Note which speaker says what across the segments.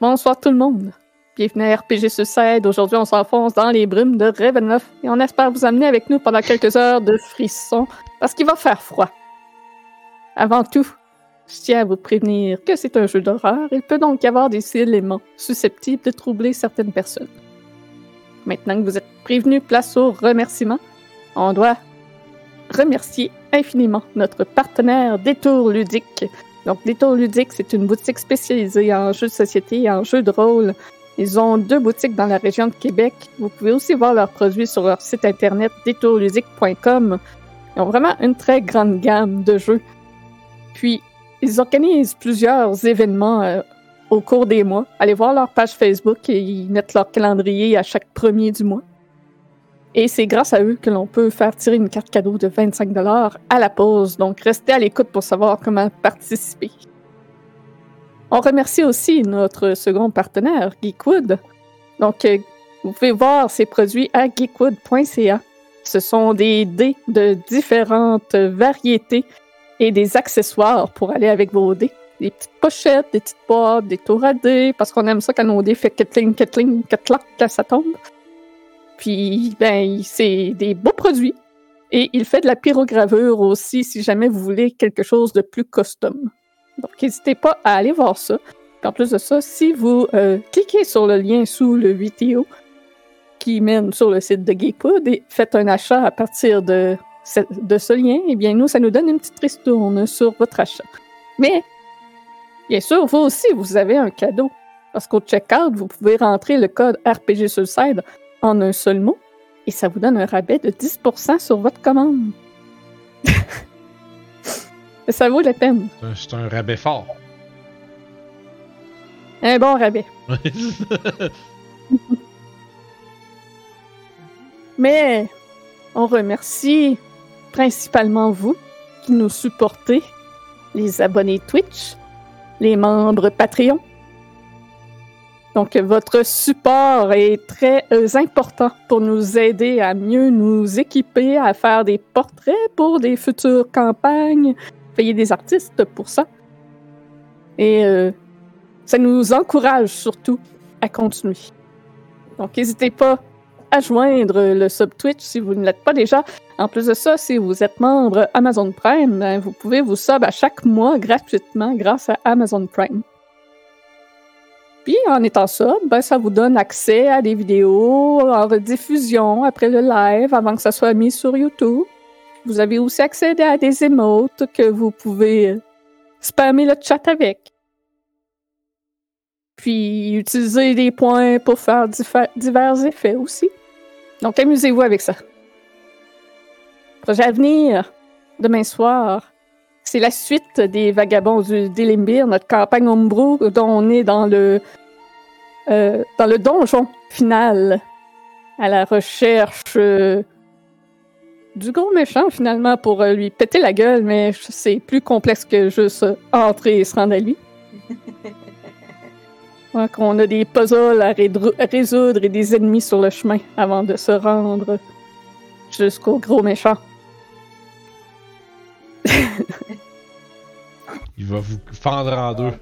Speaker 1: Bonsoir tout le monde. Bienvenue à RPG Suicide. Aujourd'hui, on s'enfonce dans les brumes de Ravenloft et on espère vous amener avec nous pendant quelques heures de frissons parce qu'il va faire froid. Avant tout, je tiens à vous prévenir que c'est un jeu d'horreur. Il peut donc y avoir des éléments susceptibles de troubler certaines personnes. Maintenant que vous êtes prévenus, place aux remerciements. On doit remercier infiniment notre partenaire Détour Ludique. Donc, Détour Ludique, c'est une boutique spécialisée en jeux de société et en jeux de rôle. Ils ont deux boutiques dans la région de Québec. Vous pouvez aussi voir leurs produits sur leur site internet détourludique.com. Ils ont vraiment une très grande gamme de jeux. Puis, ils organisent plusieurs événements euh, au cours des mois. Allez voir leur page Facebook et ils mettent leur calendrier à chaque premier du mois. Et c'est grâce à eux que l'on peut faire tirer une carte cadeau de 25 à la pause. Donc, restez à l'écoute pour savoir comment participer. On remercie aussi notre second partenaire, Geekwood. Donc, euh, vous pouvez voir ces produits à geekwood.ca. Ce sont des dés de différentes variétés et des accessoires pour aller avec vos dés. Des petites pochettes, des petites boîtes, des tours à dés, parce qu'on aime ça quand nos dés fait ketling, ketling, ketlac, là, ça tombe. Puis, ben, c'est des beaux produits. Et il fait de la pyrogravure aussi si jamais vous voulez quelque chose de plus custom. Donc, n'hésitez pas à aller voir ça. Puis en plus de ça, si vous euh, cliquez sur le lien sous le vidéo qui mène sur le site de Geekwood et faites un achat à partir de ce, de ce lien, eh bien, nous, ça nous donne une petite ristourne sur votre achat. Mais, bien sûr, vous aussi, vous avez un cadeau. Parce qu'au checkout, vous pouvez rentrer le code RPG Suicide en un seul mot et ça vous donne un rabais de 10 sur votre commande. ça vaut la peine.
Speaker 2: C'est un- C'est un, rabais fort.
Speaker 1: Un bon rabais. Mais on remercie principalement vous qui nous supportez, les abonnés Twitch, les membres Patreon. Donc votre support est très euh, important pour nous aider à mieux nous équiper, à faire des portraits pour des futures campagnes, payer des artistes pour ça. Et euh, ça nous encourage surtout à continuer. Donc n'hésitez pas à joindre le sub Twitch si vous ne l'êtes pas déjà. En plus de ça, si vous êtes membre Amazon Prime, ben, vous pouvez vous sub à chaque mois gratuitement grâce à Amazon Prime. Puis en étant sub, ben, ça vous donne accès à des vidéos en rediffusion après le live avant que ça soit mis sur YouTube. Vous avez aussi accès à des émotes que vous pouvez euh, spammer le chat avec puis utiliser des points pour faire diffé- divers effets aussi. Donc amusez-vous avec ça. Projet à venir, demain soir, c'est la suite des Vagabonds du d'Elimbir, notre campagne Homebrew, dont on est dans le, euh, dans le donjon final, à la recherche euh, du gros méchant finalement pour euh, lui péter la gueule, mais c'est plus complexe que juste euh, entrer et se rendre à lui. Donc, on a des puzzles à rédru- à résoudre et des ennemis sur le chemin avant de se rendre jusqu'au gros méchant.
Speaker 2: Il va vous fendre en deux,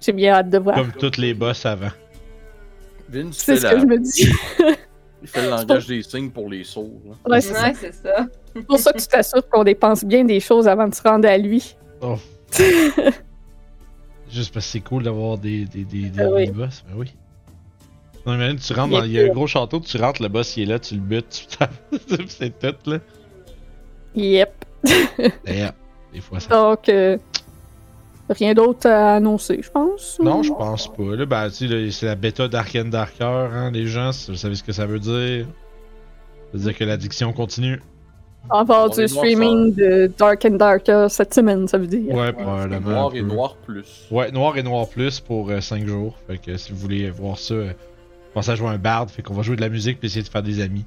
Speaker 1: J'ai bien hâte de voir.
Speaker 2: comme tous les boss avant.
Speaker 3: Vince
Speaker 1: C'est
Speaker 3: fait,
Speaker 1: ce
Speaker 3: la...
Speaker 1: que je me dis.
Speaker 3: il fait le langage des signes pour les sourds. là.
Speaker 1: Ouais, c'est ça.
Speaker 4: Ouais, c'est ça.
Speaker 1: C'est pour ça que tu t'assures qu'on dépense bien des choses avant de se rendre à lui.
Speaker 2: Oh. Juste parce que c'est cool d'avoir des, des, des, des,
Speaker 1: Ah oui.
Speaker 2: des boss. Ben oui. Non, imagine, tu rentres
Speaker 1: Il est
Speaker 2: dans. Il y a un gros château, tu rentres, le boss il est là, tu le butes, tu tapes. c'est tout, là.
Speaker 1: Yep.
Speaker 2: D'ailleurs, des fois ça.
Speaker 1: Donc, euh, rien d'autre à annoncer, je pense.
Speaker 2: Non, je pense pas. Là, ben, tu sais, là, c'est la bêta d'Arkane Darker, hein, les gens, si vous savez ce que ça veut dire. Ça veut dire que l'addiction continue.
Speaker 1: On va avoir
Speaker 3: On
Speaker 1: du
Speaker 3: est noir,
Speaker 1: streaming de Dark and Darker cette semaine, ça veut dire.
Speaker 2: Ouais,
Speaker 3: C'est
Speaker 2: probablement.
Speaker 3: Noir
Speaker 2: un
Speaker 3: et
Speaker 2: peu.
Speaker 3: noir plus.
Speaker 2: Ouais, noir et noir plus pour 5 jours. Fait que si vous voulez voir ça, euh, pensez à jouer un bard. Fait qu'on va jouer de la musique puis essayer de faire des amis.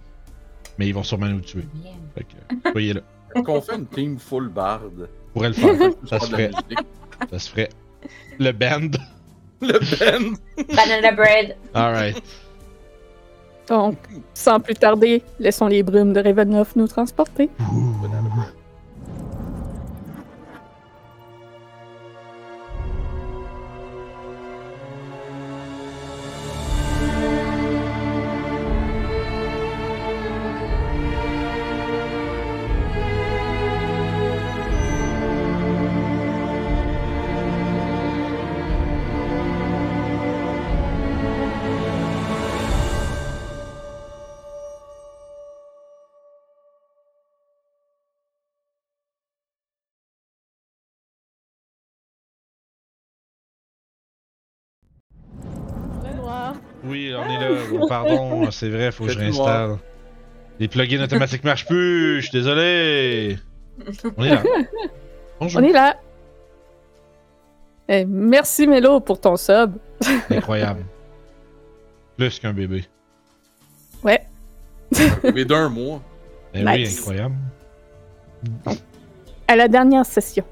Speaker 2: Mais ils vont sûrement nous tuer. Fait que, euh, soyez là.
Speaker 3: Qu'on fait une team full barde.
Speaker 2: On pourrait le faire. ça,
Speaker 3: Pas
Speaker 2: se
Speaker 3: de la
Speaker 2: ferait,
Speaker 3: musique.
Speaker 2: ça se ferait. Le band.
Speaker 3: Le band.
Speaker 4: Banana bread.
Speaker 2: Alright.
Speaker 1: Donc, sans plus tarder, laissons les brumes de Ravenloft nous transporter.
Speaker 2: Oui, on est là. Bon, pardon, c'est vrai, faut que je
Speaker 3: Faites noir.
Speaker 2: réinstalle. Les plugins automatiques marchent plus, je suis désolé. On est là. Bonjour.
Speaker 1: On est là. Eh, merci Mélo pour ton sub.
Speaker 2: Incroyable. Plus qu'un bébé.
Speaker 1: Ouais.
Speaker 3: Mais d'un mois.
Speaker 2: Ben
Speaker 1: Nice.
Speaker 2: oui, incroyable.
Speaker 1: À la dernière session,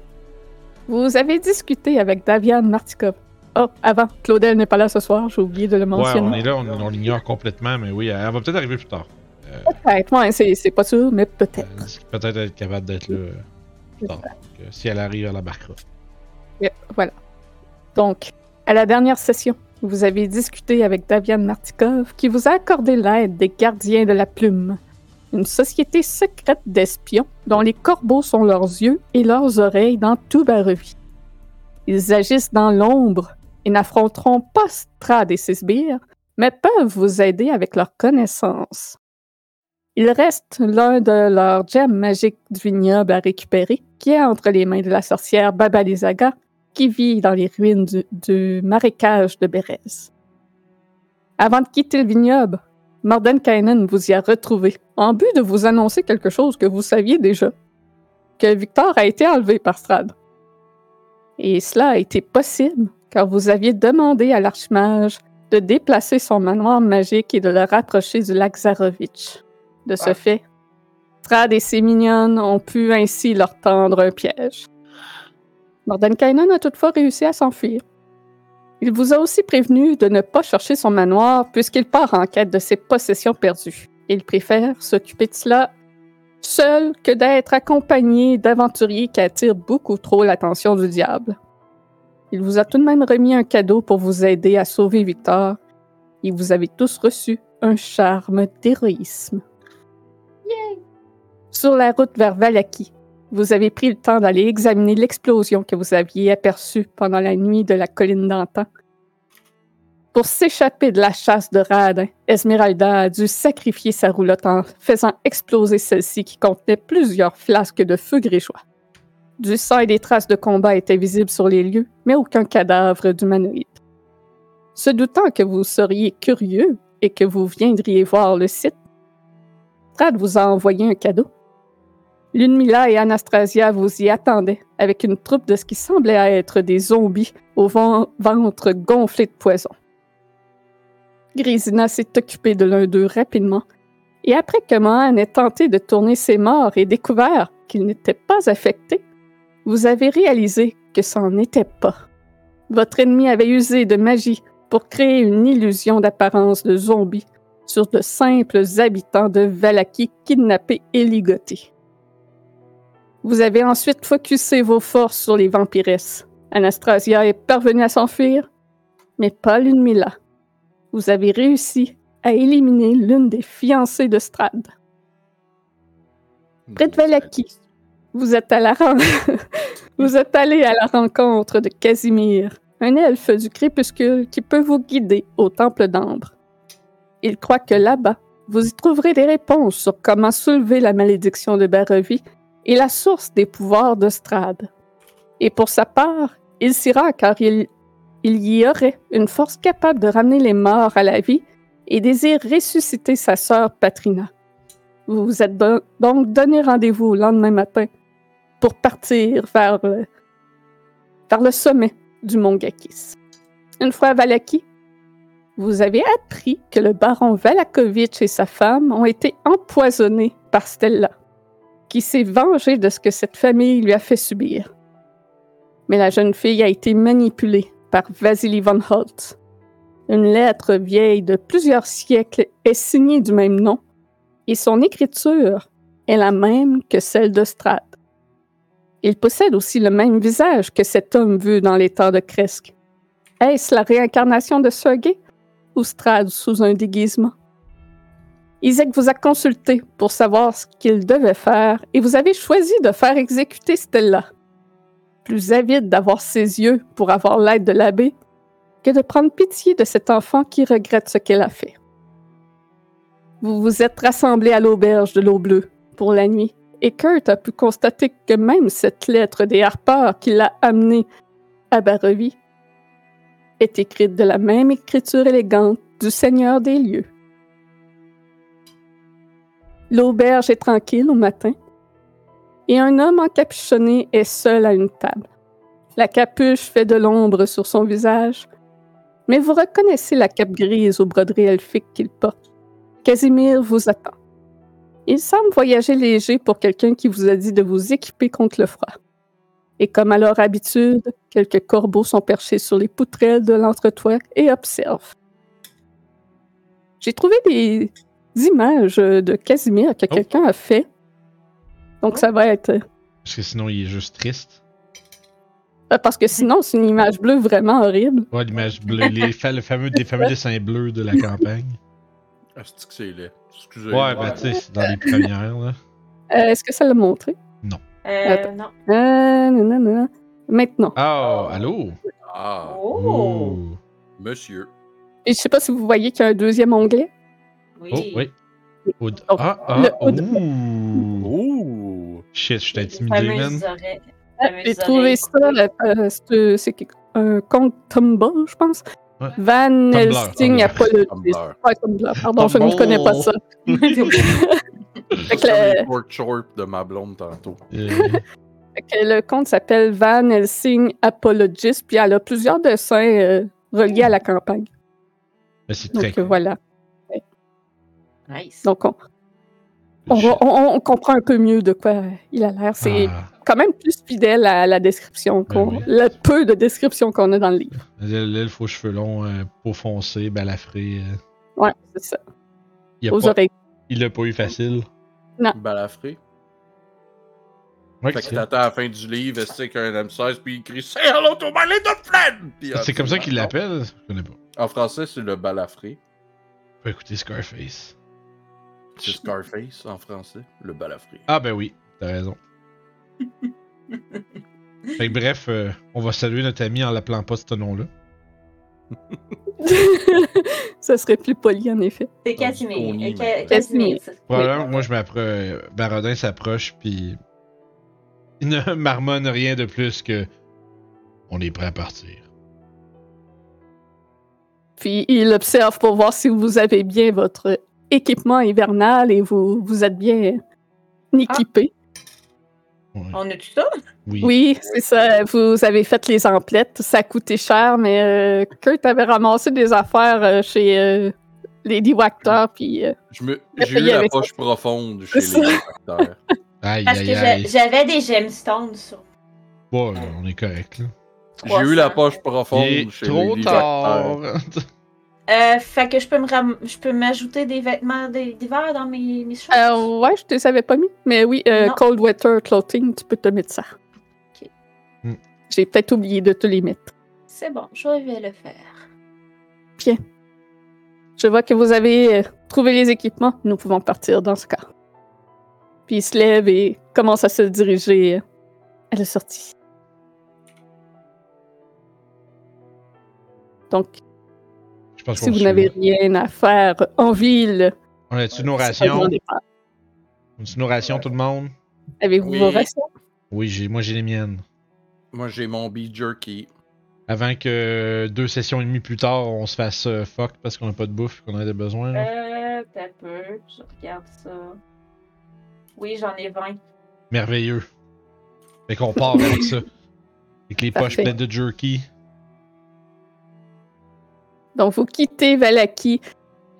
Speaker 1: vous avez discuté avec Davian Martikov. Oh, avant, Claudel n'est pas là ce soir, j'ai oublié de le
Speaker 2: Ouais, on
Speaker 1: mentionner.
Speaker 2: est là, on, on l'ignore complètement, mais oui, elle va peut-être arriver plus tard. Euh,
Speaker 1: Peut-être, ouais, c'est c'est pas sûr, mais peut-être.
Speaker 2: elle dit peut-être être capable d'être là euh, plus tard. Donc, euh, si elle arrive, elle embarquera.
Speaker 1: Yeah, voilà. Donc, à la dernière session, vous avez discuté avec Davian Martikov qui vous a accordé l'aide des gardiens de la plume, une société secrète d'espions dont les corbeaux sont leurs yeux et leurs oreilles dans tout Barovie. Ils agissent dans l'ombre et n'affronteront pas Strad et ses sbires, mais peuvent vous aider avec leurs connaissances. Il reste l'un de leurs gemmes magiques du vignoble à récupérer, qui est entre les mains de la sorcière Babalizaga, qui vit dans les ruines du, du marécage de Bérez. Avant de quitter le vignoble, Mordenkainen vous y a retrouvé, en but de vous annoncer quelque chose que vous saviez déjà, que Victor a été enlevé par Strad. Et cela a été possible car vous aviez demandé à l'archmage de déplacer son manoir magique et de le rapprocher du lac Zarovitch. De ce
Speaker 3: Ah.
Speaker 1: fait, Strad et ses mignonnes ont pu ainsi leur tendre un piège. Mordenkainen a toutefois réussi à s'enfuir. Il vous a aussi prévenu de ne pas chercher son manoir puisqu'il part en quête de ses possessions perdues. Il préfère s'occuper de cela seul que d'être accompagné d'aventuriers qui attirent beaucoup trop l'attention du diable. Il vous a tout de même remis un cadeau pour vous aider à sauver Victor et vous avez tous reçu un charme d'héroïsme. Sur la route vers Valaki, vous avez pris le temps d'aller examiner l'explosion que vous aviez aperçue pendant la nuit de la colline d'antan. Pour s'échapper de la chasse de Radin, Esmeralda a dû sacrifier sa roulotte en faisant exploser celle-ci qui contenait plusieurs flasques de feu grégeois. Du sang et des traces de combat étaient visibles sur les lieux, mais aucun cadavre d'humanoïde. Se doutant que vous seriez curieux et que vous viendriez voir le site, Strad vous a envoyé un cadeau. Lunmila et Anastasia vous y attendaient, avec une troupe de ce qui semblait être des zombies au ven- ventre gonflé de poison. Grisina s'est occupée de l'un d'eux rapidement, et après que Mohan ait tenté de tourner ses morts et découvert qu'ils n'étaient pas affectés, vous avez réalisé que ça n'en était pas. Votre ennemi avait usé de magie pour créer une illusion d'apparence de zombie sur de simples habitants de Valaki kidnappés et ligotés. Vous avez ensuite focusé vos forces sur les vampiresses. Anastasia est parvenue à s'enfuir, mais pas l'une Mila. Vous avez réussi à éliminer l'une des fiancées de Strad. Près de Valaki, vous êtes, à la ren- vous êtes allé à la rencontre de Casimir, un elfe du crépuscule qui peut vous guider au temple d'ambre. Il croit que là-bas, vous y trouverez des réponses sur comment soulever la malédiction de Barovie et la source des pouvoirs de Strad. Et pour sa part, il s'y rend car il, il y aurait une force capable de ramener les morts à la vie et désire ressusciter sa sœur Patrina. Vous vous êtes don- donc donné rendez-vous le lendemain matin pour partir vers le, vers le sommet du mont Gakis. Une fois à Valaki, vous avez appris que le baron Valakovitch et sa femme ont été empoisonnés par Stella, qui s'est vengée de ce que cette famille lui a fait subir. Mais la jeune fille a été manipulée par Vasily von Holtz. Une lettre vieille de plusieurs siècles est signée du même nom et son écriture est la même que celle de Strad. Il possède aussi le même visage que cet homme vu dans les temps de Cresque. Est-ce la réincarnation de Sergei ou Strad sous un déguisement? Isaac vous a consulté pour savoir ce qu'il devait faire et vous avez choisi de faire exécuter Stella. Plus avide d'avoir ses yeux pour avoir l'aide de l'abbé que de prendre pitié de cet enfant qui regrette ce qu'elle a fait. Vous vous êtes rassemblés à l'auberge de l'eau bleue pour la nuit, et Kurt a pu constater que même cette lettre des harpeurs qui l'a amené à Barovie est écrite de la même écriture élégante du Seigneur des lieux. L'auberge est tranquille au matin et un homme encapuchonné est seul à une table. La capuche fait de l'ombre sur son visage, mais vous reconnaissez la cape grise aux broderies elfiques qu'il porte. Casimir vous attend. Il semble voyager léger pour quelqu'un qui vous a dit de vous équiper contre le froid. Et comme à leur habitude, quelques corbeaux sont perchés sur les poutrelles de l'entretoit et observent. J'ai trouvé des images de Casimir que
Speaker 2: Oh.
Speaker 1: quelqu'un a fait. Donc ça va être
Speaker 2: Parce que sinon, il est juste triste.
Speaker 1: Euh, Parce que sinon, c'est une image bleue vraiment horrible.
Speaker 2: Ouais, l'image bleue, les, fa- le fameux, des fameux dessins bleus de la campagne.
Speaker 3: Ah, c'est que c'est laid. Excusez.
Speaker 2: Ouais, ben tu sais, c'est dans les premières, là.
Speaker 1: Euh, Est-ce que ça l'a montré?
Speaker 4: Euh, non.
Speaker 1: Euh, non, non, non. Maintenant.
Speaker 2: Oh, allô?
Speaker 3: Ah,
Speaker 4: Oh!
Speaker 2: Ouh.
Speaker 3: monsieur.
Speaker 1: Et je sais pas si vous voyez qu'il y a un deuxième onglet.
Speaker 4: Oui.
Speaker 2: Oh, oui. Oud-
Speaker 1: Oh,
Speaker 2: Ah, ah,
Speaker 1: le Oud-
Speaker 2: ouh.
Speaker 3: Oh!
Speaker 2: Shit, je suis
Speaker 4: Les
Speaker 2: intimidé, man.
Speaker 4: fameuses oreilles.
Speaker 1: Ah, J'ai
Speaker 4: Fameuses
Speaker 1: trouvé
Speaker 4: oreilles.
Speaker 1: ça, là, euh, c'est euh, c'est quelque- un compte Tumblr, je pense.
Speaker 2: Ouais.
Speaker 1: Van
Speaker 2: Tumblr,
Speaker 1: Helsing
Speaker 2: Tumblr.
Speaker 1: Apologist.
Speaker 3: Tumblr.
Speaker 1: Ouais, Tumblr, pardon, je ne
Speaker 2: Tumblr.
Speaker 1: connais pas ça.
Speaker 3: C'est
Speaker 1: que le-
Speaker 3: le pork short de ma blonde tantôt.
Speaker 2: Euh,
Speaker 1: Fait que le compte s'appelle Van Helsing Apologist, puis elle a plusieurs dessins euh, reliés à la campagne.
Speaker 2: mais c'est
Speaker 1: Donc
Speaker 2: très cool.
Speaker 1: euh, voilà.
Speaker 4: Nice.
Speaker 1: Donc on, on, va- on- on comprend un peu mieux de quoi euh, il a l'air. C'est
Speaker 2: Ah, Ben
Speaker 1: quand même plus fidèle à la description qu'on.
Speaker 2: oui.
Speaker 1: Le peu de description qu'on a dans le livre.
Speaker 2: L'elfe aux cheveux longs, euh, peau foncée, balafré. euh,
Speaker 1: Ouais, c'est ça.
Speaker 2: il, a
Speaker 1: Aux
Speaker 2: pas-
Speaker 1: oreilles.
Speaker 2: il l'a pas eu facile.
Speaker 3: Balafré.
Speaker 2: Ouais,
Speaker 3: Fait
Speaker 2: c'est-
Speaker 3: que t'attends à la fin du livre, c'est qu'un M16, puis il crie Say hello to my little friend! Puis,
Speaker 2: c'est comme ça qu'il
Speaker 3: non.
Speaker 2: l'appelle? Je connais pas.
Speaker 3: En français, c'est le balafré.
Speaker 2: Faut écouter Scarface.
Speaker 3: C'est Scarface en français. Le balafré.
Speaker 2: Ah ben oui, t'as raison. Fait que bref, euh, on va saluer notre ami en l'appelant pas ce nom-là.
Speaker 1: ça serait plus poli, en effet.
Speaker 4: C'est
Speaker 3: Ah,
Speaker 4: Casimir.
Speaker 3: Tony,
Speaker 4: Euh, Ca-
Speaker 3: mais-
Speaker 4: Casimir.
Speaker 2: Probablement que moi je m'approche, euh, Barodin s'approche, puis il ne marmonne rien de plus que on est prêt à partir.
Speaker 1: Puis il observe pour voir si vous avez bien votre équipement hivernal et vous, vous êtes bien équipé.
Speaker 2: Ouais.
Speaker 4: Ah.
Speaker 1: Oh.
Speaker 4: On a tout ça?
Speaker 2: Oui.
Speaker 1: Oui, c'est ça. Vous avez fait les emplettes. Ça a coûté cher, mais euh, Kurt avait ramassé des affaires euh, chez euh, Lady Wachter, puis euh,
Speaker 3: Je me-
Speaker 1: Mais
Speaker 3: J'ai eu
Speaker 1: il y avait
Speaker 3: la
Speaker 1: ça.
Speaker 3: poche profonde chez
Speaker 1: C'est
Speaker 3: les acteurs.
Speaker 2: Aïe
Speaker 4: Parce que
Speaker 2: aïe aïe.
Speaker 4: j'a- j'avais des gemstones sur
Speaker 2: Bon, euh, on est correct là.
Speaker 3: J'ai eu la
Speaker 4: 300.
Speaker 3: poche profonde
Speaker 2: Il est
Speaker 3: chez
Speaker 2: trop
Speaker 3: les
Speaker 2: tard.
Speaker 3: acteurs.
Speaker 4: Euh, fait que je peux me ram- je peux m'ajouter des vêtements d- d'hiver dans mes, mes choses.
Speaker 1: Euh, ouais, je te savais pas mis. Mais oui, euh,
Speaker 4: Non.
Speaker 1: Cold Weather Clothing, tu peux te mettre ça.
Speaker 4: Ok.
Speaker 2: Hmm.
Speaker 1: J'ai peut-être oublié de te les mettre.
Speaker 4: C'est bon, je vais le faire.
Speaker 1: Je vois que vous avez euh, trouvé les équipements. Nous pouvons partir dans ce cas. Puis il se lève et commence à se diriger euh, à la sortie. Donc,
Speaker 2: Je pense
Speaker 1: si
Speaker 2: qu'on
Speaker 1: vous
Speaker 2: suit,
Speaker 1: n'avez
Speaker 2: là.
Speaker 1: rien à faire en ville,
Speaker 2: On a-tu nos
Speaker 1: c'est pas le bon
Speaker 2: rations?
Speaker 1: départ.
Speaker 2: On a-tu nos rations tout le monde?
Speaker 1: avez-vous
Speaker 3: Oui.
Speaker 1: vos rations?
Speaker 2: Oui, j'ai moi j'ai les miennes.
Speaker 3: Moi, j'ai mon bee jerky.
Speaker 2: Avant que deux sessions et demie plus tard, on se fasse euh, fuck parce qu'on n'a pas de bouffe, qu'on a des besoins. là.
Speaker 4: Euh, t'as peu, je regarde ça. Oui, j'en ai 20.
Speaker 2: Merveilleux. Fait qu'on part avec ça. Avec les poches
Speaker 1: Parfait.
Speaker 2: pleines de jerky.
Speaker 1: Donc, vous quittez Valaki.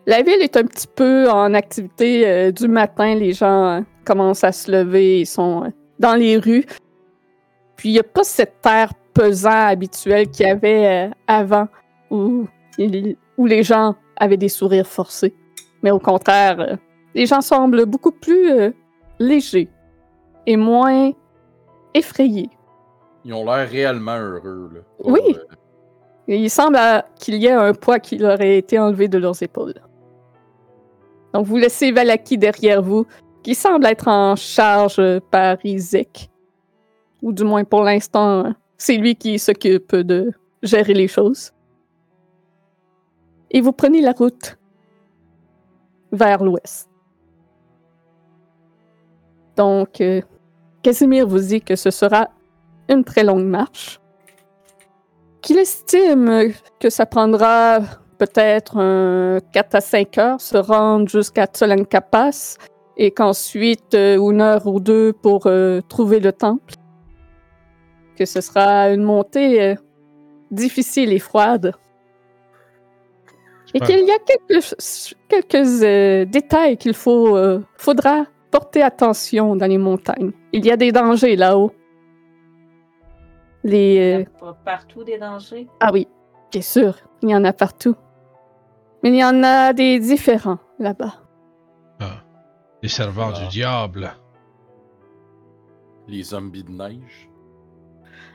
Speaker 1: La ville est un petit peu en activité euh, du matin. Les gens euh, commencent à se lever, ils sont euh, dans les rues. Puis, il n'y a pas cette terre pesant habituelle qu'il y avait euh, avant, où, il- où les gens avaient des sourires forcés. Mais au contraire, euh, les gens semblent beaucoup plus euh, légers et moins effrayés.
Speaker 3: Ils ont l'air réellement heureux. Là.
Speaker 1: Oui.
Speaker 3: Pour, euh,
Speaker 1: Et Il semble euh, qu'il y ait un poids qui leur ait été enlevé de leurs épaules. Donc vous laissez Valaki derrière vous, qui semble être en charge euh, par Isaac. Ou du moins pour l'instant, euh, c'est lui qui s'occupe de gérer les choses. Et vous prenez la route vers l'ouest. Donc, euh, Casimir vous dit que ce sera une très longue marche qu'il estime que ça prendra peut-être un 4 à 5 heures, se rendre jusqu'à Tsolankapas et qu'ensuite euh, une heure ou deux pour euh, trouver le temple. Que ce sera une montée euh, difficile et froide. Et
Speaker 2: Ouais.
Speaker 1: qu'il y a quelques, quelques euh, détails qu'il faut, euh, faudra porter attention dans les montagnes. Il y a des dangers là-haut. Les,
Speaker 4: Il y
Speaker 1: euh,
Speaker 4: a pas partout des dangers.
Speaker 1: ah oui, bien sûr, il y en a partout. Mais il y en a des différents là-bas.
Speaker 2: Ah. Les serveurs
Speaker 3: Ah.
Speaker 2: du diable.
Speaker 3: Les zombies de neige.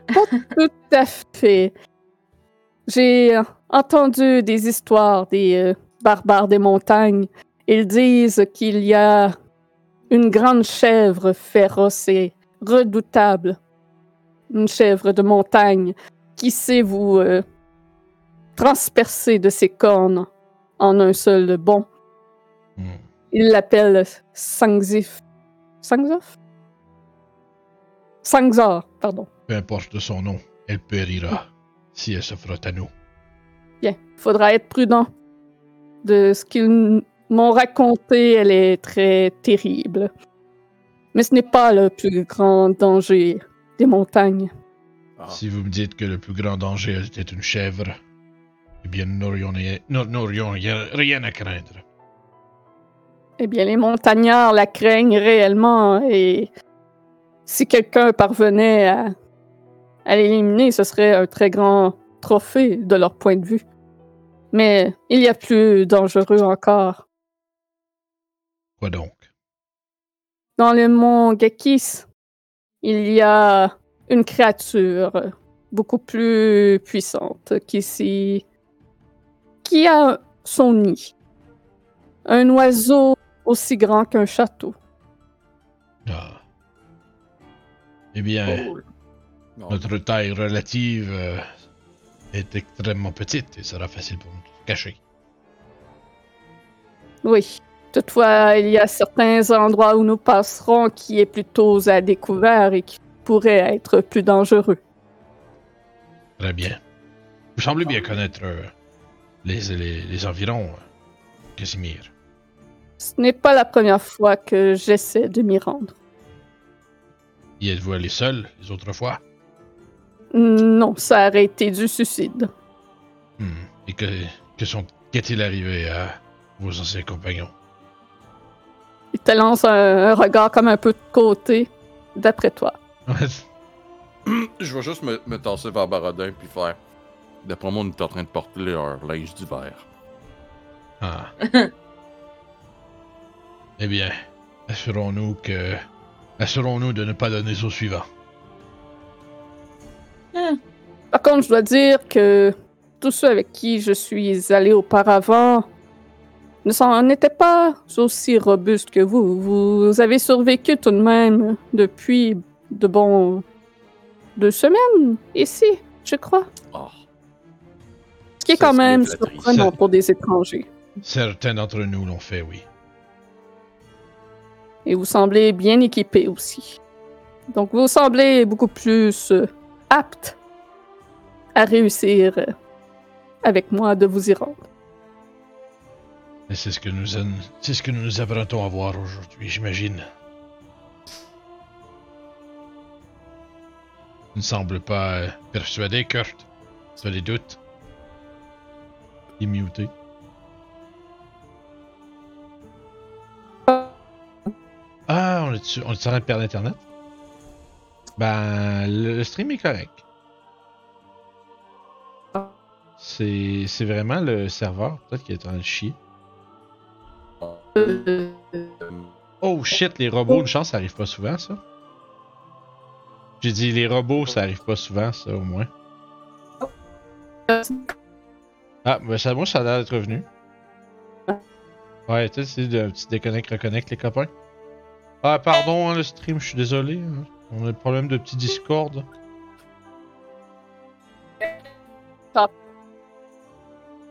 Speaker 1: Tout à fait. J'ai euh, entendu des histoires des euh, barbares des montagnes. Ils disent qu'il y a une grande chèvre féroce et redoutable. Une chèvre de montagne qui sait vous euh, transpercer de ses cornes en un seul bond.
Speaker 2: Hmm.
Speaker 1: Il l'appelle Sangzif. Sangzof? Sangzor, pardon.
Speaker 2: Peu importe son nom, elle périra si elle se frotte à nous.
Speaker 1: Bien, faudra être prudent. De ce qu'ils m- m'ont raconté, elle est très terrible. Mais ce n'est pas le plus grand danger des montagnes.
Speaker 3: Ah.
Speaker 2: Si vous me dites que le plus grand danger était une chèvre, eh bien nous n'aurions nous n'aurions rien, rien à craindre.
Speaker 1: Eh bien, les montagnards la craignent réellement et si quelqu'un parvenait à, à l'éliminer, ce serait un très grand trophée de leur point de vue. Mais il y a plus dangereux encore.
Speaker 2: Quoi donc?
Speaker 1: Dans le mont Gekis, il y a une créature beaucoup plus puissante qui s'y- qui a son nid. Un oiseau aussi grand qu'un château.
Speaker 2: Ah. Eh bien,
Speaker 4: Cool.
Speaker 3: Non.
Speaker 2: notre taille relative euh, est extrêmement petite et sera facile pour nous de cacher.
Speaker 1: Oui. Toutefois, il y a certains endroits où nous passerons qui est plutôt à découvert et qui pourraient être plus dangereux.
Speaker 2: Très bien. Vous semblez bien connaître euh, les, les, les environs, euh, Casimir.
Speaker 1: Ce n'est pas la première fois que j'essaie de m'y rendre.
Speaker 2: Y êtes-vous allé seul les autres fois?
Speaker 1: Non, ça aurait été du suicide.
Speaker 2: Hmm. Et que, que sont, qu'est-il arrivé à vos anciens compagnons?
Speaker 1: Il te lance un, un regard comme un peu de côté, d'après toi.
Speaker 3: Je vais juste me, me tasser vers Baradin puis faire. D'après moi, on est en train de porter leur linge d'hiver.
Speaker 2: Ah. eh bien, assurons-nous que. Assurons-nous de ne pas donner au suivant.
Speaker 1: Par contre, je dois dire que tous ceux avec qui je suis allé auparavant ne s'en étaient pas aussi robustes que vous. Vous avez survécu tout de même depuis de bons deux semaines ici, je crois.
Speaker 3: Ah.
Speaker 1: Ce qui est
Speaker 3: Ça,
Speaker 1: quand
Speaker 3: c'est
Speaker 1: même
Speaker 3: flatteur.
Speaker 1: surprenant
Speaker 2: Ça-
Speaker 1: pour des étrangers.
Speaker 2: Certains d'entre nous l'ont fait, oui.
Speaker 1: Et vous semblez bien équipé aussi. Donc vous semblez beaucoup plus euh, apte à réussir euh, avec moi de vous y rendre.
Speaker 2: Et c'est ce que nous, en- c'est ce que nous nous apprêtons à voir aujourd'hui, j'imagine. Tu ne sembles pas euh, persuadé, Kurt. Tu as des doutes? Il est muté. Ah, on est, on est en train de perdre Internet? Ben, le, le stream est correct. C'est c'est vraiment le serveur, peut-être, qui est en train de chier.
Speaker 1: Euh,
Speaker 3: Euh,
Speaker 2: Oh shit, les robots, une chance, ça arrive pas souvent, ça. J'ai dit les robots, ça arrive pas souvent, ça, au moins. Ah, ben ça, moi, ça a l'air d'être revenu. Ouais, tu sais, c'est de- un petit déconnect, reconnect, les copains. Ah, pardon, hein, le stream, je suis désolé. hein. On a le problème de petit Discord.
Speaker 1: Top.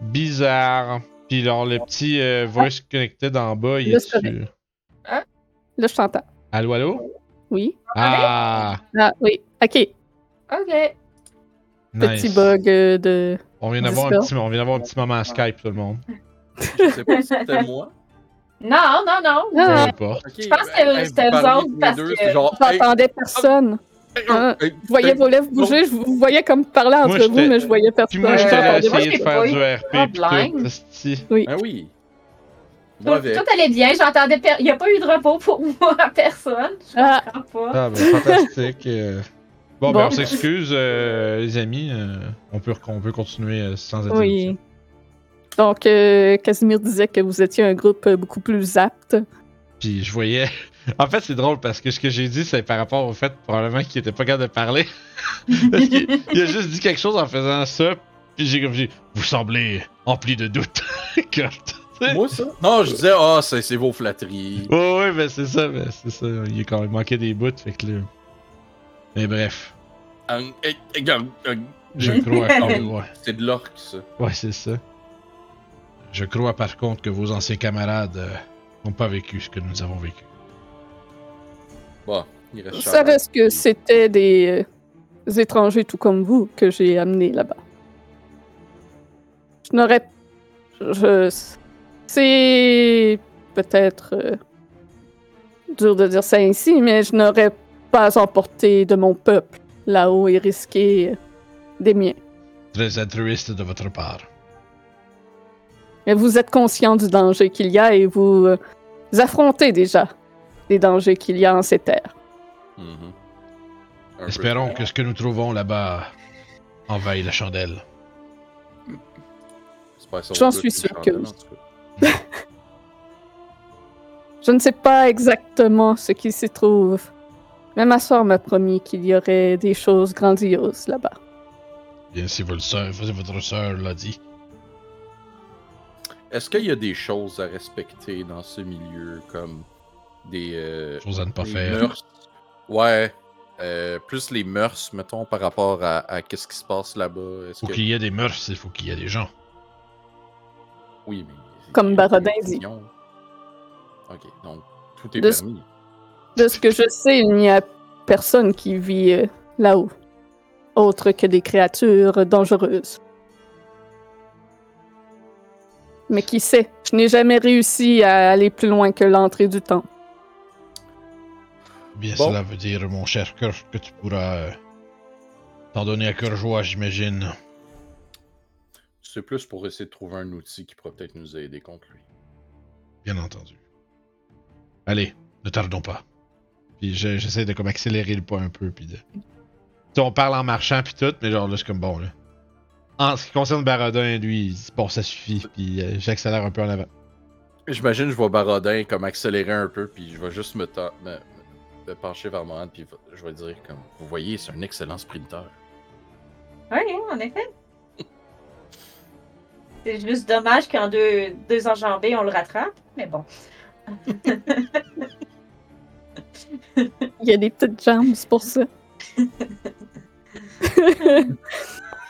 Speaker 2: Bizarre. Puis alors, le petit euh, voice connected en bas, il euh,
Speaker 1: Le
Speaker 2: est
Speaker 1: soleil.
Speaker 2: dessus.
Speaker 1: Là, je t'entends.
Speaker 2: Allô, allô?
Speaker 1: Oui.
Speaker 2: Ah,
Speaker 1: Ah oui. OK.
Speaker 4: Ok.
Speaker 1: Petit
Speaker 2: nice.
Speaker 1: bug euh, de
Speaker 2: On vient d'avoir un, petit- on vient d'avoir un petit moment à Skype, tout le monde.
Speaker 3: Je sais pas si c'était moi.
Speaker 4: Non, non, non.
Speaker 2: Peu
Speaker 1: Non, non,
Speaker 2: importe.
Speaker 3: Ok,
Speaker 4: Je pense que
Speaker 3: ben, hey,
Speaker 4: c'était
Speaker 3: vous
Speaker 4: eux
Speaker 3: parliez
Speaker 4: autres
Speaker 3: tous les
Speaker 4: parce
Speaker 3: deux,
Speaker 4: que-
Speaker 3: c'est genre, hey,
Speaker 1: j'entendais personne.
Speaker 3: hey,
Speaker 1: hein,
Speaker 3: hey,
Speaker 1: Je voyais vos lèvres bouger, je vous voyais comme parler entre vous,
Speaker 2: j'étais-
Speaker 1: mais je voyais
Speaker 2: Puis
Speaker 1: personne.
Speaker 2: moi, je t'aurais
Speaker 4: Euh, moi,
Speaker 2: essayé
Speaker 4: j'ai
Speaker 2: de faire
Speaker 4: pas eu
Speaker 2: du
Speaker 4: de
Speaker 2: RP pis tout.
Speaker 4: problème.
Speaker 2: esti.
Speaker 3: Ben oui. Moi
Speaker 4: Tout,
Speaker 3: avec.
Speaker 4: tout allait bien, j'entendais. per- Il n'y a pas eu de repos pour moi, personne. Je
Speaker 1: Ah.
Speaker 4: comprends pas.
Speaker 2: Ah, ben, fantastique. euh. Bon, ben,
Speaker 1: Bon.
Speaker 2: on s'excuse, euh, les amis. euh, on, peut, on peut continuer euh, sans être
Speaker 1: Oui. Donc, euh, Casimir disait que vous étiez un groupe euh, beaucoup plus apte.
Speaker 2: Puis je voyais. En fait, c'est drôle parce que ce que j'ai dit, c'est par rapport au fait probablement qu'il était pas capable de parler. parce qu'il il a juste dit quelque chose en faisant ça. Puis j'ai comme dit Vous semblez empli de doutes. Comme-
Speaker 3: Moi, ça? Non, je disais, ah, c'est c'est vos flatteries.
Speaker 2: ouais, ouais, ben c'est ça, ben c'est ça. Il, est quand même manquait des bouts, fait que là. Mais bref,
Speaker 3: Hum, hey, hey, hum, hum.
Speaker 2: je crois que. Ouais,
Speaker 3: C'est de l'orque, ça.
Speaker 2: ouais c'est ça. Je crois par contre que vos anciens camarades euh, n'ont pas vécu ce que nous avons vécu.
Speaker 3: Bon, Bah, il reste
Speaker 1: Ça
Speaker 3: Charles.
Speaker 1: reste que c'était des euh, étrangers tout comme vous que j'ai amenés là-bas. Je n'aurais... Je... C'est peut-être euh, dur de dire ça ainsi, mais je n'aurais pas emporté de mon peuple là-haut et risqué euh, des miens.
Speaker 2: Très altruiste de votre part.
Speaker 1: Mais vous êtes conscient du danger qu'il y a et vous, euh, vous affrontez déjà les dangers qu'il y a en ces terres.
Speaker 3: Mhm. Un peu.
Speaker 2: Espérons que ce que nous trouvons là-bas envahit la chandelle.
Speaker 3: J'espère ça
Speaker 1: J'en
Speaker 3: va
Speaker 1: suis
Speaker 3: plus
Speaker 1: sûr
Speaker 3: Charles,
Speaker 1: que
Speaker 3: en
Speaker 1: oui.
Speaker 3: tout cas.
Speaker 1: Je ne sais pas exactement ce qui s'y trouve, mais ma soeur m'a promis qu'il y aurait des choses grandioses là-bas.
Speaker 2: Bien, si votre soeur, votre sœur l'a dit.
Speaker 3: Est-ce qu'il y a des choses à respecter dans ce milieu, comme des, euh,
Speaker 2: Chose à ne pas
Speaker 3: des
Speaker 2: faire.
Speaker 3: mœurs? Ouais. euh, plus les mœurs, mettons, par rapport à, à qu'est-ce qui se passe là-bas. Est-ce
Speaker 2: Faut
Speaker 3: que...
Speaker 2: qu'il y ait des mœurs, il faut qu'il y ait des gens.
Speaker 3: Oui, mais...
Speaker 1: Comme Barodin dit.
Speaker 3: Ok, donc, tout est
Speaker 1: De-
Speaker 3: permis.
Speaker 1: De ce que je sais, il n'y a personne qui vit euh, là-haut, autre que des créatures dangereuses. Mais qui sait, je n'ai jamais réussi à aller plus loin que l'entrée du temps.
Speaker 2: Bien,
Speaker 3: Bon.
Speaker 2: cela veut dire, mon cher Kirk, que tu pourras euh, t'en donner à cœur joie, j'imagine.
Speaker 3: C'est plus pour essayer de trouver un outil qui pourrait peut-être nous aider contre lui.
Speaker 2: Bien entendu. Allez, ne tardons pas. Puis je- j'essaie de comme accélérer le pas un peu, puis de... Tu sais, on parle en marchant, puis tout, mais genre là, c'est comme bon, là. En ce qui concerne Barodin, lui, il dit, bon, ça suffit, puis euh, j'accélère un peu en avant.
Speaker 3: J'imagine que je vois Barodin comme accélérer un peu, puis je vais juste me, ta- me- me pencher vers Mohan, puis va- je vais dire comme, vous voyez, c'est un excellent sprinteur.
Speaker 4: Oui, hein, en effet. C'est juste dommage qu'en deux, deux enjambées, on le rattrape, mais bon.
Speaker 1: Il y a des petites jambes c'est pour ça.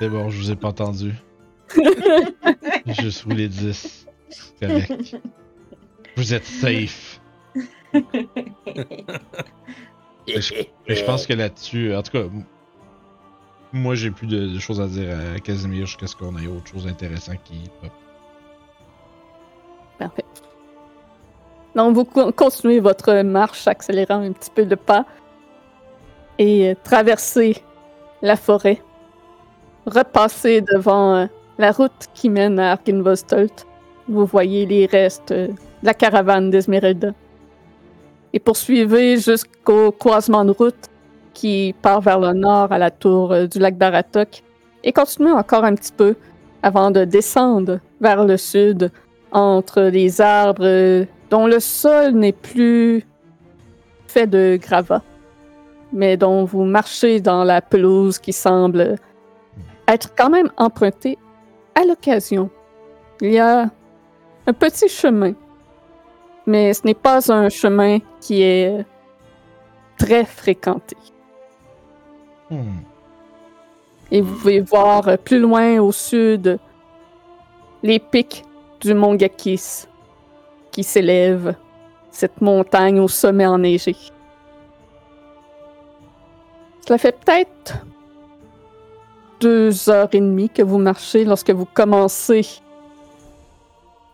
Speaker 2: C'est bon, je vous ai pas entendu. Je sous les 10. Correct. Vous êtes safe. Mais je pense que là-dessus, en tout cas, m- moi j'ai plus de, de choses à dire à Casimir jusqu'à ce qu'on ait autre chose d'intéressant qui pop.
Speaker 1: Parfait. Donc, vous co- continuez votre marche, accélérant un petit peu le pas, et euh, traversez la forêt. Repassez devant euh, la route qui mène à Arkinvostolt. Vous voyez les restes euh, de la caravane d'Esmeralda. Et poursuivez jusqu'au croisement de route qui part vers le nord à la tour euh, du lac d'Aratok. Et continuez encore un petit peu avant de descendre vers le sud entre les arbres euh, dont le sol n'est plus fait de gravats, mais dont vous marchez dans la pelouse qui semble être quand même empruntée à l'occasion. Il y a un petit chemin, mais ce n'est pas un chemin qui est très fréquenté.
Speaker 2: Hmm.
Speaker 1: Et vous pouvez voir euh, plus loin au sud les pics du mont Gakis qui s'élève, cette montagne au sommet enneigé. Cela fait peut-être deux heures et demie que vous marchez lorsque vous commencez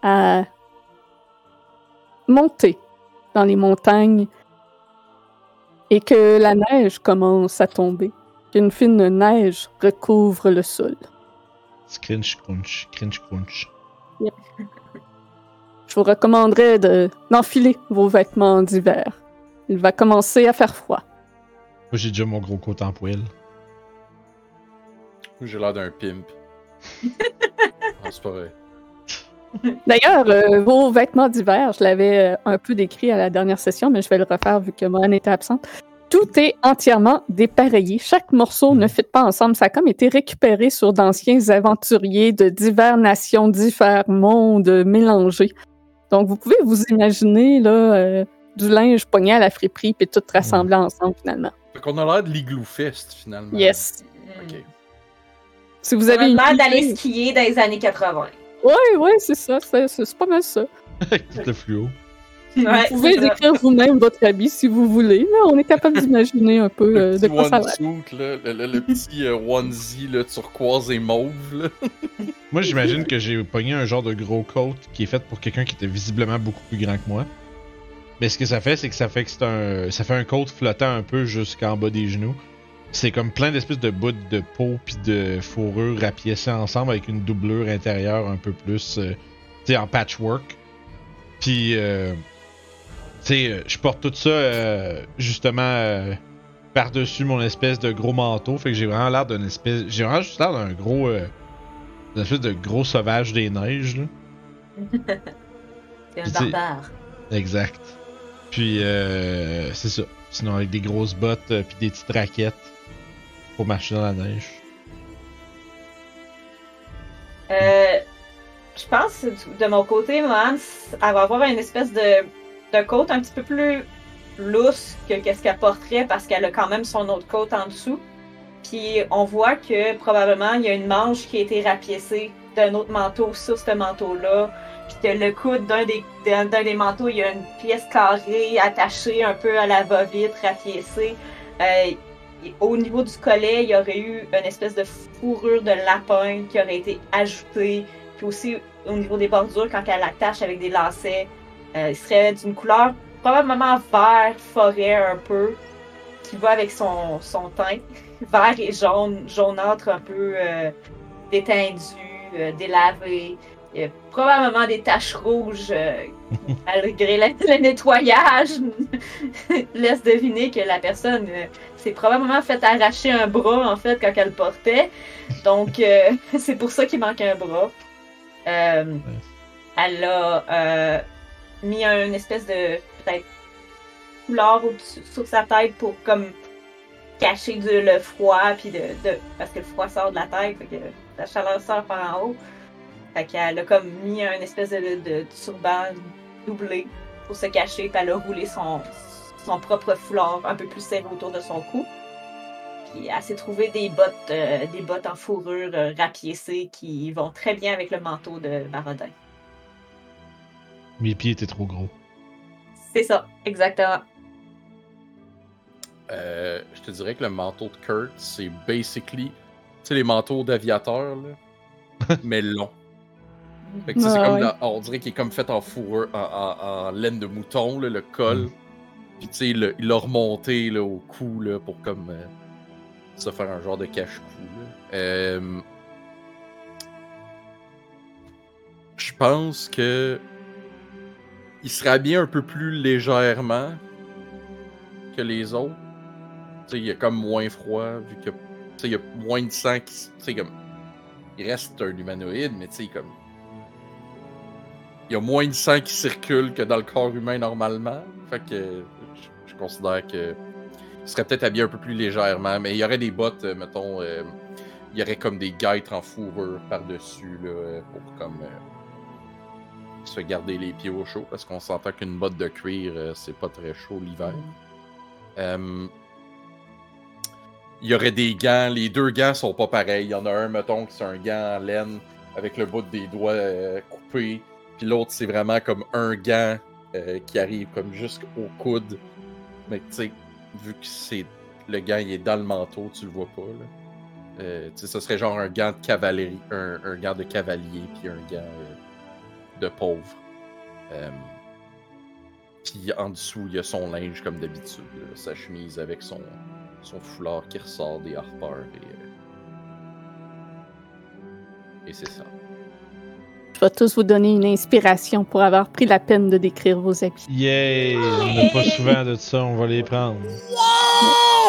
Speaker 1: à monter dans les montagnes et que la neige commence à tomber. Une fine neige recouvre le sol.
Speaker 2: Scrunch, crunch, cringe, crunch.
Speaker 1: Je vous recommanderais de- d'enfiler vos vêtements d'hiver. Il va commencer à faire froid.
Speaker 2: Moi, j'ai déjà mon gros coat en poil.
Speaker 3: J'ai l'air d'un pimp. non, c'est pas vrai.
Speaker 1: D'ailleurs, euh, vos vêtements d'hiver, je l'avais euh, un peu décrit à la dernière session, mais je vais le refaire vu que Mohan était absente. Tout est entièrement dépareillé. Chaque morceau ne fit pas ensemble. Ça a comme été récupéré sur d'anciens aventuriers de diverses nations, divers mondes mélangés. Donc, vous pouvez vous imaginer là, euh, du linge pogné à la friperie puis tout rassemblé ensemble finalement.
Speaker 3: Fait qu'on a l'air de l'igloo fest finalement.
Speaker 1: Yes.
Speaker 4: Hmm.
Speaker 3: Ok.
Speaker 1: Si vous
Speaker 4: Vous
Speaker 1: avez
Speaker 4: avez
Speaker 1: une
Speaker 4: l'air d'aller
Speaker 1: idée-
Speaker 4: skier dans les années 80.
Speaker 1: Oui, oui, c'est ça. C'est c'est- c'est pas mal ça.
Speaker 2: Tout le fluo.
Speaker 4: Ouais,
Speaker 1: Vous pouvez
Speaker 4: c'est ça.
Speaker 1: décrire vous-même votre habit si vous voulez, mais on est capable d'imaginer un peu euh,
Speaker 3: Le
Speaker 1: de
Speaker 3: petit
Speaker 1: quoi ça a l'air.
Speaker 3: onesuit, là, le, le- le petit euh, onesie là, turquoise et mauve. Là.
Speaker 2: Moi, j'imagine que j'ai pogné un genre de gros coat qui est fait pour quelqu'un qui était visiblement beaucoup plus grand que moi. Mais ce que ça fait, c'est que ça fait que c'est un, ça fait un coat flottant un peu jusqu'en bas des genoux. C'est comme plein d'espèces de bouts de peau puis de fourrure rapiécées ensemble avec une doublure intérieure un peu plus, euh, tu sais, en patchwork. Puis, euh, tu sais, euh, je porte tout ça euh, justement euh, par-dessus mon espèce de gros manteau. Fait que j'ai vraiment l'air d'une espèce, j'ai vraiment juste l'air d'un gros. euh, une espèce de gros sauvage des neiges, là.
Speaker 4: C'est
Speaker 2: Je
Speaker 4: un
Speaker 2: dis-
Speaker 4: barbare.
Speaker 2: Exact. Puis, euh, c'est ça. Sinon, avec des grosses bottes, euh, puis des petites raquettes pour marcher dans la neige.
Speaker 4: Euh, je pense, du- de mon côté, Mohan, c- elle va avoir une espèce de, de côte un petit peu plus lousse que qu'est-ce qu'elle porterait parce qu'elle a quand même son autre côte en dessous. Puis on voit que probablement il y a une manche qui a été rapiécée d'un autre manteau sur ce manteau-là. Puis que le coude d'un des, d'un d'un des manteaux, il y a une pièce carrée attachée un peu à la va-vite, rapiécée. Euh, et au niveau du collet, il y aurait eu une espèce de fourrure de lapin qui aurait été ajoutée. Puis aussi, au niveau des bordures, quand elle attache avec des lacets, euh, il serait d'une couleur probablement vert forêt un peu, qui va avec son, son teint. Vert et jaune, jaunâtre un peu euh, détendu, euh, délavé. Il y a probablement des taches rouges, euh, malgré le, le nettoyage, laisse deviner que la personne... euh, c'est probablement fait arracher un bras en fait quand elle portait. Donc euh, c'est pour ça qu'il manque un bras. Euh, elle a euh, mis un- une espèce de peut-être foulard au-dessus- sur sa tête pour comme cacher du- le froid puis de, de- parce que le froid sort de la tête, fait que la chaleur sort par en haut. Fait qu'elle a comme mis un espèce de, de- de turban doublé pour se cacher, puis elle a roulé son, son propre foulard un peu plus serré autour de son cou. Puis elle s'est trouvée des bottes, euh, des bottes en fourrure euh, rapiécées qui vont très bien avec le manteau de Barodin.
Speaker 2: Mes pieds étaient trop gros.
Speaker 4: C'est ça, exactement.
Speaker 3: Euh, je te dirais que le manteau de Kurt, c'est basically. Tu sais, les manteaux d'aviateur, là. mais long. Fait que tu sais, c'est
Speaker 1: Ouais,
Speaker 3: comme
Speaker 1: ouais.
Speaker 3: dans- on dirait qu'il est comme fait en fourrure, en, en- en laine de mouton, là, le col. Puis tu sais, il l'a- il l'a remonté là, au cou là, pour comme euh, se faire un genre de cache-cou. là. Euh, Je pense que il serait habillé un peu plus légèrement que les autres. Tu sais, il y a comme moins froid, vu que tu sais, il y a moins de sang qui. s- Tu sais, comme. Il reste un humanoïde, mais tu sais, comme. Il y a moins de sang qui circule que dans le corps humain normalement. Fait que je, je considère que il serait peut-être habillé un peu plus légèrement, mais il y aurait des bottes, euh, mettons, euh, il y aurait comme des guêtres en fourrure par-dessus là, euh, pour comme euh, se garder les pieds au chaud parce qu'on s'entend qu'une botte de cuir euh, c'est pas très chaud l'hiver. Euh, il y aurait des gants, les deux gants sont pas pareils. Il y en a un, mettons, qui c'est un gant en laine avec le bout des doigts euh, coupé, puis l'autre c'est vraiment comme un gant euh, qui arrive comme jusqu'au coude. Mais tu sais, vu que c'est le gant il est dans le manteau, tu le vois pas là. Euh, tu sais, ce serait genre un gant de cavalerie, un, un gant de cavalier, puis un gant euh, de pauvre. Euh, puis en dessous, il y a son linge comme d'habitude, là, sa chemise avec son, son foulard qui ressort des harpeurs. Et, euh, et c'est ça.
Speaker 1: Je vais tous vous donner une inspiration pour avoir pris la peine de décrire vos habits.
Speaker 2: Yay! On n'a pas souvent de ça, on va les prendre.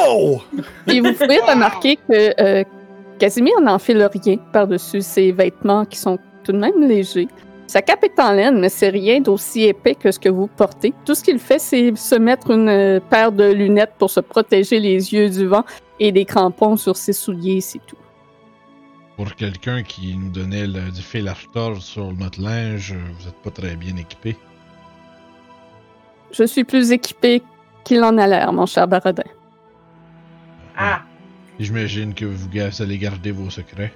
Speaker 3: Oh!
Speaker 1: Et vous pouvez remarquer que euh, Casimir n'en fait le rien par-dessus ses vêtements qui sont tout de même légers. Sa cape est en laine, mais c'est rien d'aussi épais que ce que vous portez. Tout ce qu'il fait, c'est se mettre une euh, paire de lunettes pour se protéger les yeux du vent et des crampons sur ses souliers, c'est tout.
Speaker 2: Pour quelqu'un qui nous donnait le, du fil à retordre sur notre linge, euh, vous êtes pas très bien équipé.
Speaker 1: Je suis plus équipé qu'il en a l'air, mon cher Baradin.
Speaker 4: Ah,
Speaker 2: Et J'imagine que vous, ga- vous allez garder vos secrets.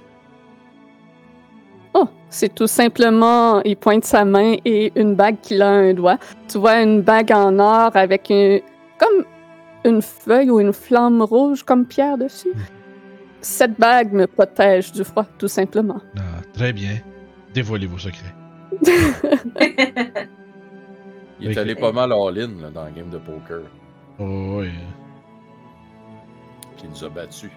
Speaker 1: Oh, c'est tout simplement, il pointe sa main et une bague qu'il a à un doigt. Tu vois une bague en or avec un, comme une feuille ou une flamme rouge comme pierre dessus. Cette bague me protège du froid, tout simplement.
Speaker 2: Ah, très bien. Dévoilez vos secrets.
Speaker 3: Il est
Speaker 2: Ok.
Speaker 3: allé pas mal all-in là, dans le game de poker,
Speaker 2: Oh, oui.
Speaker 3: puis il nous a battus.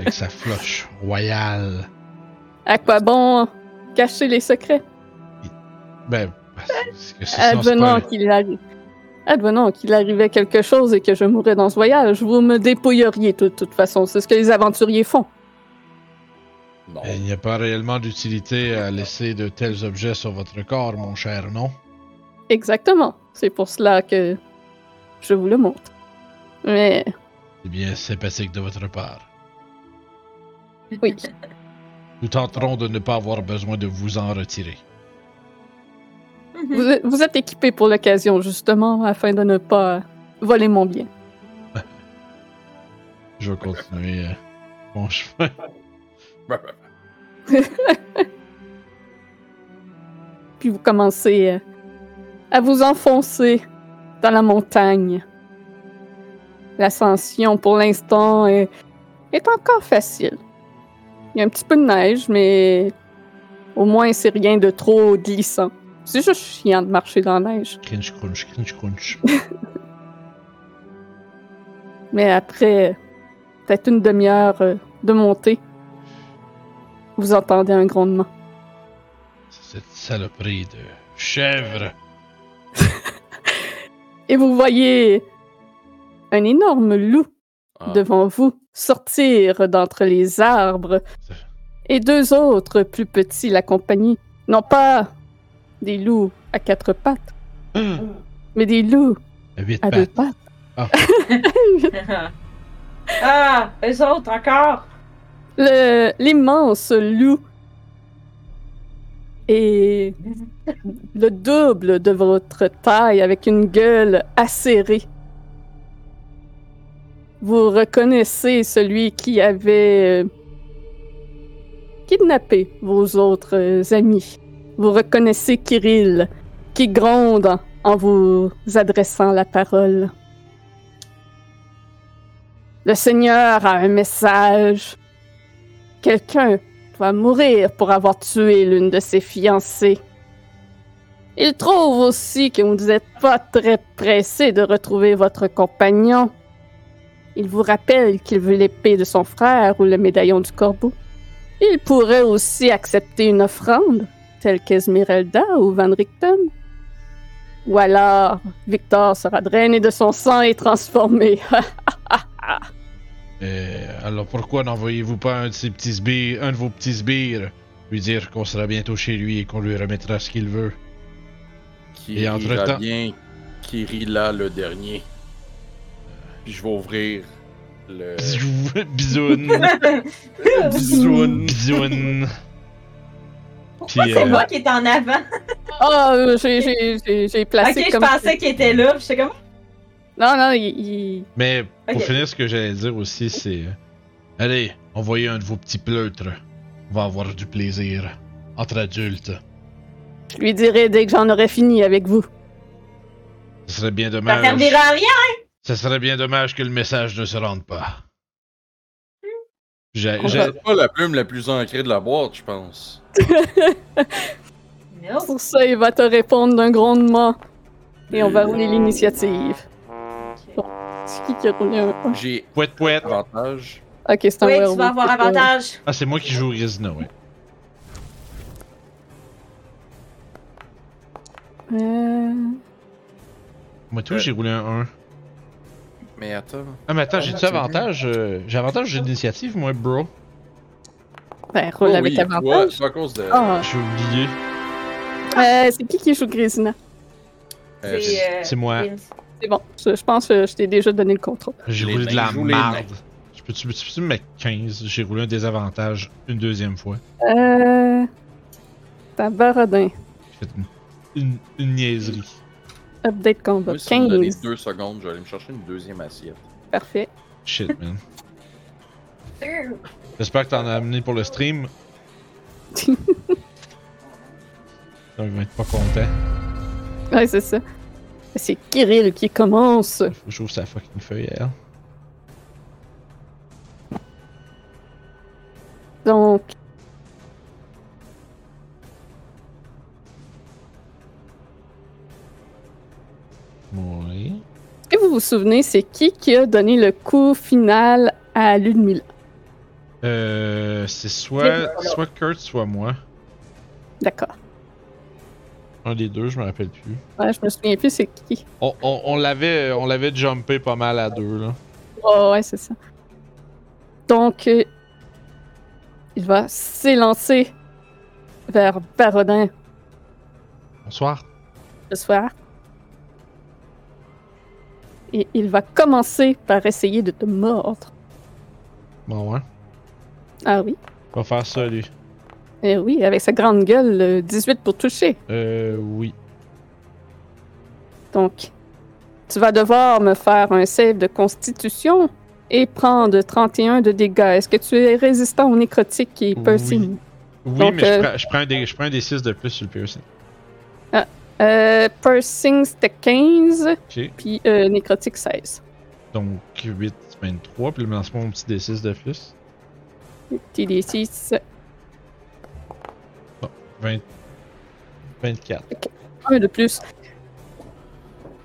Speaker 2: Avec sa floche royale.
Speaker 1: À quoi bon cacher les secrets?
Speaker 2: Ben, parce que c'est ça, c'est
Speaker 1: Advenant
Speaker 2: pas-
Speaker 1: qu'il arri- Advenant qu'il arrivait quelque chose et que je mourrais dans ce voyage, vous me dépouilleriez de toute façon. C'est ce que les aventuriers font.
Speaker 3: Non.
Speaker 2: Ben, Il n'y a pas réellement d'utilité à laisser de tels objets sur votre corps, mon cher, non?
Speaker 1: Exactement. C'est pour cela que je vous le montre. Mais
Speaker 2: C'est Eh bien sympathique de votre part.
Speaker 1: Oui.
Speaker 2: Nous tenterons de ne pas avoir besoin de vous en retirer.
Speaker 1: Vous, êtes- vous êtes équipé pour l'occasion, justement, afin de ne pas voler mon bien.
Speaker 2: Je vais continuer euh, mon chemin.
Speaker 1: Puis vous commencez euh, à vous enfoncer dans la montagne. L'ascension, pour l'instant, est, est encore facile. Il y a un petit peu de neige, mais au moins, c'est rien de trop glissant. C'est juste chiant de marcher dans la neige.
Speaker 2: Crunch, crunch, crunch, crunch.
Speaker 1: Mais après peut-être une demi-heure euh, de montée, vous entendez un grondement.
Speaker 2: C'est cette saloperie de chèvre.
Speaker 1: Et vous voyez un énorme loup
Speaker 3: Ah.
Speaker 1: devant vous sortir d'entre les arbres et deux autres plus petits l'accompagner. Non pas des loups à quatre pattes, mais des loups
Speaker 2: Huit
Speaker 1: à deux
Speaker 2: pattes.
Speaker 1: pattes.
Speaker 4: ah, eux autres encore.
Speaker 1: Le- L'immense loup est le double de votre taille avec une gueule acérée. Vous reconnaissez celui qui avait euh, kidnappé vos autres euh, amis. Vous reconnaissez Kirill qui gronde en vous adressant la parole. Le Seigneur a un message. Quelqu'un doit mourir pour avoir tué l'une de ses fiancées. Il trouve aussi que vous n'êtes pas très pressé de retrouver votre compagnon. Il vous rappelle qu'il veut l'épée de son frère ou le médaillon du corbeau. Il pourrait aussi accepter une offrande, telle qu'Esmeralda ou Van Richten. Ou alors, Victor sera drainé de son sang et transformé.
Speaker 2: Euh, alors pourquoi n'envoyez-vous pas un de ces petits sbires, un de vos petits sbires, lui dire qu'on sera bientôt chez lui et qu'on lui remettra ce qu'il veut?
Speaker 3: Qui
Speaker 2: Et entre-temps-
Speaker 3: bien qui rit là le dernier. Puis je vais ouvrir le
Speaker 2: Bisoun.
Speaker 3: bisoun.
Speaker 2: Bisoun. Puis,
Speaker 4: Pourquoi c'est
Speaker 2: euh,
Speaker 4: moi qui est en avant?
Speaker 1: Ah, euh, j'ai- j'ai j'ai- j'ai placé
Speaker 4: Ok, je
Speaker 1: Ben, comme...
Speaker 4: pensais qu'il était là. puis J'étais comme,
Speaker 1: Non, non, il... il-
Speaker 2: Mais pour
Speaker 4: Ok.
Speaker 2: finir, ce que j'allais dire aussi, c'est. euh, Allez, envoyez un de vos petits pleutres. On va avoir du plaisir. Entre adultes.
Speaker 1: Je lui dirai dès que j'en aurai fini avec vous.
Speaker 2: Ce serait bien
Speaker 4: ça
Speaker 2: dommage.
Speaker 4: servira à rien. Hmm.
Speaker 2: Ce serait bien dommage que le message ne se rende pas. J'ai-
Speaker 3: C'est
Speaker 2: j'ai-
Speaker 3: pas la plume la plus ancrée de la boîte, je pense.
Speaker 4: No.
Speaker 1: Pour ça, il va te répondre d'un grondement. Et on va
Speaker 4: Euh,
Speaker 1: rouler l'initiative. C'est qui qui a roulé un un?
Speaker 3: J'ai
Speaker 2: Pouette, pouette.
Speaker 3: avantage.
Speaker 1: Ok, c'est un
Speaker 4: Oui, tu
Speaker 1: werewolf,
Speaker 4: vas avoir
Speaker 1: c'est pas-
Speaker 4: avantage.
Speaker 2: Ah, c'est moi qui joue Rizna, ouais.
Speaker 1: Euh,
Speaker 2: Moi, tout, j'ai roulé un 1.
Speaker 3: Mais attends.
Speaker 2: Ah, mais attends, j'ai-tu avantage? euh, J'ai avantage j'ai l'initiative, moi, bro.
Speaker 1: Ben, roule
Speaker 3: Oh
Speaker 1: avec
Speaker 3: oui,
Speaker 1: avantage.
Speaker 3: ouais, c'est à cause de.
Speaker 1: Ah.
Speaker 2: J'ai oublié.
Speaker 1: Euh, c'est qui qui joue Grisina?
Speaker 3: euh, j'ai-
Speaker 4: C'est, euh,
Speaker 2: C'est moi.
Speaker 4: Vince.
Speaker 1: C'est bon, je, je pense que je t'ai déjà donné le contrôle.
Speaker 2: J'ai
Speaker 3: Les
Speaker 2: roulé de
Speaker 3: nains
Speaker 2: la
Speaker 3: jouent les nains.
Speaker 2: merde. Je peux-tu peux me mettre 15? J'ai roulé un désavantage une deuxième fois.
Speaker 1: Euh... Tabaradin.
Speaker 2: J'ai fait une, une, une niaiserie.
Speaker 1: Update combat.
Speaker 4: euh,
Speaker 3: Moi, si vous me donnez
Speaker 1: 15.
Speaker 3: deux secondes, je vais aller me chercher une deuxième assiette.
Speaker 1: Parfait.
Speaker 2: Shit, man. J'espère que t'en as amené pour le stream. Donc, ils vont être pas contents.
Speaker 1: Ouais, c'est ça. C'est Kirill qui commence.
Speaker 2: Faut que j'ouvre sa fucking feuille à elle.
Speaker 1: Donc.
Speaker 2: Ouais.
Speaker 1: Est-ce que vous vous souvenez, c'est qui qui a donné le coup final à Ludmilla?
Speaker 2: Euh, c'est soit, soit Kurt, soit moi.
Speaker 1: D'accord.
Speaker 2: Un des deux, je me rappelle plus.
Speaker 1: Ouais, je me souviens plus c'est qui.
Speaker 2: On, on, on l'avait euh, on l'avait jumpé pas mal à deux, là.
Speaker 1: Oh, ouais, c'est ça. Donc, euh, il va s'élancer vers Barodin
Speaker 2: Bonsoir.
Speaker 1: ce soir. Et il va commencer par essayer de te mordre.
Speaker 2: Bon, ouais.
Speaker 1: Ah oui.
Speaker 2: On va faire ça, lui.
Speaker 1: Eh oui, avec sa grande gueule, euh, 18 pour toucher.
Speaker 2: Euh, oui.
Speaker 1: Donc, tu vas devoir me faire un save de constitution et prendre 31 de dégâts. Est-ce que tu es résistant au nécrotique et
Speaker 2: Oui.
Speaker 1: piercing?
Speaker 2: Oui,
Speaker 1: Donc,
Speaker 2: mais
Speaker 1: euh,
Speaker 2: je, prends, je, prends un des, je prends un des 6 de plus sur le E piercing.
Speaker 1: Euh, piercing, c'était 15,
Speaker 2: Ok.
Speaker 1: puis euh, nécrotique, 16.
Speaker 2: Donc, 8, 23. Puis, je me lance pas mon petit D6 de plus.
Speaker 1: TD6,
Speaker 2: 20, 24.
Speaker 1: 1 de plus.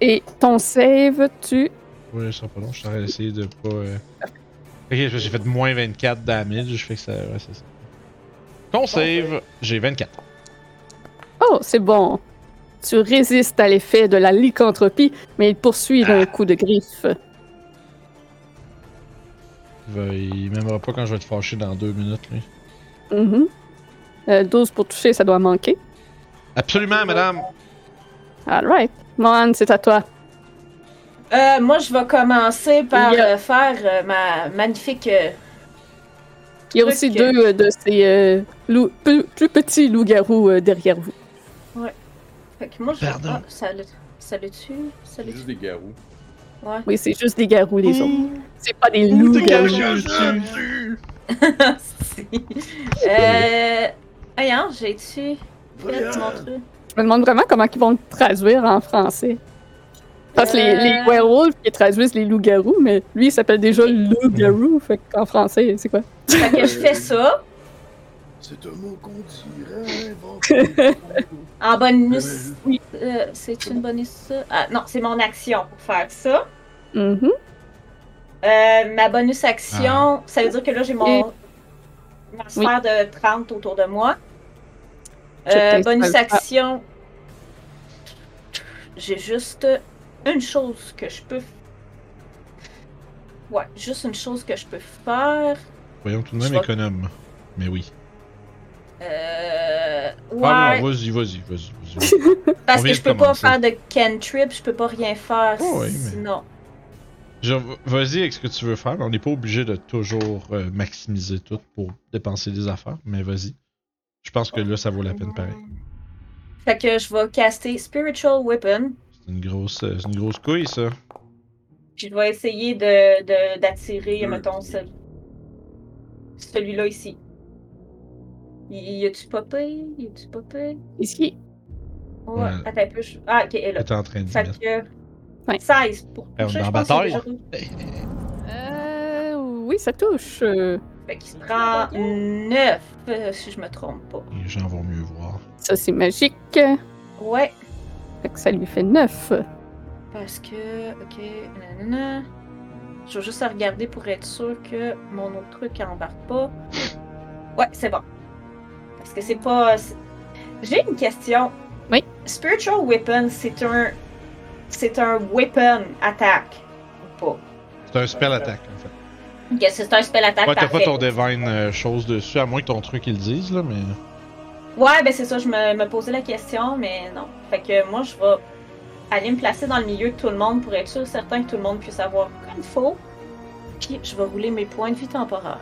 Speaker 1: Et ton save, tu...
Speaker 2: Oui, ça sera pas long. Je t'aurais essayé de pas. euh, Ok, j'ai fait moins 24 damage. Je fais que ça. Ouais, c'est ça. Con save, j'ai 24.
Speaker 1: Oh, c'est bon. Tu résistes à l'effet de la lycanthropie, mais il poursuit d'un coup de griffe.
Speaker 2: Il, va- il m'aimera pas quand je vais te fâcher dans deux minutes, lui.
Speaker 1: Mhm. Euh, 12 pour toucher, ça doit manquer.
Speaker 2: Absolument, madame!
Speaker 1: Alright. Mohan, c'est à toi.
Speaker 4: Euh, moi, je vais commencer par
Speaker 1: Yeah.
Speaker 4: euh, faire euh, ma magnifique. euh,
Speaker 1: Il y a
Speaker 4: Ok.
Speaker 1: aussi deux euh, de ces euh, loups- plus, plus petits loups-garous euh, derrière vous.
Speaker 4: Fait que moi, je.
Speaker 2: Pardon.
Speaker 4: Ah, ça le ça le tue. Ça le
Speaker 3: Juste
Speaker 4: tue.
Speaker 3: des garous.
Speaker 1: Oui, c'est juste des garous, les autres. C'est pas des
Speaker 2: T'es
Speaker 1: loups-garous.
Speaker 2: caché dessus.
Speaker 4: Ah, Si. euh. Voyons, j'ai tué. Qu'est-ce que mon truc?
Speaker 1: Je me demande vraiment comment ils vont le traduire en français. Parce que les, les
Speaker 4: Euh.
Speaker 1: werewolves qui traduisent les loups-garous, mais lui, il s'appelle déjà loup-garou. Fait qu'en français, c'est quoi?
Speaker 4: Fait que je fais ça
Speaker 3: Euh, C'est un mot qu'on dirait inventé.
Speaker 4: en bonus. Euh, c'est une bonus. ça? Ah, non, c'est mon action pour faire ça.
Speaker 1: Mhm.
Speaker 4: Euh, ma bonus action,
Speaker 2: Ah.
Speaker 4: ça veut dire que là, j'ai mon, ma sphère de 30 autour de moi.
Speaker 1: Je
Speaker 4: Euh,
Speaker 1: t'installe
Speaker 4: bonus
Speaker 1: ça.
Speaker 4: action, j'ai juste une chose que je peux. Ouais, juste une chose que je peux faire.
Speaker 2: Voyons tout de même
Speaker 4: Je vais-
Speaker 2: économe. Mais oui.
Speaker 4: Euh,
Speaker 2: Ah
Speaker 4: ouais,
Speaker 2: non, vas-y, vas-y, vas-y. vas-y.
Speaker 4: parce
Speaker 2: on
Speaker 4: que
Speaker 2: vient
Speaker 4: je
Speaker 2: de
Speaker 4: peux pas
Speaker 2: commencer.
Speaker 4: faire de cantrip, je peux pas rien faire
Speaker 2: Oh oui, mais-
Speaker 4: sinon.
Speaker 2: Genre, vas-y avec ce que tu veux faire. mais On n'est pas obligé de toujours euh, maximiser tout pour dépenser des affaires, mais vas-y. Je pense que là, ça vaut la peine pareil.
Speaker 4: Fait que je vais caster Spiritual Weapon,
Speaker 2: C'est une grosse, euh, c'est une grosse couille, ça.
Speaker 4: puis je vais essayer de, de- d'attirer,
Speaker 3: Deux.
Speaker 4: mettons, ce- celui-là ici. Y, y a-tu popé? Y a-tu popé?
Speaker 1: Ici.
Speaker 4: Ouais,
Speaker 2: Ouais.
Speaker 4: attends un peu. je- Ah, ok, elle est là.
Speaker 2: T'es en train de
Speaker 4: Fait
Speaker 2: mettre.
Speaker 4: que.
Speaker 1: Ouais.
Speaker 4: 16 pour
Speaker 2: Dans
Speaker 4: toucher, je
Speaker 2: la
Speaker 4: pense que c'est
Speaker 2: bataille.
Speaker 4: déjà-
Speaker 1: Euh, oui, ça touche. Euh,
Speaker 4: Fait qu'il se prend 9, si je me trompe pas.
Speaker 2: Les gens vont mieux voir.
Speaker 1: Ça, c'est magique. Fait
Speaker 4: Ouais,
Speaker 1: que ça lui fait 9.
Speaker 4: parce que. Ok, nanana. Je vais juste regarder pour être sûr que mon autre truc embarque pas. Ouais, c'est bon. Parce que c'est pas. c'est- J'ai une question.
Speaker 1: Oui.
Speaker 4: Spiritual Weapon, c'est un. C'est un weapon attaque. Ou pas.
Speaker 2: C'est un spell attack, en fait.
Speaker 4: Ok, c'est un spell
Speaker 1: Ah,
Speaker 4: attaque.
Speaker 2: Ouais, t'as pas
Speaker 4: parfait.
Speaker 2: ton divine euh, chose dessus, à moins que ton truc il le dise, là, mais.
Speaker 4: Ouais, ben c'est ça, je me, me posais la question, mais non. Fait que moi, je vais aller me placer dans le milieu de tout le monde pour être sûr certain que tout le monde puisse avoir comme il faut. Puis je vais rouler mes points de vie temporaire.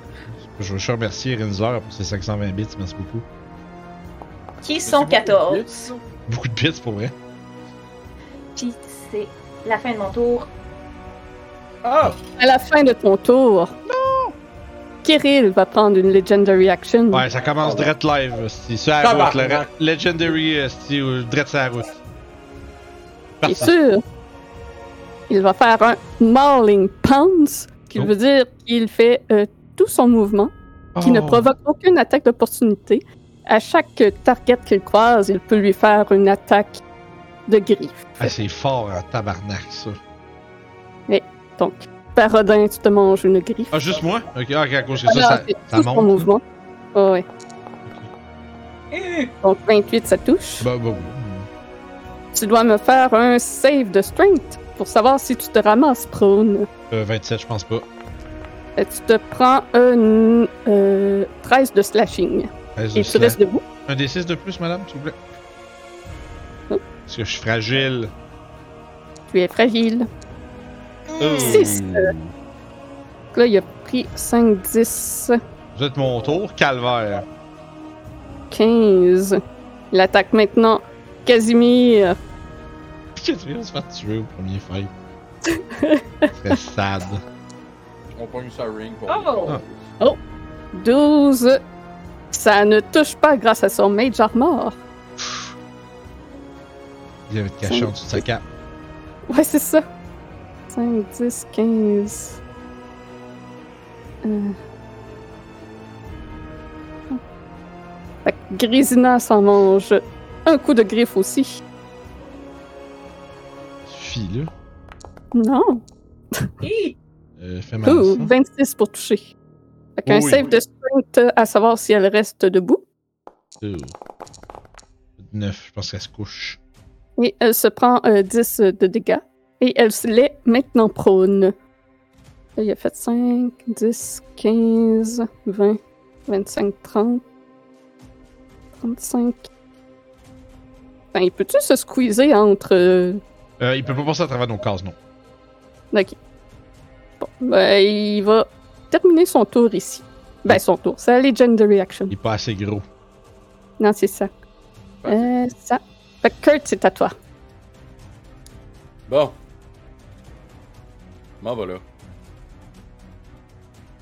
Speaker 2: Je veux juste remercier Rinzer pour ses 520 bits, merci beaucoup.
Speaker 4: Qui
Speaker 3: C'est
Speaker 4: sont
Speaker 3: beaucoup de
Speaker 4: 14.
Speaker 3: bits.
Speaker 2: Beaucoup de bits pour vrai.
Speaker 4: Puis c'est la fin de mon tour.
Speaker 3: Ah!
Speaker 4: Oh!
Speaker 1: À la fin de ton tour, Kirill va prendre une Legendary Action.
Speaker 2: Ouais, ça commence direct live, c'est sur la route, le re-
Speaker 3: Tabarnak.
Speaker 2: Legendary, euh, c'est euh, direct sur la route.
Speaker 1: C'est
Speaker 2: Parti.
Speaker 1: sûr. Il va faire un Mauling Pounce, qui
Speaker 2: Oh.
Speaker 1: veut dire qu'il fait euh, tout son mouvement, qui ne
Speaker 2: Oh.
Speaker 1: provoque aucune attaque d'opportunité. À chaque euh, target qu'il croise, il peut lui faire une attaque de griffe.
Speaker 2: Ah, c'est fort en tabarnak, ça.
Speaker 1: Donc, Parodin, tu te manges une griffe.
Speaker 2: Ah, juste moi? Ok, ah, ok, à cause que
Speaker 1: Alors,
Speaker 2: ça, ça,
Speaker 1: c'est
Speaker 2: ça
Speaker 1: tout son
Speaker 2: monte.
Speaker 1: mouvement. Ah ouais.
Speaker 4: Hum!
Speaker 1: Donc, 28, ça touche.
Speaker 2: Bah, bah, bah.
Speaker 1: Tu dois me faire un save de strength pour savoir si tu te ramasses prone.
Speaker 2: Euh, 27, je pense pas.
Speaker 1: Euh, Tu te prends un euh, 13 de slashing
Speaker 2: Reste de
Speaker 1: et tu
Speaker 2: slack.
Speaker 1: restes debout.
Speaker 2: Un des 6 de plus, madame, s'il vous plaît.
Speaker 1: Oh.
Speaker 2: Parce que je suis fragile.
Speaker 1: Tu es fragile.
Speaker 2: Oh.
Speaker 4: mmh.
Speaker 1: Six. Donc Là, il a pris 5, 10,
Speaker 2: Vous êtes mon tour, calvaire.
Speaker 1: 15. Il attaque maintenant Casimir.
Speaker 2: Qu'est-ce que tu viens de se faire tuer au premier fight? Très sad.
Speaker 3: On pogne sa ring pour.
Speaker 4: Oh!
Speaker 2: Ah.
Speaker 1: 12. Ça ne touche pas grâce à son Mage Armor.
Speaker 2: Il avait te caché en dessous de sa cape.
Speaker 1: Ouais, c'est ça. 5, 10, 15. Euh. Fait que Grisina s'en mange un coup de griffe aussi.
Speaker 2: Suffit, là.
Speaker 1: Non.
Speaker 4: Hi!
Speaker 2: Euh, fais mal.
Speaker 1: Ouh,
Speaker 2: ça.
Speaker 1: 26 pour toucher. Fait qu'un
Speaker 2: Oh oui.
Speaker 1: save de sprint euh, à savoir si elle reste debout.
Speaker 2: Euh, 9, je pense qu'elle se couche.
Speaker 1: Et elle se prend euh, 10 de dégâts. Et elle se l'est maintenant prône. Là, il a fait 5, 10, 15, 20, 25, 30, 35. Enfin, Ben, il peut-tu se squeezer entre. euh,
Speaker 2: Euh, il peut pas passer à travers nos cases, non.
Speaker 1: Ok. Bon, ben, il va terminer son tour ici. Ben, son tour. C'est la Legendary Action.
Speaker 2: Il est pas assez gros.
Speaker 1: Non, c'est ça. Euh, ça. Fait que Kurt, c'est à toi.
Speaker 3: Bon. M'en va là.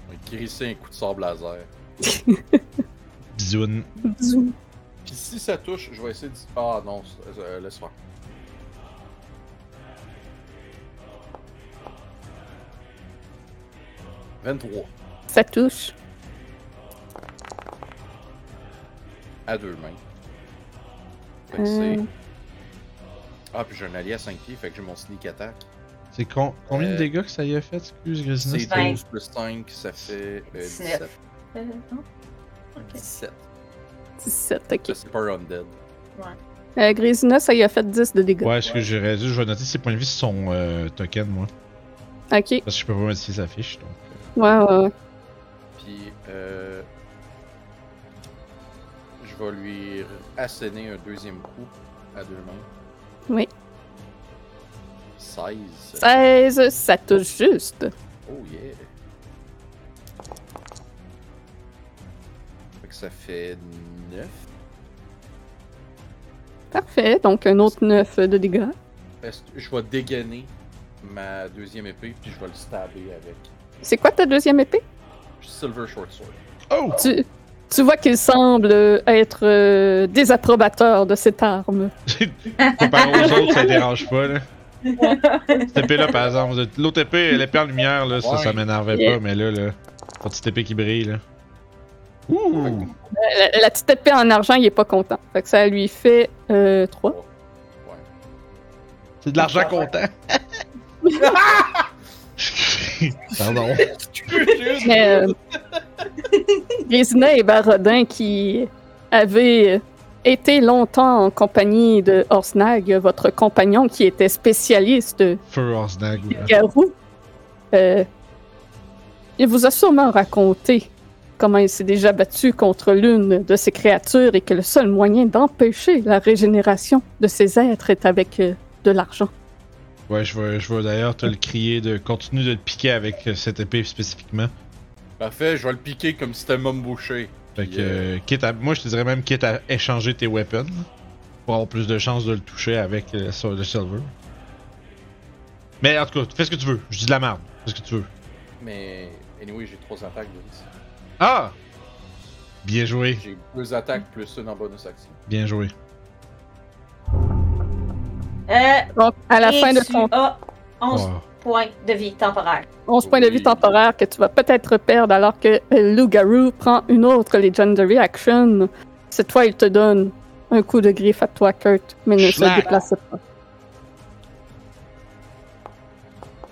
Speaker 3: On va grisser un coup de sable laser.
Speaker 2: Bisoun.
Speaker 1: Zoom.
Speaker 3: Puis si ça touche, je vais essayer de. Ah non, c'est- euh, laisse faire. ...23,
Speaker 1: Ça touche.
Speaker 3: à deux mains. Fait que c'est... Ah, puis j'ai un allié à 5 pieds, fait que j'ai mon sneak attack.
Speaker 2: C'est con- combien de
Speaker 3: Euh,
Speaker 2: dégâts que ça y a fait, excuse, Grésina?
Speaker 3: C'est
Speaker 4: vingt.
Speaker 3: 12 plus 5, ça fait euh, 17.
Speaker 4: Dix-neuf. Euh, non? Ok.
Speaker 3: 17.
Speaker 1: 17, ok.
Speaker 3: Ça, c'est pas un undead.
Speaker 1: Euh, Grisina, ça y a fait 10 de dégâts.
Speaker 2: Ouais, ce que j'ai réalisé, je vais noter ses points de vie sur son euh, token, moi.
Speaker 1: Ok. Ouais,
Speaker 2: Parce que je peux pas mettre ses affiches, donc.
Speaker 1: ouais, ouais.
Speaker 3: Puis, euh, je vais lui asséner un deuxième coup à deux mains.
Speaker 1: Oui.
Speaker 3: 16.
Speaker 1: 16, ça touche juste.
Speaker 3: Oh yeah. Fait que ça fait 9.
Speaker 1: Parfait. Donc, un autre 9 de dégâts.
Speaker 3: je vais dégainer ma deuxième épée, puis je vais le stabber avec
Speaker 1: C'est quoi ta deuxième épée?
Speaker 3: Silver Short Sword.
Speaker 2: Oh!
Speaker 1: Tu, tu vois qu'il semble euh, être euh, désapprobateur de cette arme.
Speaker 2: Comparé aux autres, ça dérange pas, là. Cette épée-là, par exemple, vous êtes- l'autre épée, l'épée en lumière, là, ça, ça
Speaker 3: Ouais.
Speaker 2: m'énervait
Speaker 1: Yeah.
Speaker 2: pas, mais là, là, ta petite épée qui brille, là. Ouh!
Speaker 1: La, la petite épée en argent, il est pas content. Fait que ça lui fait euh, 3.
Speaker 3: Ouais.
Speaker 2: C'est de l'argent comptant! Pardon.
Speaker 1: Mais euh, Grisina et Barodin, qui avaient été longtemps en compagnie de Horsnag, votre compagnon qui était spécialiste du
Speaker 2: Feu Horsnag.
Speaker 1: garou, euh, il vous a sûrement raconté comment il s'est déjà battu contre l'une de ces créatures et que le seul moyen d'empêcher la régénération de ces êtres est avec euh, de l'argent.
Speaker 2: Ouais, je vais, je vais d'ailleurs te le crier de continuer de le piquer avec euh, cette épée spécifiquement.
Speaker 3: Parfait, je vais le piquer comme si c'était un homme bouché.
Speaker 2: Fait
Speaker 3: Puis,
Speaker 2: que,
Speaker 3: euh,
Speaker 2: euh, quitte à, moi, je te dirais même quitte à échanger tes weapons pour avoir plus de chances de le toucher avec euh, sur le silver. Mais en tout cas, fais ce que tu veux. Je dis de la merde. Fais ce que tu veux.
Speaker 3: Mais, anyway, j'ai trois attaques. Gris.
Speaker 2: Ah! Bien joué.
Speaker 3: J'ai deux attaques plus une en bonus action.
Speaker 2: Bien joué.
Speaker 4: Euh,
Speaker 1: Donc, à la
Speaker 4: et
Speaker 1: fin de
Speaker 4: tu
Speaker 1: ton
Speaker 4: as 11
Speaker 2: Oh.
Speaker 4: points de vie temporaire.
Speaker 1: 11 points de vie
Speaker 3: Oui.
Speaker 1: temporaire que tu vas peut-être perdre alors que euh, Loup-Garou prend une autre Legendary Action. Cette fois, il te donne un coup de griffe à toi, Kurt, mais ne
Speaker 2: Schlack.
Speaker 1: se déplace pas.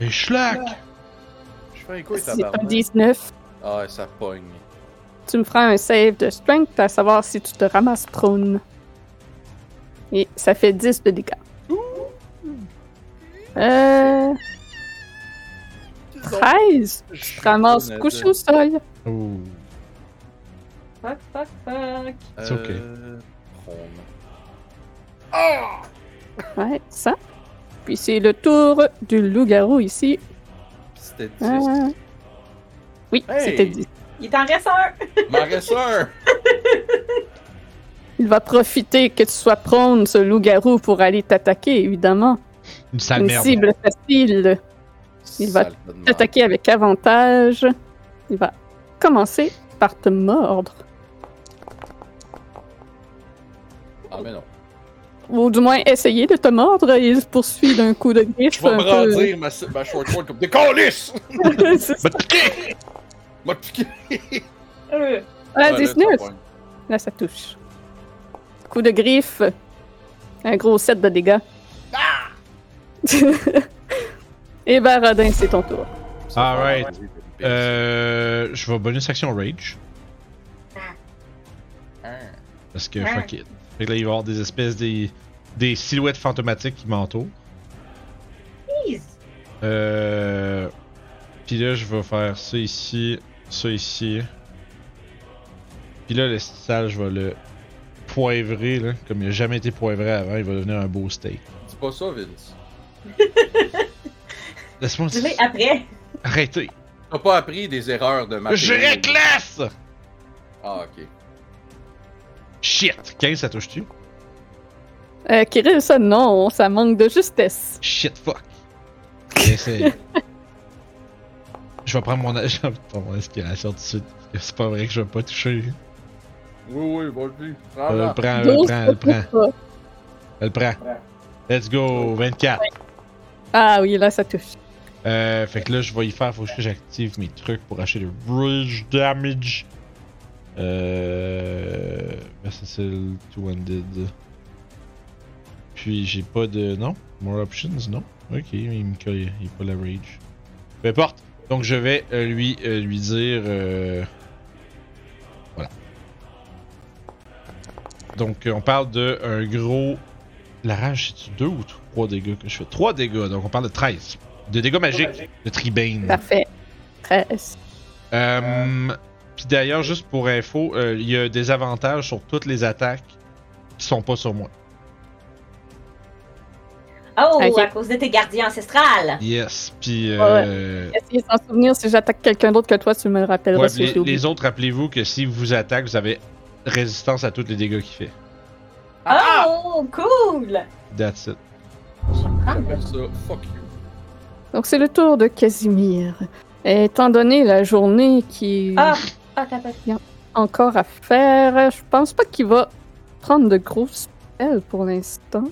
Speaker 2: Et schlack!
Speaker 3: Je fais un coup et
Speaker 1: C'est un
Speaker 3: tabarnak.
Speaker 1: 19.
Speaker 3: Ah, ça pogne.
Speaker 1: Tu me feras un save de strength à savoir si tu te ramasses prone. Et ça fait 10 de dégâts. Euh, 13! Tu te ramasses couché au sol.
Speaker 2: Ouh.
Speaker 4: Fuck, fuck, fuck.
Speaker 2: It's okay.
Speaker 3: Euh, prone.
Speaker 1: Ouais, ça. Puis c'est le tour du loup-garou ici.
Speaker 3: Puis C'était 10.
Speaker 1: Ah. Oui,
Speaker 3: Hey!
Speaker 1: c'était dit.
Speaker 4: Il t'en reste un.
Speaker 3: M'en reste un!
Speaker 1: Il va profiter que tu sois prone, ce loup-garou, pour aller t'attaquer, évidemment.
Speaker 2: Une sale
Speaker 1: Une
Speaker 2: Ah, merde.
Speaker 1: cible facile. Il va
Speaker 3: Sale de merde.
Speaker 1: T'attaquer avec avantage. Il va commencer par te mordre.
Speaker 3: Ah, mais non.
Speaker 1: Ou du moins essayer de te mordre. Il se poursuit d'un coup de griffe.
Speaker 3: Je vais
Speaker 1: un
Speaker 3: me
Speaker 1: peu-
Speaker 3: brandir ma, ma short sword comme des colis!
Speaker 1: C'est ça.
Speaker 2: Va te piquer!
Speaker 3: M'a piqué!
Speaker 4: Euh,
Speaker 1: Ah,
Speaker 3: Ouais, là,
Speaker 1: 19.
Speaker 3: ça pogne.
Speaker 1: Là, ça touche. Coup de griffe. Un gros set de dégâts. Et Baradin, c'est ton tour.
Speaker 2: Alright. Euh, je vais bonus action rage.
Speaker 3: Hein.
Speaker 2: Parce que fuck it. Fait que là, il va y avoir des espèces des, des silhouettes fantomatiques qui m'entourent.
Speaker 4: please.
Speaker 2: Euh. Puis là, je vais faire ça ici, ça ici. Puis là, le style, je vais le poivrer, là. Comme il a jamais été poivré avant, il va devenir un beau steak.
Speaker 3: Dis pas ça, Vince.
Speaker 2: Laisse-moi
Speaker 4: Tu l'es après.
Speaker 2: Arrêtez!
Speaker 3: T'as pas appris des erreurs de ma
Speaker 2: Je réclasse!
Speaker 3: Ah, ok.
Speaker 2: Shit! 15, ça touche-tu?
Speaker 1: Euh, Kirill, ça, non, ça manque de justesse.
Speaker 2: Shit, fuck. J'essaie. je vais prendre mon, je vais prendre mon inspiration tout de suite. parce que C'est pas vrai que je vais pas toucher.
Speaker 3: Oui, oui, vas-y.
Speaker 2: Elle le
Speaker 3: Prends-la.
Speaker 2: prend, elle le
Speaker 1: 12,
Speaker 2: prend, elle le
Speaker 1: ça
Speaker 2: prend.
Speaker 1: touche pas.
Speaker 2: Elle le prend. Let's go, 24.
Speaker 1: Ah oui, là, ça touche.
Speaker 2: Euh, fait que là, je vais y faire. Faut que j'active mes trucs pour acheter le Bridge Damage. Euh. Versatile, Two-Handed. Puis j'ai pas de. Non More Options Non Ok, il me colle. Il est pas la Rage. Peu importe. Donc je vais euh, lui, euh, lui dire. euh, Voilà. Donc euh, on parle de un gros. La rage, c'est-tu 2 ou 3 dégâts que je fais 3 dégâts, donc on parle de 13. De dégâts magiques de Tribane.
Speaker 1: Parfait. 13.
Speaker 2: Euh, Puis d'ailleurs, juste pour info, euh, il y a des avantages sur toutes les attaques qui sont pas sur moi.
Speaker 4: Oh,
Speaker 1: Ok.
Speaker 4: à cause de tes gardiens ancestrales.
Speaker 2: Yes. Puis euh,
Speaker 1: Essayez de s'en souvenir. Si j'attaque quelqu'un d'autre que toi, tu me le rappelleras
Speaker 2: ouais,
Speaker 1: si
Speaker 2: les,
Speaker 1: j'ai oublié.
Speaker 2: les autres, rappelez-vous que si vous attaquez, vous avez résistance à tous les dégâts qu'il fait.
Speaker 1: Ah,
Speaker 3: Ah!
Speaker 4: Oh, cool.
Speaker 2: That's it.
Speaker 1: Ah!
Speaker 3: J'appelle ça. Fuck you.
Speaker 1: Donc, c'est le tour de Casimir. Et étant donné la journée qui
Speaker 4: Ah, ah, t'as pas-
Speaker 1: encore à faire. Je pense pas qu'il va prendre de grosses spells pour l'instant.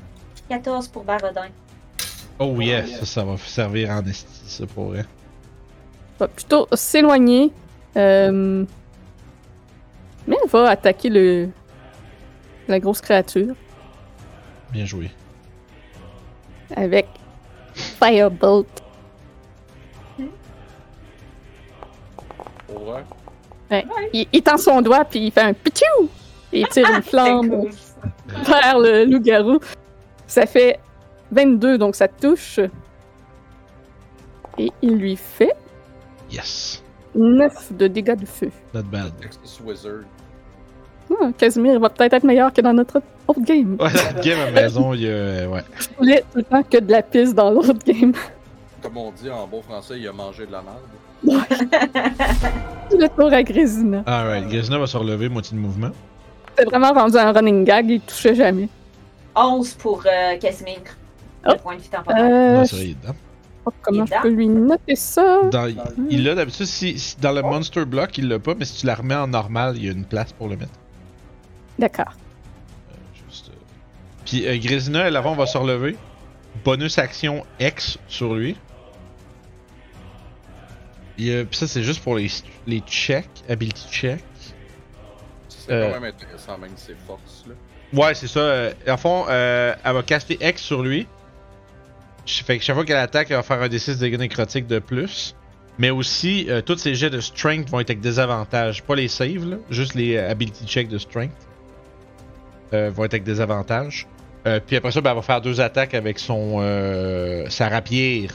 Speaker 4: 14 pour Barodin.
Speaker 2: Oh yes, ça, ça va servir en esti, ça pour vrai.
Speaker 1: Il va plutôt s'éloigner. Euh, Mais elle va attaquer le... la grosse créature
Speaker 2: Bien joué.
Speaker 1: avec Firebolt.
Speaker 3: Pour vrai.
Speaker 1: Il, il tend son doigt, puis il fait un pitchou! Et il tire une
Speaker 4: Ah, C'est
Speaker 1: flamme
Speaker 4: cool.
Speaker 1: vers le loup-garou. Ça fait 22, donc ça touche. Et il lui fait
Speaker 2: Yes.
Speaker 1: 9 de dégâts de feu.
Speaker 2: Not bad.
Speaker 3: Texas Wizard.
Speaker 1: Ah, Casimir va peut-être être meilleur que dans notre autre game.
Speaker 2: Ouais, notre game à la maison, il y a. euh, Ouais.
Speaker 1: Je voulais tout le temps que de la piste dans l'autre game.
Speaker 3: Comme on dit en bon français, il a mangé de la merde.
Speaker 1: le tour à Grésina.
Speaker 2: Alright, Grisna va se relever, moitié de mouvement.
Speaker 1: C'est vraiment rendu un running gag, il touchait jamais.
Speaker 4: 11 pour euh, Casimir.
Speaker 1: Oh.
Speaker 4: Le point de vie temporaire.
Speaker 1: Euh,
Speaker 2: Non,
Speaker 1: je
Speaker 2: c'est vrai, il est dedans.
Speaker 1: sais pas comment je peux lui noter ça.
Speaker 2: Dans- il l'a d'habitude, si, si- dans le Monster Block, il l'a pas, mais si tu la remets en normal, il y a une place pour le mettre.
Speaker 1: D'accord.
Speaker 2: Juste, euh. Puis euh, Grisina, elle avant, va se relever. Bonus action X sur lui. Et, euh, puis ça, c'est juste pour les, les checks, ability check.
Speaker 3: C'est
Speaker 2: Euh.
Speaker 3: quand même intéressant, même ses forces. Là.
Speaker 2: Ouais, c'est ça. euh, en fond, euh, elle va caster X sur lui. Ch- Fait que chaque fois qu'elle attaque, elle va faire un D6 de dégâts nécrotiques de plus. Mais aussi, euh, tous ses jets de strength vont être avec des avantages. Pas les saves, là, juste les euh, ability checks de strength euh, vont être avec des avantages. Euh, puis après ça, ben, elle va faire deux attaques avec son euh, sa rapière.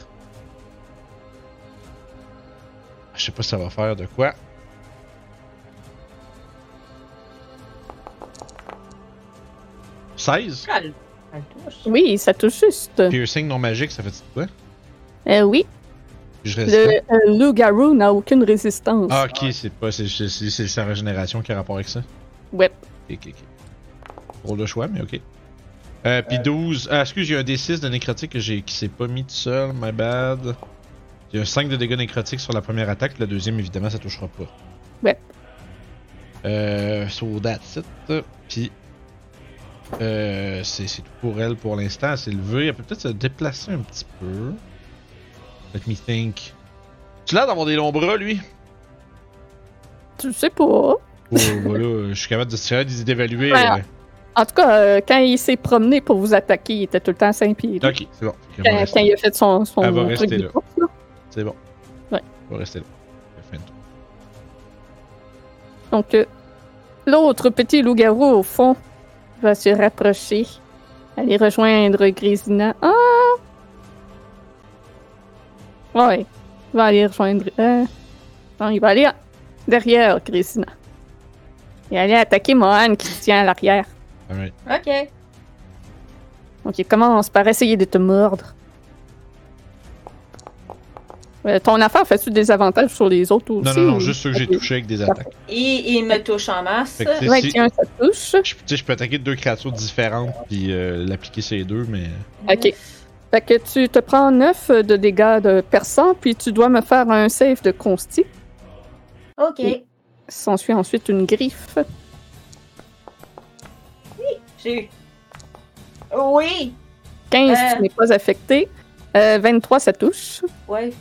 Speaker 2: Je sais pas si ça va faire de quoi.
Speaker 1: Euh.
Speaker 2: « 16
Speaker 4: Elle- elle touche.
Speaker 1: Oui, ça touche juste.
Speaker 2: Piercing non magique, ça fait quoi?
Speaker 1: Euh, oui,
Speaker 2: Je résiste.
Speaker 1: le euh, loup-garou n'a aucune résistance.
Speaker 2: Ah, ok, c'est pas. C'est, c'est, c'est- c'est sa régénération qui a rapport avec ça.
Speaker 1: Ouais.
Speaker 2: Ok, ok, ok. Drôle de choix, mais ok. Euh, puis 12. Ah, excuse, j'ai un D6 de nécrotique que j'ai, qui s'est pas mis tout seul, my bad. J'ai un 5 de dégâts nécrotiques sur la première attaque, la deuxième, évidemment, ça touchera pas.
Speaker 1: Ouais.
Speaker 2: Euh, so that's it. Puis. Euh, c'est, c'est tout pour elle pour l'instant. Elle s'est levée. Elle peut peut-être se déplacer un petit peu. Let me think. Tu l'as d'avoir des longs bras, lui?
Speaker 1: Tu sais pas.
Speaker 2: Oh, voilà, euh, je suis capable de tirer, de- d'évaluer.
Speaker 1: Ouais.
Speaker 2: euh,
Speaker 1: En tout cas, euh, quand il s'est promené pour vous attaquer, il était tout le temps à saint pieds. là.
Speaker 2: Ok, c'est bon. Fait qu'elle va
Speaker 1: Quand,
Speaker 2: rester-
Speaker 1: quand il a fait son, son
Speaker 2: Elle va
Speaker 1: truc
Speaker 2: rester
Speaker 1: de
Speaker 2: là.
Speaker 1: course, là.
Speaker 2: C'est bon.
Speaker 1: Ouais.
Speaker 2: On va rester là. La fin de tour.
Speaker 1: Donc, euh, l'autre petit loup-garou, au fond, va se rapprocher, aller rejoindre Grésina. Ah! Ouais, il va aller rejoindre... euh, Non, il va aller derrière Grésina. Et aller attaquer Mohan qui se tient à l'arrière.
Speaker 2: Alright.
Speaker 4: Ok.
Speaker 1: Donc, il commence par essayer de te mordre. Euh, ton affaire, fais-tu des avantages sur les autres aussi?
Speaker 2: Non, non, non,
Speaker 1: ou-
Speaker 2: juste ceux que j'ai touchés avec des attaques.
Speaker 4: Et il me touche en masse.
Speaker 2: Fait que c'est- si-
Speaker 1: 21, ça touche.
Speaker 2: je- Tu sais, je peux attaquer deux créatures différentes puis euh, l'appliquer ces deux, mais. euh,
Speaker 1: Ok. Fait que tu te prends 9 de dégâts de perçant, puis tu dois me faire un save de consti.
Speaker 4: Ok.
Speaker 1: Oui. S'ensuit ensuite une griffe.
Speaker 4: J'ai eu. Oui.
Speaker 1: 15,
Speaker 4: Euh.
Speaker 1: tu n'es pas affecté. Euh, 23, ça touche.
Speaker 4: Ouais.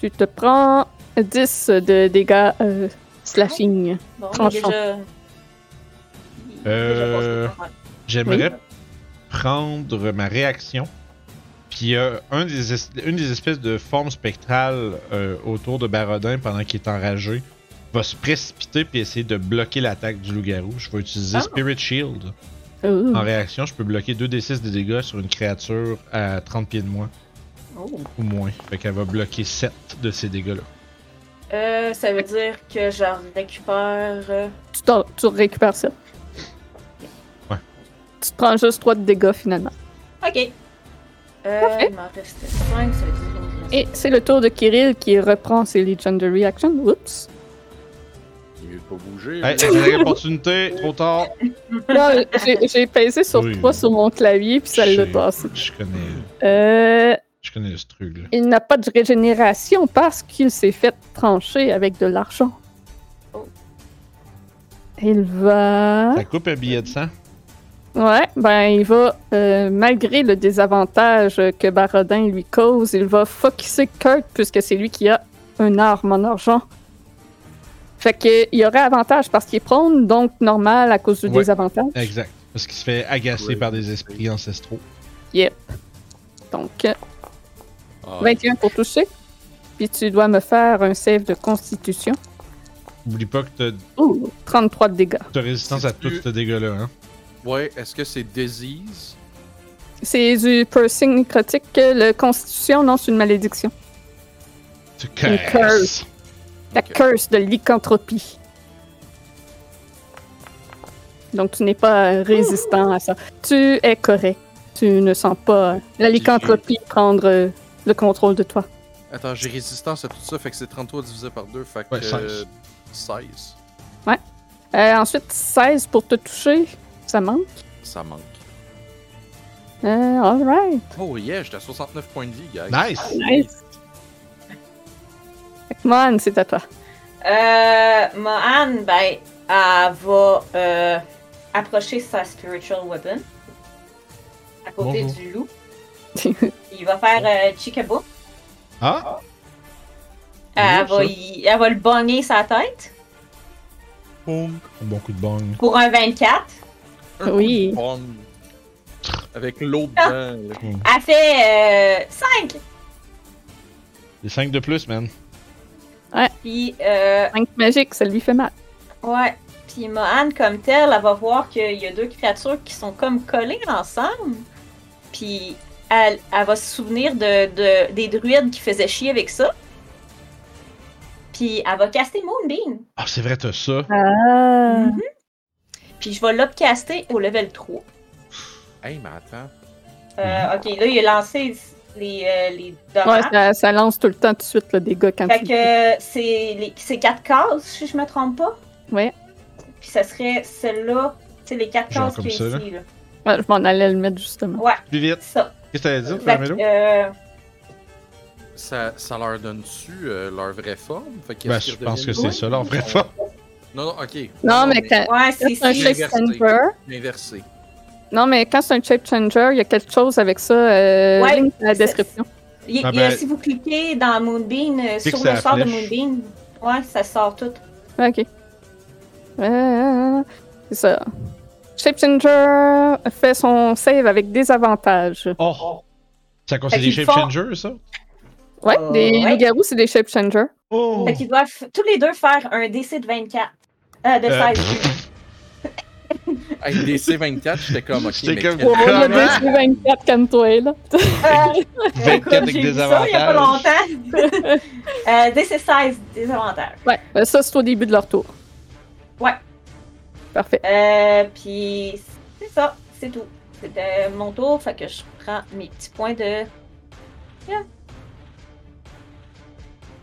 Speaker 1: Tu te prends 10 de dégâts euh, slashing.
Speaker 4: Bon,
Speaker 1: Tranchant.
Speaker 4: j'ai déjà. j'ai
Speaker 2: Euh,
Speaker 4: déjà passé.
Speaker 2: J'aimerais prendre ma réaction. Puis il y a un des es- une des espèces de formes spectrales euh, autour de Barodin pendant qu'il est enragé va se précipiter puis essayer de bloquer l'attaque du loup-garou. Je vais utiliser
Speaker 4: Ah.
Speaker 2: Spirit Shield.
Speaker 1: Oh.
Speaker 2: En réaction, je peux bloquer 2d6 de dégâts sur une créature à 30 pieds de moi
Speaker 4: Oh.
Speaker 2: ou moins. Fait qu'elle va bloquer 7 de ces dégâts-là.
Speaker 4: Euh, ça veut dire que j'en récupère. euh,
Speaker 1: Tu, t'en- tu récupères ça.
Speaker 2: Ouais.
Speaker 1: Tu te prends juste 3 de dégâts finalement.
Speaker 4: Ok. Euh,
Speaker 1: Parfait.
Speaker 4: il m'en restait 5, ça veut dire qu'il me
Speaker 1: Et
Speaker 4: reste-
Speaker 1: c'est le tour de Kirill qui reprend ses Legendary Action. Oups.
Speaker 3: Il est mieux de pas bouger.
Speaker 2: Hey,
Speaker 3: là.
Speaker 2: j'ai l'opportunité, trop tard.
Speaker 1: Là, j'ai- j'ai pesé sur
Speaker 2: Oui.
Speaker 1: 3 sur mon clavier puis ça l'a
Speaker 2: J'ai-
Speaker 1: passé. Hein?
Speaker 2: Je connais,
Speaker 1: Euh,
Speaker 2: je connais ce truc-là.
Speaker 1: il n'a pas de régénération parce qu'il s'est fait trancher avec de l'argent.
Speaker 4: Oh.
Speaker 1: Il va.
Speaker 2: Ça coupe un billet de sang.
Speaker 1: Ouais, ben il va, euh, malgré le désavantage que Barodin lui cause, il va focusser Kurt puisque c'est lui qui a un arme en argent. Fait qu'il y aurait avantage parce qu'il est prône, donc normal à cause du
Speaker 2: Ouais.
Speaker 1: désavantage.
Speaker 2: Exact. Parce qu'il se fait agacer
Speaker 3: Ouais.
Speaker 2: par des esprits ancestraux.
Speaker 1: Donc, euh,
Speaker 3: Ah,
Speaker 1: 21 pour toucher. Puis tu dois me faire un save de constitution.
Speaker 2: Oublie pas que t'as-
Speaker 1: Ouh, 33 de dégâts.
Speaker 2: t'as résistance à tout ce dégât-là. Hein?
Speaker 3: Ouais, est-ce que c'est disease?
Speaker 1: C'est du piercing nécrotique. euh, Le constitution lance une malédiction.
Speaker 2: Tu
Speaker 1: curse.
Speaker 2: casses.
Speaker 1: La
Speaker 3: Ok.
Speaker 1: curse de lycanthropie. Donc, tu n'es pas euh, résistant à ça. Tu es correct. Tu ne sens pas euh, la lycanthropie prendre euh, le contrôle de toi.
Speaker 3: Attends, j'ai résistance à tout ça, fait que c'est 33 divisé par 2, fait que
Speaker 2: Ouais,
Speaker 3: euh,
Speaker 2: seize.
Speaker 3: 16.
Speaker 1: Euh, ensuite, 16 pour te toucher. Ça manque.
Speaker 3: Ça manque.
Speaker 1: Euh, all right.
Speaker 3: Oh yeah, j'étais à 69 points de vie, guys.
Speaker 1: Ah,
Speaker 2: Nice.
Speaker 1: Nice. Fait que Mohan, c'est à toi.
Speaker 4: Euh, Mohan, ben, elle va euh, approcher sa spiritual weapon à côté
Speaker 2: Bonjour.
Speaker 4: du loup. Il va faire euh, Chikabo.
Speaker 2: Ah?
Speaker 4: Elle
Speaker 2: Bonjour,
Speaker 4: va,
Speaker 2: ça.
Speaker 4: y- elle va le bogner sa tête
Speaker 2: Boum. Un bon coup de bang.
Speaker 4: pour un 24.
Speaker 3: Un coup
Speaker 1: Oui.
Speaker 3: de pomme. Avec l'eau dedans. là.
Speaker 4: Elle fait euh, 5.
Speaker 2: Les 5 de plus, man.
Speaker 4: Puis, euh,
Speaker 1: 5 magique, ça lui fait mal.
Speaker 4: ouais. Puis Mohan, comme telle, elle va voir qu'il y a deux créatures qui sont comme collées ensemble. Puis, elle, elle va se souvenir de, de- des druides qui faisaient chier avec ça. Puis, elle va caster Moonbeam.
Speaker 2: Ah, c'est vrai, t'as ça.
Speaker 1: Ah.
Speaker 4: Mhm. Puis, je vais l'upcaster au level 3.
Speaker 3: Hey, mais attends.
Speaker 2: Mhm.
Speaker 4: Euh, ok, là, il a lancé les, euh, les
Speaker 1: Ouais,
Speaker 4: dommages.
Speaker 1: ça, ça lance tout le temps tout de suite le dégât quand
Speaker 4: Fait
Speaker 1: tu-
Speaker 4: que euh, c'est les- c'est quatre cases, si je me trompe pas.
Speaker 1: Ouais.
Speaker 4: Puis ça serait celle-là, c'est les quatre
Speaker 2: Genre
Speaker 4: cases
Speaker 2: comme
Speaker 4: qui est
Speaker 2: ça, là.
Speaker 4: ici. Là.
Speaker 1: Ouais, je m'en allais le mettre justement.
Speaker 2: Plus vite.
Speaker 4: Ça.
Speaker 2: Bah, Qu'est-ce que t'allais dire,
Speaker 4: Fait que,
Speaker 2: Flamello?
Speaker 4: euh,
Speaker 3: Ça, ça leur donne-tu euh, leur vraie forme? Fait qu'est-ce
Speaker 2: Ben,
Speaker 3: qu'ils
Speaker 2: je pense que
Speaker 3: redeviennent
Speaker 2: c'est ça, leur vraie
Speaker 3: loups?
Speaker 2: forme.
Speaker 3: Non, non, ok.
Speaker 1: Non, mais quand
Speaker 4: ouais, Oh, c'est
Speaker 1: c'est un
Speaker 4: ici.
Speaker 3: chef.
Speaker 1: shape
Speaker 3: Diversité.
Speaker 1: changer,
Speaker 3: Inversé.
Speaker 1: non mais quand c'est un shape changer, il y a quelque chose avec ça. Euh,
Speaker 4: Ouais,
Speaker 1: link dans la
Speaker 4: c'est-
Speaker 1: description.
Speaker 4: Il-
Speaker 2: Ah
Speaker 4: il y a-
Speaker 2: ben-
Speaker 4: si vous cliquez dans Moonbeam, euh,
Speaker 2: Clique
Speaker 4: sur
Speaker 2: sur
Speaker 4: le
Speaker 2: la
Speaker 4: sort de
Speaker 2: flèche.
Speaker 4: Moonbeam, ouais, ça sort tout.
Speaker 1: Ah, Ok. Euh, c'est ça. Shape changer fait son save avec des avantages.
Speaker 2: Oh! Ça considère
Speaker 4: Fait
Speaker 2: des
Speaker 4: qu'ils
Speaker 2: shape
Speaker 4: font-
Speaker 2: changers, ça?
Speaker 1: Ouais,
Speaker 4: Euh,
Speaker 1: des
Speaker 4: ouais.
Speaker 1: loups-garous, c'est des shape changers.
Speaker 2: Oh!
Speaker 4: Fait qu'ils doivent tous les deux faire un DC de 24. Euh, de
Speaker 2: Euh,
Speaker 4: 16.
Speaker 3: Hey, DC24, j'étais comme, ok,
Speaker 2: J'étais
Speaker 3: mais
Speaker 2: comme-
Speaker 3: quel-
Speaker 1: Oh, le
Speaker 2: Comment?
Speaker 1: 10 sur 24 comme toi, là.
Speaker 4: Euh,
Speaker 2: 24 avec
Speaker 4: j'ai
Speaker 2: des
Speaker 4: vu ça il y a pas
Speaker 2: avantages.
Speaker 4: longtemps. euh, DC 16, des avantages.
Speaker 1: Ouais, euh, ça c'est au début de leur tour.
Speaker 4: Ouais.
Speaker 1: Parfait.
Speaker 4: Euh, puis c'est ça, c'est tout. C'était mon tour, fait que je prends mes petits points de. Yeah.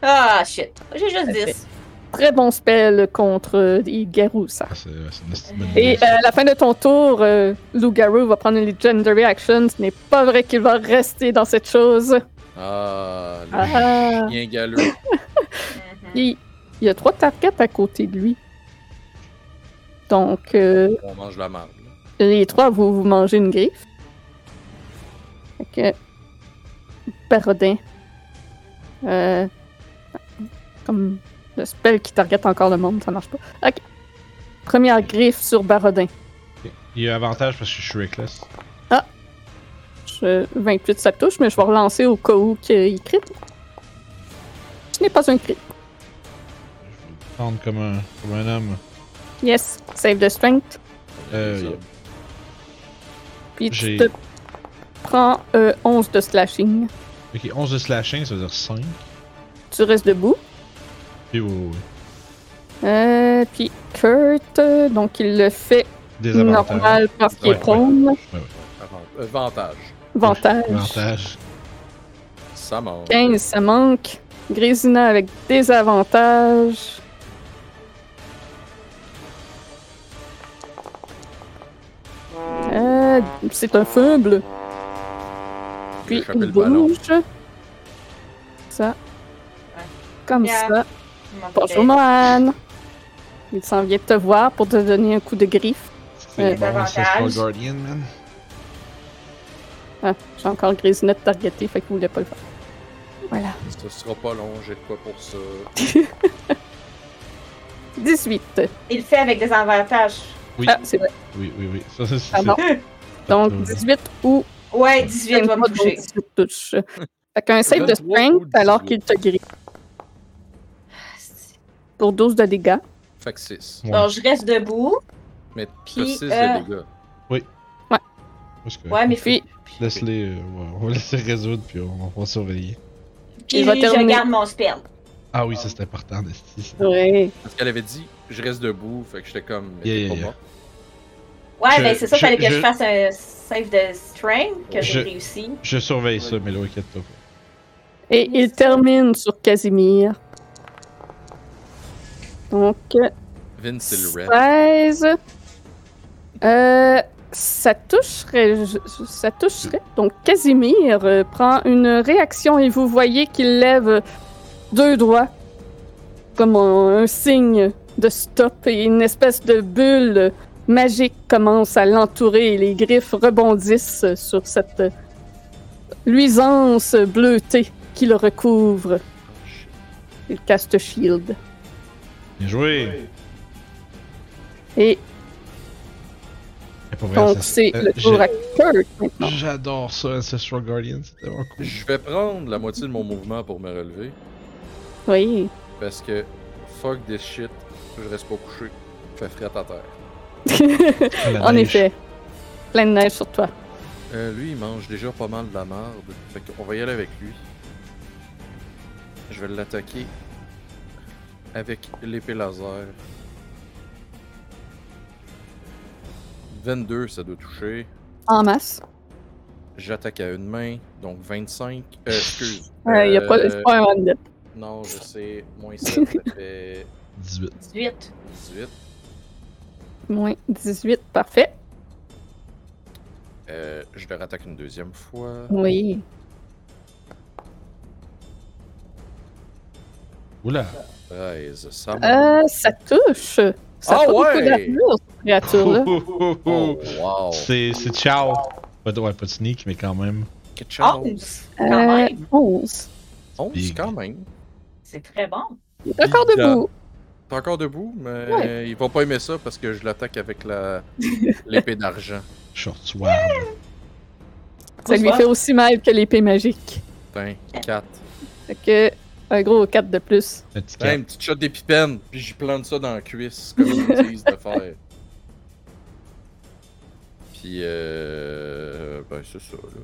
Speaker 4: Ah shit, j'ai juste
Speaker 1: Parfait.
Speaker 4: 10.
Speaker 1: Très bon spell contre les garous, ça.
Speaker 2: Ah, C'est ouais, c'est une petite bonne
Speaker 1: Et
Speaker 2: idée.
Speaker 1: euh, à la fin de ton tour, euh, Loup-garou va prendre une legendary action. Ce n'est pas vrai qu'il va rester dans cette chose.
Speaker 3: Ah, le
Speaker 1: Ah.
Speaker 3: chien galeux.
Speaker 4: Mhm.
Speaker 1: Il, il y a trois targets à côté de lui. Donc, euh,
Speaker 3: On mange la marde. là.
Speaker 1: les trois, vous vous mangez une griffe. Fait que... Parodin. Euh... Comme le spell qui target encore le monde, ça marche pas. Ok. Première griffe sur Barodin.
Speaker 2: Il y a avantage parce que je suis reckless.
Speaker 1: Je- 28, ça touche, mais je vais relancer au cas où qu'il crit. Ce n'est pas un crit.
Speaker 2: Je vais le prendre comme un, comme un homme.
Speaker 1: Yes, save de strength.
Speaker 2: Euh,
Speaker 3: Ça.
Speaker 2: yeah.
Speaker 1: Puis tu
Speaker 2: J'ai-
Speaker 1: te prends euh, 11 de slashing.
Speaker 2: Ok, 11 de slashing, ça veut dire 5.
Speaker 1: Tu restes debout.
Speaker 2: Puis, oui, oui, oui.
Speaker 1: Euh, puis Kurt, euh, donc il le fait
Speaker 2: Des avantages.
Speaker 1: normal parce qu'il
Speaker 2: Ouais,
Speaker 1: est prone.
Speaker 3: Avant- euh, Avantage.
Speaker 1: Avantage.
Speaker 2: Avantage.
Speaker 3: Ça mange.
Speaker 1: 15, ça manque. Grésina avec des avantages. Euh, c'est un faible. Puis
Speaker 3: J'échappais
Speaker 1: il
Speaker 3: le ballon.
Speaker 1: bouge. Ça. Comme ça.
Speaker 4: Yeah. Il manque
Speaker 1: Bonjour,
Speaker 4: de-
Speaker 1: Mohan. Il s'en vient te voir pour te donner un coup de griffe.
Speaker 2: C'est
Speaker 1: Des
Speaker 2: bon, Ancestral
Speaker 4: avantages.
Speaker 2: Guardian, man.
Speaker 1: Ah, j'ai encore Grésina de targeter, fait que vous voulez pas le faire. Voilà.
Speaker 3: Ce sera pas long, j'ai de quoi pour ça.
Speaker 1: 18.
Speaker 4: Il fait avec des avantages.
Speaker 2: Oui,
Speaker 1: Ah, c'est vrai.
Speaker 2: oui, oui, oui. Ça, c'est-
Speaker 1: Pardon.
Speaker 2: c'est-
Speaker 1: Donc,
Speaker 2: euh,
Speaker 1: 18 ou
Speaker 4: Ouais, 18 va me toucher.
Speaker 1: 18 touche. Fait qu'un save de
Speaker 3: 23 ou
Speaker 1: strength
Speaker 3: 18.
Speaker 1: alors qu'il te grille pour 12 de dégâts.
Speaker 3: Fait que 6.
Speaker 2: ouais,
Speaker 4: Donc, je reste debout.
Speaker 3: Mais tu
Speaker 4: Puis,
Speaker 3: 6
Speaker 4: euh,
Speaker 3: de dégâts.
Speaker 2: parce que-
Speaker 4: Ouais, Ah, mais
Speaker 1: Puis,
Speaker 2: Laisse-les, euh, ouais, on va laisser résoudre, puis on, on va surveiller.
Speaker 4: Puis,
Speaker 1: Il va
Speaker 4: je
Speaker 1: terminer.
Speaker 4: garde mon spell.
Speaker 2: Ah oui, ça c'est important, Nasty. ça.
Speaker 1: ouais.
Speaker 3: Parce qu'elle avait dit, je reste debout, fait que j'étais comme, mais
Speaker 2: Yeah,
Speaker 3: t'es
Speaker 2: yeah,
Speaker 3: pas
Speaker 2: yeah.
Speaker 3: mort.
Speaker 4: Ouais,
Speaker 2: Je-
Speaker 4: ben c'est ça,
Speaker 2: je-
Speaker 4: fallait que je...
Speaker 2: je-
Speaker 4: fasse un save de strength que j'ai
Speaker 2: Je-
Speaker 4: réussi.
Speaker 2: Je surveille ça, mais là, inquiète-toi pas.
Speaker 1: Et il termine sur Casimir. Donc, euh,
Speaker 3: Vince, c'est le red.
Speaker 1: 16. Euh, ça toucherait. je- Ça toucherait. Donc, Casimir euh, prend une réaction et vous voyez qu'il lève deux doigts comme un, un signe de stop et une espèce de bulle magique commence à l'entourer et les griffes rebondissent sur cette luisance bleutée qui le recouvre. Il caste shield.
Speaker 2: Bien joué!
Speaker 1: Et
Speaker 2: Eh, pour vrai,
Speaker 1: donc,
Speaker 2: ça-
Speaker 1: c'est
Speaker 2: euh,
Speaker 1: le
Speaker 2: j'ai-
Speaker 1: tour à Kurt maintenant.
Speaker 2: J'adore ça, Ancestral Guardian, c'est tellement cool.
Speaker 3: Je vais prendre la moitié de mon mouvement pour me relever.
Speaker 1: Oui.
Speaker 3: Parce que, fuck this shit, je reste pas couché. Je fais fret à terre.
Speaker 2: Ah, la
Speaker 1: en
Speaker 2: neige.
Speaker 1: effet. Plein de neige sur toi.
Speaker 3: Euh, lui, il mange déjà pas mal de la marde. Fait qu'on va y aller avec lui. Je vais l'attaquer avec l'épée laser. 22, ça doit toucher.
Speaker 1: En masse.
Speaker 3: J'attaque à une main, donc 25. Euh, excuse.
Speaker 1: Il n'y a pas,
Speaker 3: Euh,
Speaker 1: c'est pas un one-up.
Speaker 3: Non, je sais, moins 7, ça fait
Speaker 2: 18.
Speaker 4: 18.
Speaker 3: 18.
Speaker 1: Moins 18, parfait.
Speaker 3: Euh, je le rattaque une deuxième fois.
Speaker 1: Oui.
Speaker 2: Oula!
Speaker 3: 13, ça monte.
Speaker 1: Euh, ça touche. Ça
Speaker 3: Ah
Speaker 1: a pas beaucoup
Speaker 3: ouais!
Speaker 1: d'armure, cette créature-là.
Speaker 2: Oh, oh,
Speaker 3: Oh,
Speaker 2: oh, oh.
Speaker 3: wow.
Speaker 2: C'est c'est ciao! Pas de, ouais, pas de sneak, mais quand même.
Speaker 1: Ah,
Speaker 3: Ciao.
Speaker 4: 11. Quand
Speaker 1: Euh,
Speaker 4: même.
Speaker 1: 11.
Speaker 3: 11, quand même.
Speaker 4: C'est très bon.
Speaker 1: Il est encore
Speaker 3: Bizarre.
Speaker 1: debout.
Speaker 3: T'es encore debout, mais
Speaker 1: Ouais.
Speaker 3: il va pas aimer ça parce que je l'attaque avec la l'épée d'argent.
Speaker 2: Short sword.
Speaker 1: Ça lui
Speaker 4: Bonsoir.
Speaker 1: fait aussi mal que l'épée magique.
Speaker 3: Putain, 4.
Speaker 1: Fait que, un gros 4 de plus.
Speaker 2: Un petit
Speaker 3: Putain,
Speaker 2: cap.
Speaker 3: une petite shot d'épipène, puis j'y plante ça dans la cuisse, comme ils disent de faire. Puis, euh. Ben, c'est ça, là.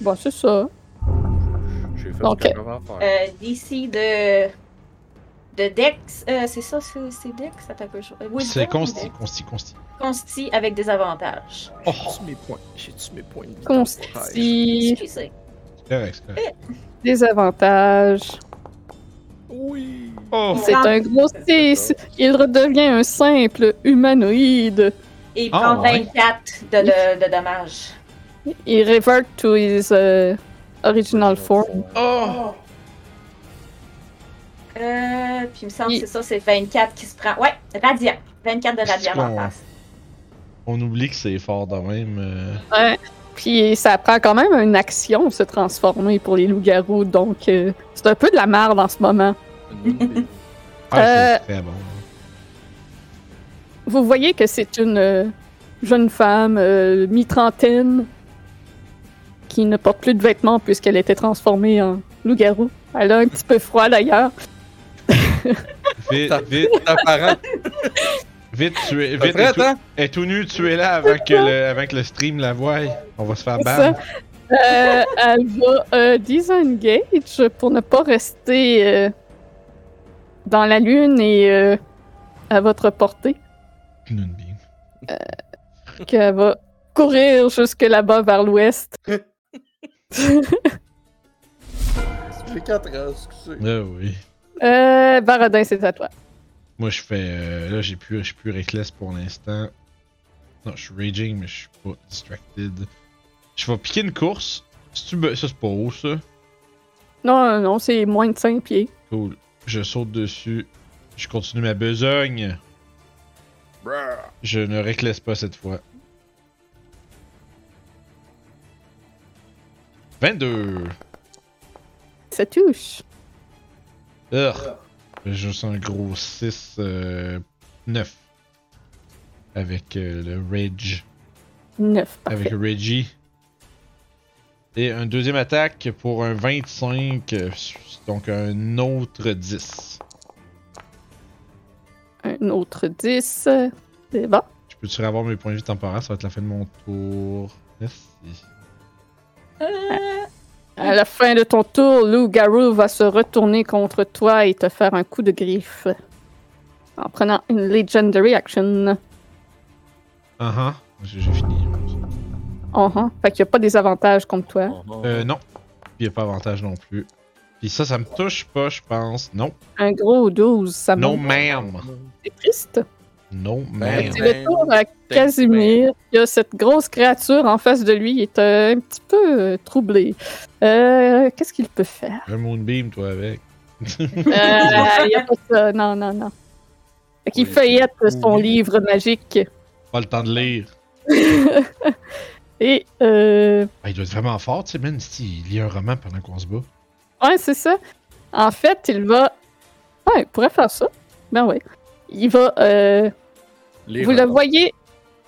Speaker 1: Bon, c'est ça.
Speaker 3: J'ai fait
Speaker 1: Ok.
Speaker 3: ce que j'avais à faire.
Speaker 4: Euh, DC de. de Dex. Euh, c'est ça, c'est c'est Dex? Attends un peu. je- Wisdom,
Speaker 2: C'est consti,
Speaker 4: Dex.
Speaker 2: consti, consti.
Speaker 4: Consti avec des avantages.
Speaker 3: Oh, j'ai-tu mes points? J'ai-tu mes points? de vie temporaire?
Speaker 1: Consti,
Speaker 4: Excusez.
Speaker 2: C'est correct, c'est correct.
Speaker 1: des avantages.
Speaker 3: Oui!
Speaker 2: Oh!
Speaker 1: C'est un gros 6. Il redevient un simple humanoïde.
Speaker 4: Et il
Speaker 2: Ah,
Speaker 4: prend
Speaker 2: ouais.
Speaker 4: 24 de, de, de dommages.
Speaker 1: Il revert to his euh, original form.
Speaker 2: Oh!
Speaker 3: Ah!
Speaker 4: Euh, puis il me semble
Speaker 1: Il-
Speaker 4: que c'est ça, c'est 24 qui se prend. Ouais, radiant. 24 de radiant en
Speaker 2: Bon.
Speaker 4: face.
Speaker 2: On oublie que c'est fort de même. euh.
Speaker 1: Puis ça prend quand même une action se transformer pour les loups-garous, donc euh, c'est un peu de la merde en ce moment.
Speaker 3: Une bonne idée.
Speaker 2: Ah,
Speaker 1: Euh,
Speaker 2: c'est très bon.
Speaker 1: Vous voyez que c'est une euh, jeune femme euh, mi-trentaine qui ne porte plus de vêtements puisqu'elle était transformée en loup-garou. Elle a un petit peu froid d'ailleurs.
Speaker 2: Vite,
Speaker 3: T'as-
Speaker 2: vite,
Speaker 3: T'as parent,
Speaker 2: vite, tu es,
Speaker 3: t'es
Speaker 2: vite, et
Speaker 3: prête,
Speaker 2: tout,
Speaker 3: hein?
Speaker 2: et tout nu, tu es là avant que le, avant que le stream la voie. On va se faire
Speaker 1: C'est
Speaker 2: ban.
Speaker 1: Euh, elle va euh, disengage pour ne pas rester euh, dans la lune et euh, à votre portée.
Speaker 2: Une bille.
Speaker 1: qu'elle va courir jusque là-bas vers l'ouest.
Speaker 3: Ça fait 4 ans, excusez.
Speaker 2: Ah oui.
Speaker 1: Euh, Baradin, c'est à toi.
Speaker 2: Moi, je fais. euh, là, j'ai plus, je suis plus reckless pour l'instant. Non, je suis raging, mais je suis pas distracted. Je vais piquer une course. Si tu me- Ça, c'est pas haut, ça.
Speaker 1: Non, non, non, c'est moins de 5 pieds.
Speaker 2: Cool. Je saute dessus. Je continue ma besogne.
Speaker 3: Brrr.
Speaker 2: Je ne reclaisse pas cette fois. 22.
Speaker 1: Ça touche.
Speaker 2: Urgh. J'ai juste un gros 6, 9. Avec euh, le Rage.
Speaker 1: 9.
Speaker 2: Avec Reggie. Et un deuxième attaque pour un 25. euh, Donc un autre 10.
Speaker 1: Un autre 10. euh, C'est bon.
Speaker 2: Je peux-tu avoir mes points de vie temporaires? Ça va être la fin de mon tour. Merci.
Speaker 1: Ah,
Speaker 4: Euh,
Speaker 1: À la fin de ton tour, Lou Garou va se retourner contre toi et te faire un coup de griffe. En prenant une Legendary Action.
Speaker 2: Ah ah. J'ai j'ai fini.
Speaker 1: Oh, hein. Fait qu'il n'y a pas des avantages contre toi.
Speaker 2: Euh, non. Il n'y a pas avantage non plus. Puis ça, ça me touche pas, je pense. Non.
Speaker 1: Un gros 12, ça
Speaker 2: Non, Eh
Speaker 1: me
Speaker 2: ma'am.
Speaker 1: C'est triste.
Speaker 2: Non,
Speaker 1: Fait
Speaker 2: ma'am. Ben,
Speaker 1: que Ben, C'est le tour à Casimir. Il y a cette grosse créature en face de lui. Il est euh, un petit peu euh, troublé. Euh, Qu'est-ce qu'il peut faire?
Speaker 2: Un Moonbeam, toi, avec.
Speaker 1: Euh, Il n'y a pas ça. Non, non, non. Fait qu'il
Speaker 3: Oui.
Speaker 1: feuillette son
Speaker 3: Oui.
Speaker 1: livre magique.
Speaker 2: Pas le temps de lire.
Speaker 1: Et euh,
Speaker 2: Ah, il doit être vraiment fort, tu sais, même s'il lit un roman pendant qu'on se bat.
Speaker 1: ouais, c'est ça. En fait, il va. Ouais, il pourrait faire ça. Ben ouais. Il va. euh,
Speaker 3: Les
Speaker 1: vous le
Speaker 3: retards.
Speaker 1: voyez.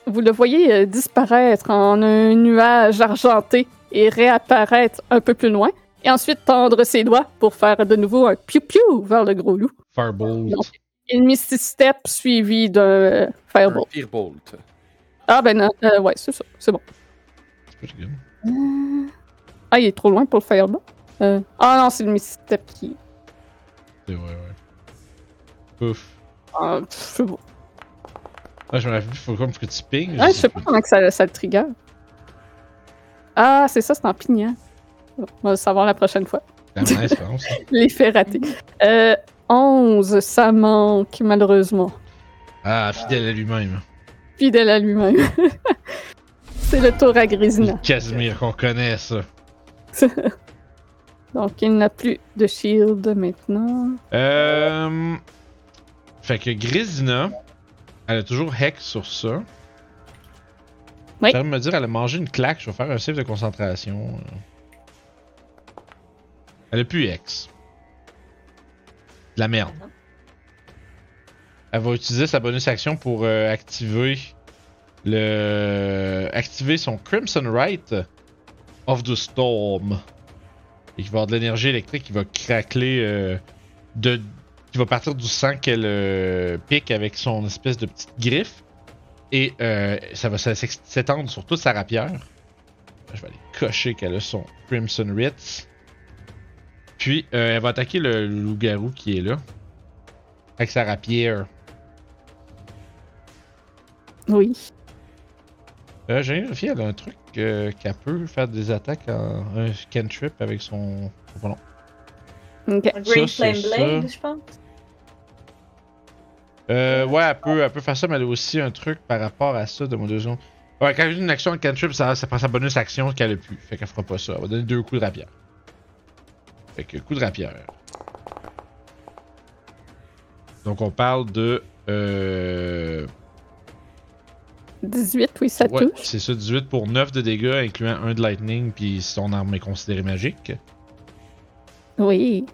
Speaker 1: Vous le voyez euh, disparaître en un nuage argenté et réapparaître un peu plus loin. Et ensuite tendre ses doigts pour faire de nouveau un piou-piou vers le gros loup.
Speaker 2: Firebolt.
Speaker 1: Non. Il met six steps suivi d'un euh, fireball.
Speaker 3: Un Firebolt.
Speaker 1: Ah ben non, euh, ouais, c'est ça. C'est bon.
Speaker 2: C'est pas dégueu.
Speaker 1: Ah, il est trop loin pour le fireball. Euh, ah non, c'est le Misty Step qui.
Speaker 2: C'est ouais, ouais. Pouf.
Speaker 1: Ah, pff, je sais pas.
Speaker 2: Ah, je me rappelle, faut comme que tu pinges.
Speaker 1: Ouais, Ah, je sais pas comment que ça, ça le trigger. Ah, c'est ça, c'est en pignant. On va le savoir la prochaine fois.
Speaker 2: C'est la menace, je pense.
Speaker 1: L'effet raté. Euh, 11, ça manque, malheureusement.
Speaker 2: Ah, fidèle à lui-même.
Speaker 1: Fidèle à lui-même. c'est le tour à Grisina.
Speaker 2: Casimir qu'on connaît, ça.
Speaker 1: Donc, il n'a plus de shield maintenant.
Speaker 2: Euh... Fait que Grisina, elle a toujours Hex sur ça.
Speaker 1: Oui.
Speaker 2: Ça veut me dire, elle a mangé une claque, je vais faire un save de concentration. Elle a plus Hex. De la merde. Elle va utiliser sa bonus action pour euh, activer le. activer son Crimson Right of the Storm. Et qui va avoir de l'énergie électrique qui va craquer euh, de qui va partir du sang qu'elle euh, pique avec son espèce de petite griffe. Et euh, ça va s- s- s'étendre sur toute sa rapière. Je vais aller cocher qu'elle a son Crimson Ritz. Puis euh, elle va attaquer le loup-garou qui est là. Avec sa rapière.
Speaker 1: Oui.
Speaker 2: Euh, J'ai vérifié, elle a un truc euh, qu'elle peut faire des attaques en un cantrip avec son. oh, pardon.
Speaker 1: Ok.
Speaker 4: un Green
Speaker 2: Ça,
Speaker 4: Flame
Speaker 2: c'est
Speaker 4: Blade,
Speaker 2: ça.
Speaker 4: je pense.
Speaker 2: Euh, ouais, elle peut, elle peut faire ça, mais elle a aussi un truc par rapport à ça de mon deux secondes. Ouais, quand elle a une action en cantrip, ça, ça prend sa bonus action qu'elle a plus. Fait qu'elle fera pas ça. Elle va donner deux coups de rapière. Fait que coup de rapière. Donc on parle de. Euh...
Speaker 1: 18, oui, ça
Speaker 2: ouais,
Speaker 1: touche.
Speaker 2: c'est ça, 18 pour 9 de dégâts, incluant un de lightning, puis son arme est considérée magique.
Speaker 1: Oui.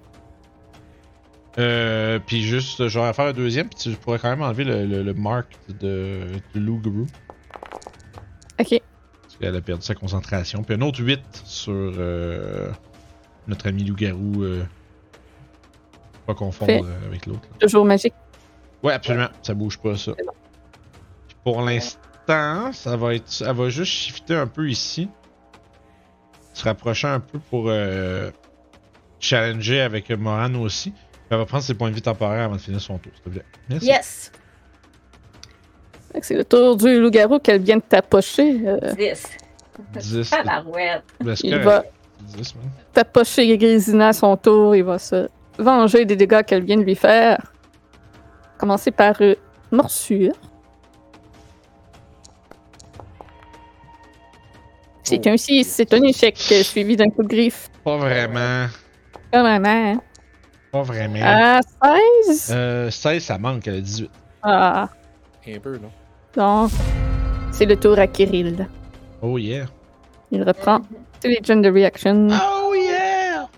Speaker 2: Euh, puis juste, j'aurais à faire un deuxième, puis tu pourrais quand même enlever le, le, le mark de, de Lou Guru.
Speaker 1: Ok.
Speaker 2: Parce qu'elle a perdu sa concentration. Puis un autre 8 sur euh, notre ami loup-garou. euh, pas confondre
Speaker 1: Fait.
Speaker 2: euh, avec l'autre. là.
Speaker 1: Toujours magique.
Speaker 2: Ouais, absolument. Ça bouge pas, ça. Puis pour l'instant, ça va être. Ça va juste shifter un peu ici. Se rapprocher un peu pour euh, challenger avec Moran aussi. Puis Elle va prendre ses points de vie temporaires avant de finir son tour, s'il te plaît. Merci.
Speaker 4: Yes,
Speaker 1: Fait que C'est le tour du loup-garou qu'elle vient de t'approcher. euh,
Speaker 4: 10.
Speaker 2: 10.
Speaker 4: Ah la rouette.
Speaker 2: Ben, c'est
Speaker 1: Il
Speaker 2: correct.
Speaker 1: va-
Speaker 2: 10, man.
Speaker 1: tapocher Grisina à son tour. Il va se venger des dégâts qu'elle vient de lui faire. Commencer par euh, morsure. C'est un 6, c'est un échec euh, suivi d'un coup de griffe.
Speaker 2: Pas vraiment.
Speaker 1: Quand même, hein?
Speaker 2: Pas vraiment.
Speaker 1: Ah, 16?
Speaker 2: Euh, 16, ça manque, elle a 18.
Speaker 1: Ah,
Speaker 3: Un peu, non?
Speaker 1: donc, c'est le tour à Kirill.
Speaker 2: Oh yeah.
Speaker 1: Il reprend ses Legendary Action.
Speaker 2: Oh yeah!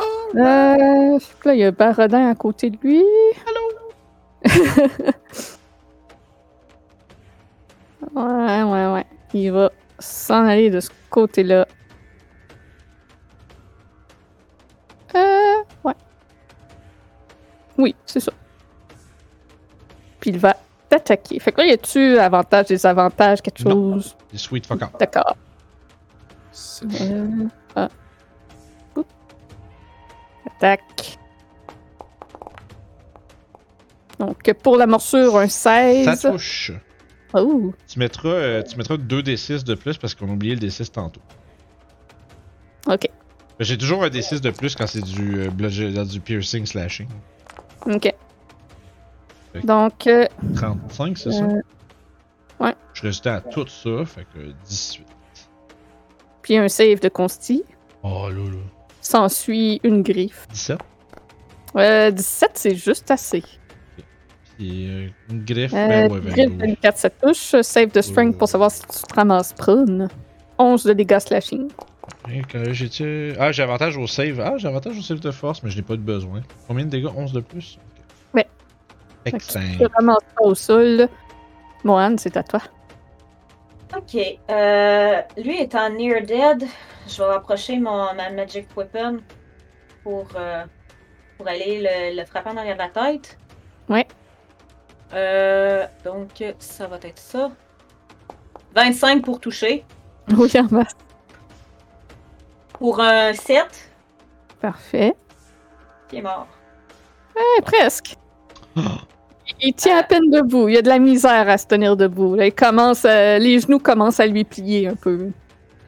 Speaker 2: Oh
Speaker 1: Euh, fait que là, il y a Barodin à côté de lui. Allô? ouais, ouais, ouais. Il va s'en aller de ce côté-là. Euh, ouais. Oui, c'est ça. Puis il va t'attaquer. Fait que là, y a-tu avantage, désavantage, quelque
Speaker 2: Non.
Speaker 1: chose?
Speaker 2: Des sweet fuck up.
Speaker 1: D'accord.
Speaker 3: C'est-
Speaker 1: Euh, ah. Oups. Attaque. Donc, pour la morsure, un
Speaker 2: Ça
Speaker 1: 16.
Speaker 2: touche.
Speaker 1: Oh,
Speaker 2: Tu mettras, euh, tu mettras 2 D6 de plus parce qu'on a oublié le D6 tantôt.
Speaker 1: ok.
Speaker 2: J'ai toujours un D6 de plus quand c'est du, euh, bludge- dans du piercing slashing.
Speaker 1: Ok. Donc, euh,
Speaker 2: 35, c'est ça?
Speaker 1: Euh, ouais.
Speaker 2: Je restais à tout ça, fait que 18.
Speaker 1: puis un save de consti.
Speaker 2: Oh là là.
Speaker 1: S'ensuit une griffe.
Speaker 2: 17.
Speaker 1: Euh, 17, c'est juste assez.
Speaker 2: Puis euh, une griffe,
Speaker 1: Euh,
Speaker 2: ben ouais,
Speaker 1: griffe
Speaker 2: 22.
Speaker 1: 24, ça touche. Save de strength pour savoir si tu te ramasses prune. 11 de dégâts slashing.
Speaker 2: Hmm. Et que j'ai-tu- Ah, j'ai avantage au save. Ah, j'ai avantage au save de force, mais je n'ai pas de besoin. Combien de dégâts 11 de plus Ok.
Speaker 1: Ouais.
Speaker 2: Fait que
Speaker 1: Fait que
Speaker 2: cinq.
Speaker 1: Tu te ramasses pas au sol. Mohan, c'est à toi.
Speaker 4: Ok. Euh, lui est en near dead. Je vais rapprocher mon, ma magic weapon pour, euh, pour aller le, le frapper dans la tête.
Speaker 1: Ouais.
Speaker 4: Euh, donc, ça va être ça. 25 pour toucher.
Speaker 1: Oui, en masse.
Speaker 4: Pour un 7,
Speaker 1: Parfait.
Speaker 4: il est mort.
Speaker 1: Eh, presque. Il tient à peine debout. Il a de la misère à se tenir debout. Là, il commence à- Les genoux commencent à lui plier un peu.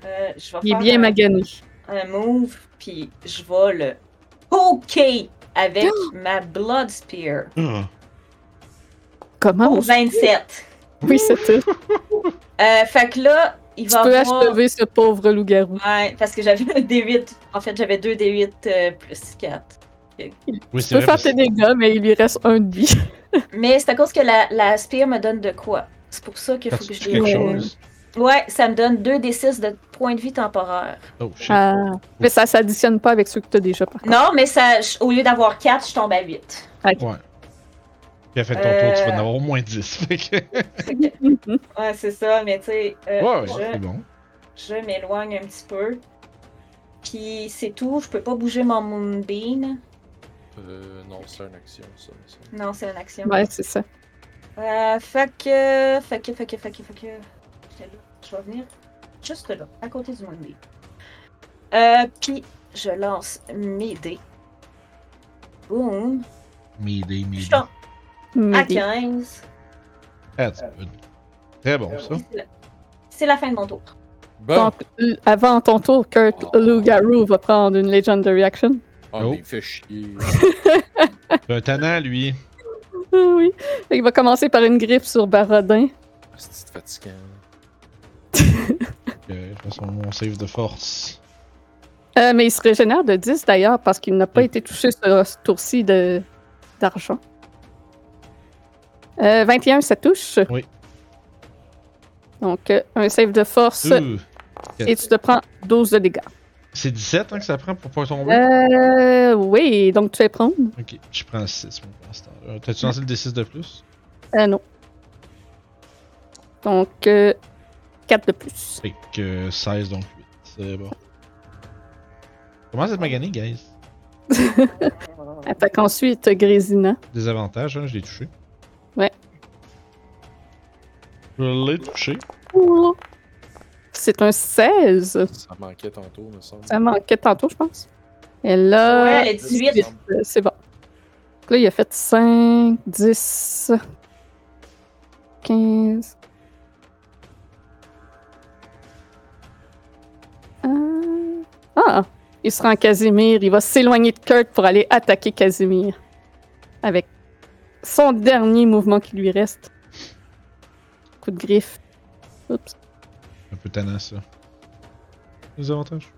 Speaker 4: Euh, je vais
Speaker 1: Il est
Speaker 4: faire
Speaker 1: bien
Speaker 4: un,
Speaker 1: magané.
Speaker 4: un move, puis je vais le poker avec
Speaker 1: Oh!
Speaker 4: ma Blood Spear.
Speaker 2: Ah.
Speaker 1: Comment
Speaker 4: Pour
Speaker 1: on...
Speaker 4: 27.
Speaker 1: Oui, c'est tout.
Speaker 4: Euh, fait que là, il
Speaker 1: Tu
Speaker 4: va
Speaker 1: peux
Speaker 4: avoir...
Speaker 1: achever ce pauvre loup-garou.
Speaker 4: Ouais, parce que j'avais un D8. En fait, j'avais deux D8 euh, plus 4.
Speaker 2: Oui,
Speaker 1: Tu
Speaker 2: c'est
Speaker 1: peux
Speaker 2: vrai.
Speaker 1: faire
Speaker 2: parce
Speaker 1: tes dégâts, mais il lui reste un de vie.
Speaker 4: Mais c'est à cause que la, la spear me donne de quoi. C'est pour ça qu'il
Speaker 2: que
Speaker 4: faut que
Speaker 2: tu
Speaker 4: je
Speaker 2: tues quelque
Speaker 4: les-
Speaker 2: chose.
Speaker 4: Ouais, ça me donne 2 D6 de points de vie temporaires.
Speaker 2: Oh shit.
Speaker 1: Ah. Mais ça s'additionne pas avec ceux que tu as déjà. par contre.
Speaker 4: Non, mais ça, je- au lieu d'avoir 4, je tombe à 8.
Speaker 2: Ouais. Puis à fait ton tour,
Speaker 4: Euh,
Speaker 2: tu vas en avoir au moins 10. Fait que.
Speaker 4: Ouais, c'est ça, mais tu sais, euh,
Speaker 2: Ouais, ouais,
Speaker 4: je-
Speaker 2: c'est bon.
Speaker 4: je m'éloigne un petit peu. Puis c'est tout, je peux pas bouger mon Moonbeam.
Speaker 3: Euh, non, c'est une action, ça. mais ça.
Speaker 4: Non, c'est une action.
Speaker 1: Ouais, c'est ça.
Speaker 4: Euh, fait que. Fait que, fait que, fait que, fait que. J'étais là. Je vais venir juste là, à côté du Moonbeam. Euh, puis je lance mes dés. Boom.
Speaker 2: Midi,
Speaker 4: Je
Speaker 2: midi.
Speaker 4: suis à
Speaker 1: Midi.
Speaker 4: 15.
Speaker 2: That's good. Très bon, ça.
Speaker 4: C'est la- C'est la fin de mon tour.
Speaker 3: Bon,
Speaker 1: Donc, l- avant ton tour, Kurt
Speaker 3: Oh.
Speaker 1: Loup-garou va prendre une Legendary Action.
Speaker 3: on
Speaker 2: Oh.
Speaker 3: les Ah, fait chier.
Speaker 2: C'est un tannant, Euh, lui.
Speaker 1: Ah oui. Fait qu'il va commencer par une griffe sur Barodin.
Speaker 3: C'est fatigant.
Speaker 2: Euh, de toute façon, mon save de force.
Speaker 1: Euh, mais il se régénère de 10 d'ailleurs parce qu'il n'a pas
Speaker 2: Mm.
Speaker 1: été touché ce, ce tour-ci de- d'argent. Euh, 21, ça touche.
Speaker 2: Oui.
Speaker 1: Donc, euh, un save de force
Speaker 2: Ouh.
Speaker 1: et tu te prends 12 de dégâts.
Speaker 2: Euh, C'est 17 hein, que ça prend pour pas tomber.
Speaker 1: Euh, oui, donc tu vas prendre.
Speaker 2: Ok, je prends 6 mon instant. T'as-tu lancé le D6 de plus
Speaker 1: Euh, non. Donc, 4 de plus.
Speaker 2: Fait que euh, 16, donc 8. C'est bon. Comment ça te magané, guys
Speaker 1: Attaque ensuite Grésina.
Speaker 2: Des avantages, hein, je l'ai touché.
Speaker 1: Ouais.
Speaker 2: Je l'ai touché.
Speaker 1: C'est un 16.
Speaker 3: Ça manquait tantôt, me semble.
Speaker 1: Ça manquait tantôt, je pense. Et là.
Speaker 4: Ouais, elle est 18.
Speaker 1: Euh, C'est bon. Donc Là, il a fait 5, 10, 15. Euh, Ah! Il se rend à Casimir. Il va s'éloigner de Kurt pour aller attaquer Casimir. Avec son dernier mouvement qui lui reste. Coup de griffe. Oups.
Speaker 2: Un peu tannant, ça. Des avantages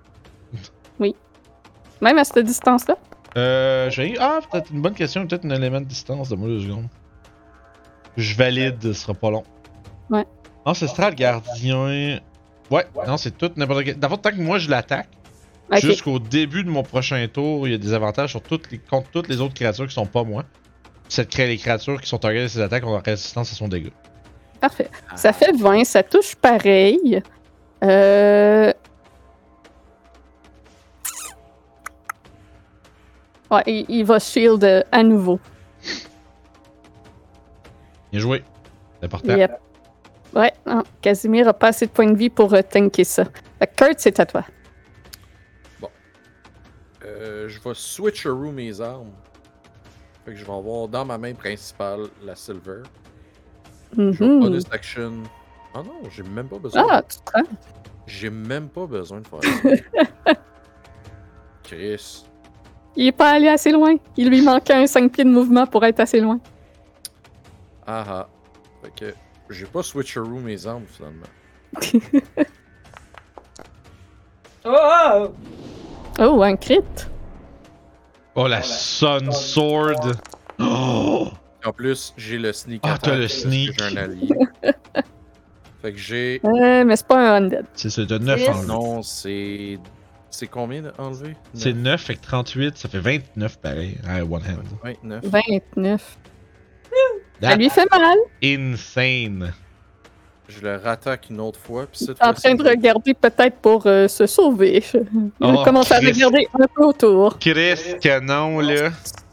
Speaker 1: Même à cette distance-là.
Speaker 2: Euh, je vais- Ah, peut-être une bonne question, peut-être un élément de distance, de moi deux secondes. Je valide, ce sera pas long.
Speaker 1: Ouais.
Speaker 2: Ancestral gardien. Ouais, non, c'est tout n'importe quel. D'abord, tant que moi je l'attaque,
Speaker 1: Ok.
Speaker 2: Jusqu'au début de mon prochain tour, il y a des avantages sur toutes les, contre toutes les autres créatures qui sont pas moi. Cette crée les créatures qui sont targetées à ses attaques ont la résistance à son dégât.
Speaker 1: Parfait. Ça fait 20, ça touche pareil. Euh... Ouais, il, il va shield euh, à nouveau.
Speaker 2: Bien joué. C'est important.
Speaker 1: Yep. Ouais, non, Casimir a pas assez de points de vie pour euh, tanker ça. Fait que Kurt, c'est à toi.
Speaker 3: Euh, je vais switcheroo mes armes. Fait que je vais avoir dans ma main principale la silver. Je vais
Speaker 1: Mhm.
Speaker 3: bonus action. Ah non, j'ai même pas besoin.
Speaker 1: Ah, tu te rends?
Speaker 3: J'ai même pas besoin de faire ça. Chris.
Speaker 1: Il est pas allé assez loin. Il lui manquait un 5 pieds de mouvement pour être assez loin.
Speaker 3: Ah ah. Fait que j'ai pas switcheroo mes armes finalement.
Speaker 4: Oh, oh, oh.
Speaker 1: Oh, un crit.
Speaker 2: Oh, la Sun Sword. Oh!
Speaker 3: En plus, j'ai le sneak.
Speaker 2: Ah,
Speaker 3: attack
Speaker 2: t'as le
Speaker 3: parce que
Speaker 2: sneak.
Speaker 3: J'ai un allié. fait que j'ai.
Speaker 1: Euh, mais c'est pas un undead.
Speaker 2: C'est ça, de 9
Speaker 4: Yes.
Speaker 2: en long.
Speaker 3: Non, c'est. C'est combien d'enlever
Speaker 2: C'est 9, fait que 38, ça fait 29 pareil. Ah, one hand.
Speaker 3: 29.
Speaker 1: 29. Ça
Speaker 2: That
Speaker 1: lui fait mal.
Speaker 2: insane.
Speaker 3: Je le rattaque une autre fois. Puis cette
Speaker 1: Il est en train de
Speaker 3: fois-ci,
Speaker 1: regarder peut-être pour euh, se sauver. Il
Speaker 2: Oh,
Speaker 1: commence à
Speaker 2: Christ.
Speaker 1: regarder un peu autour.
Speaker 2: Chris, canon, là.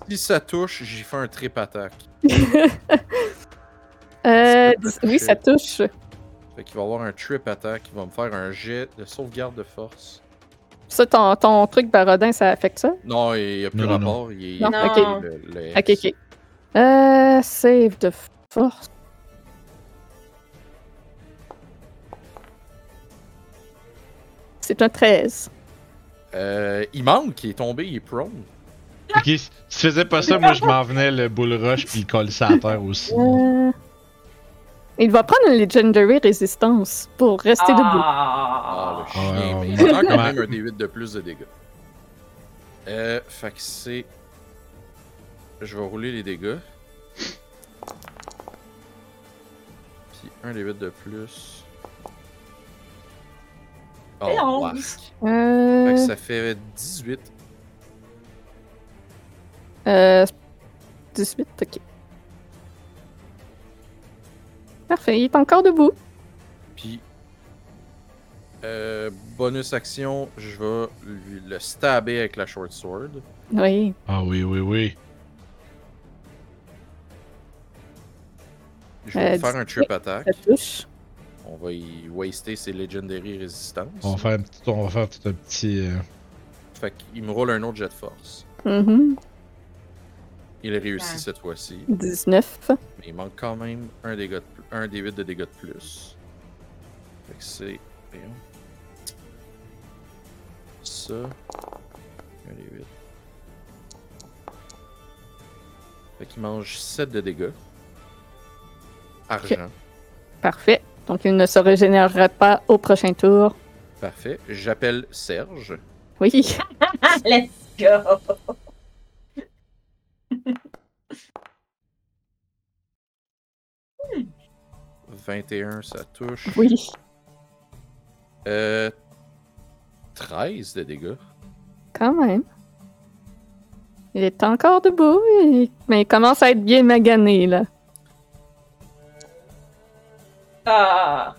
Speaker 3: Si ça touche, j'ai fait un trip attaque.
Speaker 1: Euh,
Speaker 3: Ça peut
Speaker 1: dix- oui, ça touche.
Speaker 3: Fait qu'il va avoir un trip attaque. Il va me faire un jet de sauvegarde de force.
Speaker 1: Ça, ton, ton truc barodin, ça affecte ça?
Speaker 3: Non, il n'y a plus
Speaker 2: Non, non,
Speaker 3: rapport. Il est.
Speaker 1: Non,
Speaker 4: ok.
Speaker 3: le- le-
Speaker 1: Ok, ok. Euh, save de force. C'est un 13.
Speaker 3: Euh, il manque, il est tombé, il est prone.
Speaker 2: Ok, si tu faisais pas ça, moi je m'en venais le bull rush puis le coller ça à terre aussi.
Speaker 1: Euh, Il va prendre une Legendary Résistance pour rester debout.
Speaker 3: Ah,
Speaker 4: Ah.
Speaker 3: le
Speaker 2: Ah,
Speaker 3: chien.
Speaker 2: ouais,
Speaker 3: mais
Speaker 2: ouais,
Speaker 3: il prend
Speaker 2: ouais.
Speaker 3: quand même un D8 de plus de dégâts. Euh, fait que c'est. Je vais rouler les dégâts. Puis un D8 de plus. Oh,
Speaker 4: Et onze.
Speaker 3: ouais. Fait
Speaker 1: Euh,
Speaker 3: que ça fait 18.
Speaker 1: euh, 18, ok. Parfait, il est encore debout.
Speaker 3: Puis. euh, bonus action, je vais lui- le stabber avec la short sword.
Speaker 1: Oui.
Speaker 2: Ah oui, oui, oui.
Speaker 3: Je vais
Speaker 1: Euh,
Speaker 3: lui faire un trip attack.
Speaker 1: Ça touche.
Speaker 3: On va y waster ses legendary résistances.
Speaker 2: On va faire un petit. On va faire tout un petit. euh,
Speaker 3: Fait qu'il me roule un autre jet de force.
Speaker 1: Mhm.
Speaker 3: Il réussit
Speaker 4: Ouais.
Speaker 3: cette fois-ci,
Speaker 1: 19.
Speaker 3: mais il manque quand même un, dégât de pl- un des 8 de dégâts de plus. Fait que c'est. voyons. Ça. Un des 8. Fait qu'il mange 7 de dégâts. Argent.
Speaker 1: Parfait. Donc il ne se régénérera pas au prochain tour.
Speaker 3: Parfait. J'appelle Serge.
Speaker 1: Oui.
Speaker 4: Let's go. Hmm.
Speaker 3: 21, ça touche.
Speaker 1: Oui.
Speaker 3: Euh. 13 de dégâts.
Speaker 1: Quand même. Il est encore debout, il- mais il commence à être bien magané, là.
Speaker 4: Ah.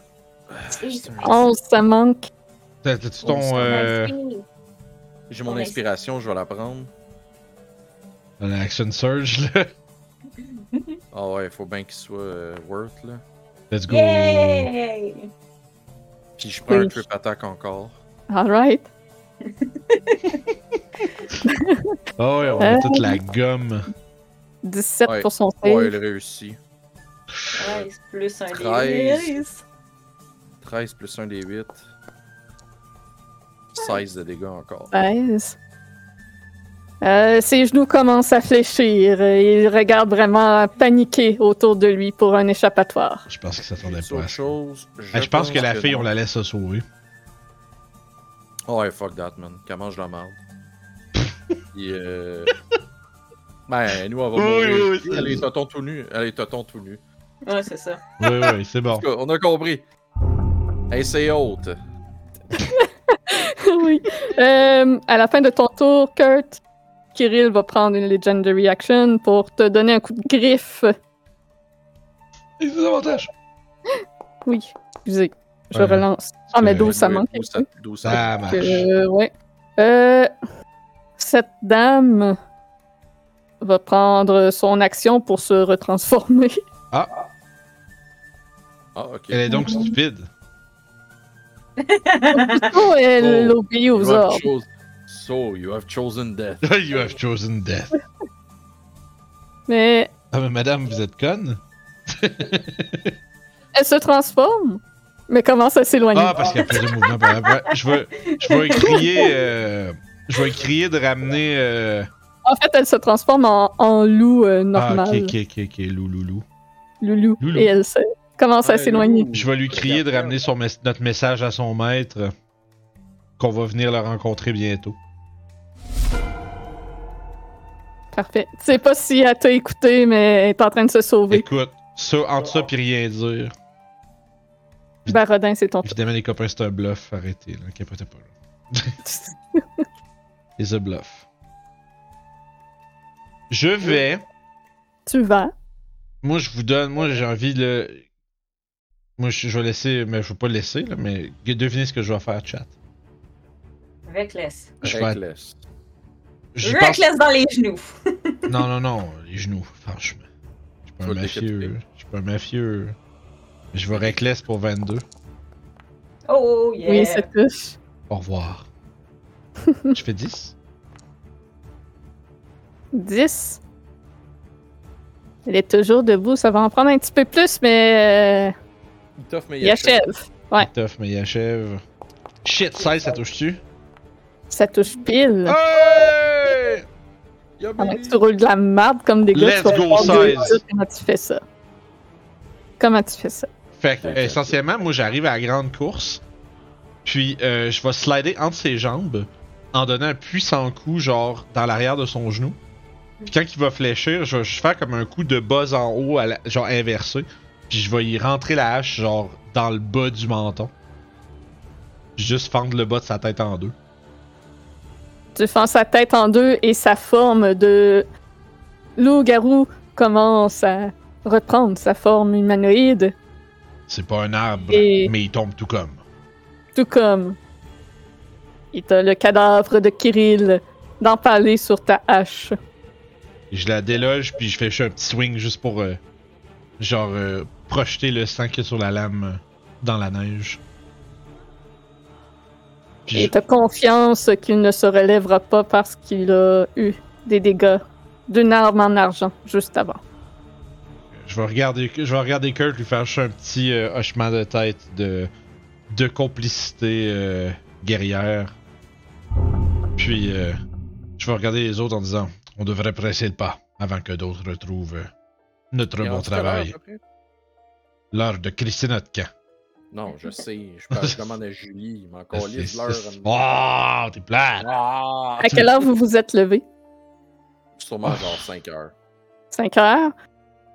Speaker 3: C'est un-
Speaker 1: 11, ça manque.
Speaker 2: T'as- T'as-tu
Speaker 4: Oh,
Speaker 3: On
Speaker 2: ton.
Speaker 3: s'en
Speaker 2: Euh,
Speaker 3: J'ai mon
Speaker 4: Ouais.
Speaker 3: inspiration, je vais la prendre.
Speaker 2: ton euh, action surge, là.
Speaker 3: Ah ouais, faut bien qu'il soit euh, worth là.
Speaker 2: Let's go.
Speaker 4: Yay!
Speaker 3: Puis je prends un
Speaker 1: Oui.
Speaker 3: trip attack encore.
Speaker 1: Alright.
Speaker 2: Ah ouais, on a
Speaker 1: Euh.
Speaker 2: toute la gomme.
Speaker 1: 17
Speaker 3: Ouais.
Speaker 1: pour son
Speaker 3: Ouais,
Speaker 1: save.
Speaker 3: il réussit.
Speaker 4: 13 plus un
Speaker 3: 13.
Speaker 4: des
Speaker 3: 13 plus 1 des 8. 16 de dégâts encore.
Speaker 1: 16. Euh, ses genoux commencent à fléchir. euh, Il regarde vraiment paniqué autour de lui pour un échappatoire.
Speaker 2: Je pense qu'il s'attendait
Speaker 3: J'ai-tu
Speaker 2: pas
Speaker 3: autre
Speaker 2: à ça.
Speaker 3: chose. Je,
Speaker 2: Ah, je pense que la fille,
Speaker 3: non.
Speaker 2: on la laisse se sauver.
Speaker 3: Ah ouais, fuck that man. Qu'elle mange de la merde. Puis euh. Ben, nous, on va
Speaker 2: Oui,
Speaker 3: mourir.
Speaker 2: oui, oui,
Speaker 3: Allez,
Speaker 2: c'est-
Speaker 3: tonton tout nu. Allez, tonton tout nu.
Speaker 4: Ouais, c'est ça.
Speaker 2: Oui, oui, c'est
Speaker 3: En
Speaker 2: bon.
Speaker 3: tout cas, on a compris. Hey, c'est haute.
Speaker 1: oui. Euh, à la fin de ton tour, Kurt, Kirill va prendre une Legendary Action pour te donner un coup de griffe.
Speaker 2: Et des avantages.
Speaker 1: Oui, excusez. Je
Speaker 2: Ouais. Ah,
Speaker 1: relance. Ah, mais
Speaker 2: que-
Speaker 1: 12, ça manque.
Speaker 3: Douze, ça- douze, ça-
Speaker 2: Ça marche.
Speaker 1: Euh, ouais. Euh, cette dame va prendre son action pour se retransformer.
Speaker 3: Ah, ok.
Speaker 2: Elle est donc stupide.
Speaker 1: Oh, elle obéit aux
Speaker 3: You have
Speaker 1: ordres.
Speaker 3: chose- So, you have chosen death.
Speaker 2: you have chosen death.
Speaker 1: Mais
Speaker 2: Ah, mais madame, vous êtes conne?
Speaker 1: elle se transforme, mais commence à s'éloigner.
Speaker 2: Ah, parce qu'il y a plus de mouvement. par rapport. Je vais, je vais crier. euh, je vais crier de ramener. euh,
Speaker 1: En fait, elle se transforme en, en loup euh, normal.
Speaker 2: Ah, ok, ok, ok, ok, lou, lou, lou.
Speaker 1: Loulou.
Speaker 2: Loulou.
Speaker 1: Et elle se- commence à
Speaker 3: Ouais,
Speaker 1: s'éloigner.
Speaker 3: loulou.
Speaker 2: Je vais lui crier de ramener son mes- notre message à son maître qu'on va venir le rencontrer bientôt.
Speaker 1: Parfait. Tu sais pas si elle t'a écouté, mais elle est en train de se sauver.
Speaker 2: Écoute, ça, entre ça puis rien dire.
Speaker 1: Barodin, c'est ton tour.
Speaker 2: Évidemment, les copains, c'est un bluff. Arrêtez, là, capotez pas. Là. C'est un bluff. Je vais.
Speaker 1: tu vas.
Speaker 2: Moi, je vous donne. Moi, j'ai envie de. Moi, je, je vais laisser. Mais je vais pas le laisser, là, mais devinez ce que je vais faire, chat.
Speaker 4: Reckless.
Speaker 2: Je vais.
Speaker 3: Reckless.
Speaker 2: j'y pense-
Speaker 4: Reckless dans les genoux.
Speaker 2: Non, non, non, les genoux, franchement. Je suis pas
Speaker 3: Tu
Speaker 2: un
Speaker 3: vas le
Speaker 2: mafieux.
Speaker 3: décapiter.
Speaker 2: Je suis pas un mafieux. Je vais reckless pour 22.
Speaker 4: Oh, yeah.
Speaker 1: Oui, ça touche.
Speaker 2: Au revoir. je fais 10.
Speaker 1: 10. Elle est toujours debout. Ça va en prendre un petit peu plus, mais euh,
Speaker 3: Il t'offre, mais
Speaker 1: il achève. Ouais.
Speaker 2: Tough, mais il achève. Shit, 16, ça touche-tu?
Speaker 1: Ça touche
Speaker 2: Ah!
Speaker 1: pile.
Speaker 2: Hey!
Speaker 3: Y'a
Speaker 1: Ah, mais
Speaker 3: baby.
Speaker 1: tu roules de la merde comme des gars.
Speaker 2: Let's
Speaker 1: tu vas
Speaker 2: go,
Speaker 1: voir deux
Speaker 2: 16.
Speaker 1: minutes Comment tu fais ça? Comment tu fais ça?
Speaker 2: Fait que, euh, essentiellement, moi, j'arrive à la grande course. Puis, euh, je vais slider entre ses jambes en donnant un puissant coup, genre, dans l'arrière de son genou. Puis, quand il va fléchir, je vais juste faire comme un coup de bas en haut, à la- genre inversé. Puis, je vais y rentrer la hache, genre, dans le bas du menton. Juste fendre le bas de sa tête en deux.
Speaker 1: Tu fends sa tête en deux et sa forme de loup-garou commence à reprendre sa forme humanoïde,
Speaker 2: C'est pas un arbre,
Speaker 1: Et-
Speaker 2: mais il tombe tout comme.
Speaker 1: tout comme il t'a le cadavre de Kirill d'empaler sur ta hache.
Speaker 2: Et Je la déloge, puis je fais juste un petit swing juste pour, euh, genre, euh, projeter le sang qu'il y a sur la lame euh, dans la neige. Puis
Speaker 1: Et
Speaker 2: je-
Speaker 1: t'as confiance qu'il ne se relèvera pas parce qu'il a eu des dégâts d'une arme en argent juste avant.
Speaker 2: je, vais regarder, je vais regarder Kurt lui faire juste un petit euh, hochement de tête de, de complicité euh, guerrière. Puis euh, je vais regarder les autres en disant on devrait presser le pas avant que d'autres retrouvent euh, notre
Speaker 3: Il est
Speaker 2: bon
Speaker 3: rendu tout à l'heure,
Speaker 2: travail.
Speaker 3: à peu près?
Speaker 2: L'heure de crisser notre camp.
Speaker 3: Non, je sais. Je, parle, je demande à Julie. Il m'a encore
Speaker 2: C'est-
Speaker 3: lisse l'heure.
Speaker 2: c'est- Oh, t'es plate!
Speaker 3: Ah!
Speaker 1: À quelle heure vous vous êtes levé?
Speaker 3: Sûrement genre 5 heures.
Speaker 1: 5 heures?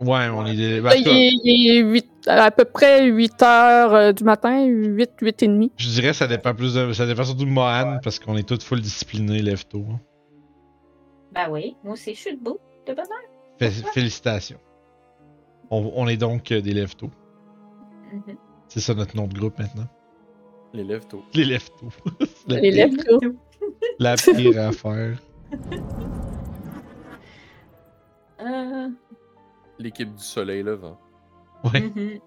Speaker 1: Euh,
Speaker 2: Ouais, on est. bah,
Speaker 1: Ben, Il est, il est huit- à peu près 8 heures euh, du matin, 8, 8 et demi.
Speaker 2: je dirais que ça dépend plus de. Ça dépend surtout de Mohan parce qu'on est tous full disciplinés, lève-tôt. hein.
Speaker 4: Ben oui, moi aussi, je suis debout. De bonne heure.
Speaker 2: Fé- Félicitations. On, on est donc euh, des lève-tôt.
Speaker 4: Mhm.
Speaker 2: C'est ça notre nom de groupe maintenant.
Speaker 3: L'élève tôt.
Speaker 2: Les lève-tôt. C'est la,
Speaker 1: Les lèvres tôt.
Speaker 2: la pire affaire.
Speaker 4: Euh,
Speaker 3: L'équipe du soleil levant.
Speaker 2: Ouais.
Speaker 4: mhm.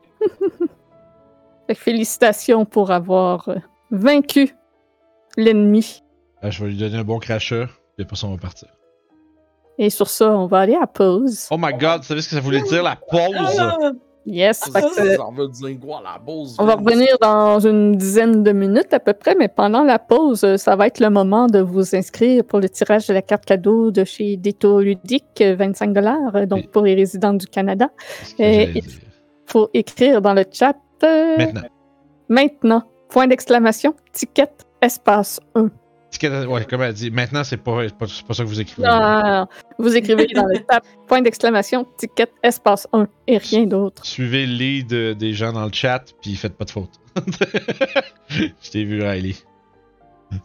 Speaker 1: Fait que félicitations pour avoir euh, vaincu l'ennemi.
Speaker 2: Ah, je vais lui donner un bon crachat. Puis après ça, on va partir.
Speaker 1: Et sur ça, on va aller à pause.
Speaker 2: Oh my god, vous savez ce que ça voulait dire? La pause!
Speaker 1: Euh,
Speaker 4: Ah!
Speaker 1: Yes,
Speaker 3: Ça
Speaker 1: fait que, euh,
Speaker 3: ça veut dire quoi, la bouse?
Speaker 1: on va
Speaker 3: Vince?
Speaker 1: revenir dans une dizaine de minutes à peu près, mais pendant la pause, euh, ça va être le moment de vous inscrire pour le tirage de la carte cadeau de chez Détour Ludique, euh, 25 euh,
Speaker 2: Oui.
Speaker 1: donc pour les résidents du Canada.
Speaker 2: Qu'est-ce que
Speaker 1: Euh,
Speaker 2: j'allais
Speaker 1: il-
Speaker 2: dire?
Speaker 1: Faut écrire dans le chat euh,
Speaker 2: Maintenant.
Speaker 1: maintenant, point d'exclamation, ticket, espace 1.
Speaker 2: Est-ce que- Ouais, comme elle dit, maintenant, c'est pas, c'est pas, c'est pas ça que vous écrivez.
Speaker 1: Non, Ah, vous écrivez dans le tap, point d'exclamation, ticket, espace 1 et rien d'autre.
Speaker 2: Suivez le lead euh, des gens dans le chat, puis faites pas de faute. Je t'ai vu, Riley.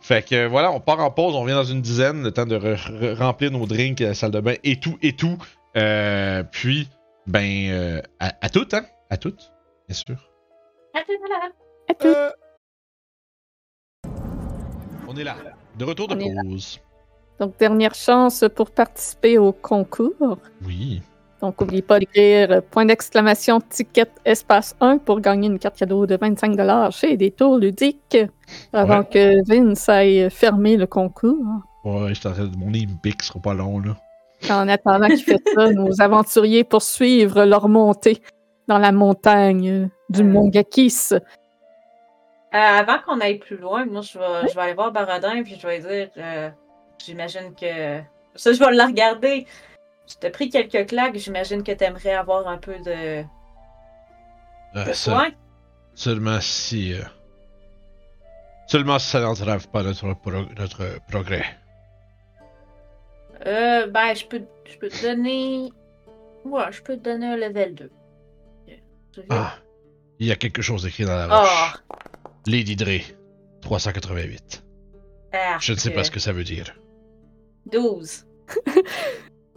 Speaker 2: Fait que euh, voilà, on part en pause, on revient dans une dizaine, le temps de re- re- remplir nos drinks, la salle de bain et tout, et tout. Euh, puis, ben, euh, à, à toutes, hein? À toutes, bien sûr.
Speaker 1: À tout.
Speaker 3: Euh,
Speaker 2: On est là, de retour de
Speaker 1: On est
Speaker 2: pause.
Speaker 1: Donc, dernière chance pour participer au concours.
Speaker 2: Oui.
Speaker 1: Donc, n'oublie pas d'écrire euh, point d'exclamation ticket espace 1 pour gagner une carte cadeau de 25 chez Détour Ludique avant
Speaker 2: Ouais.
Speaker 1: que Vince aille fermer le concours.
Speaker 2: Ouais, je suis en train de mon nez me pique, ce sera pas long, là.
Speaker 1: En attendant qu'il fait ça, nos aventuriers poursuivent leur montée dans la montagne euh, du Mont Gakis.
Speaker 4: Euh, avant qu'on aille plus loin, moi, je vais, je vais aller voir Baradin puis je vais lui dire euh, J'imagine que. Ça, je vais la regarder. Je t'ai pris quelques claques, j'imagine que t'aimerais avoir un peu de.
Speaker 2: Euh,
Speaker 4: de
Speaker 2: ça-
Speaker 4: soin.
Speaker 2: seulement si. euh, seulement si ça n'entrave pas notre, pro- notre progrès.
Speaker 4: Euh, ben, je peux, je peux te donner. Ouais, je peux te donner un level 2.
Speaker 2: Ah, il y a quelque chose écrit dans la
Speaker 4: Ah.
Speaker 2: roche. Lady Dre, 388.
Speaker 4: Ah,
Speaker 2: Je ne sais
Speaker 4: que-
Speaker 2: pas ce que ça veut dire.
Speaker 4: 12.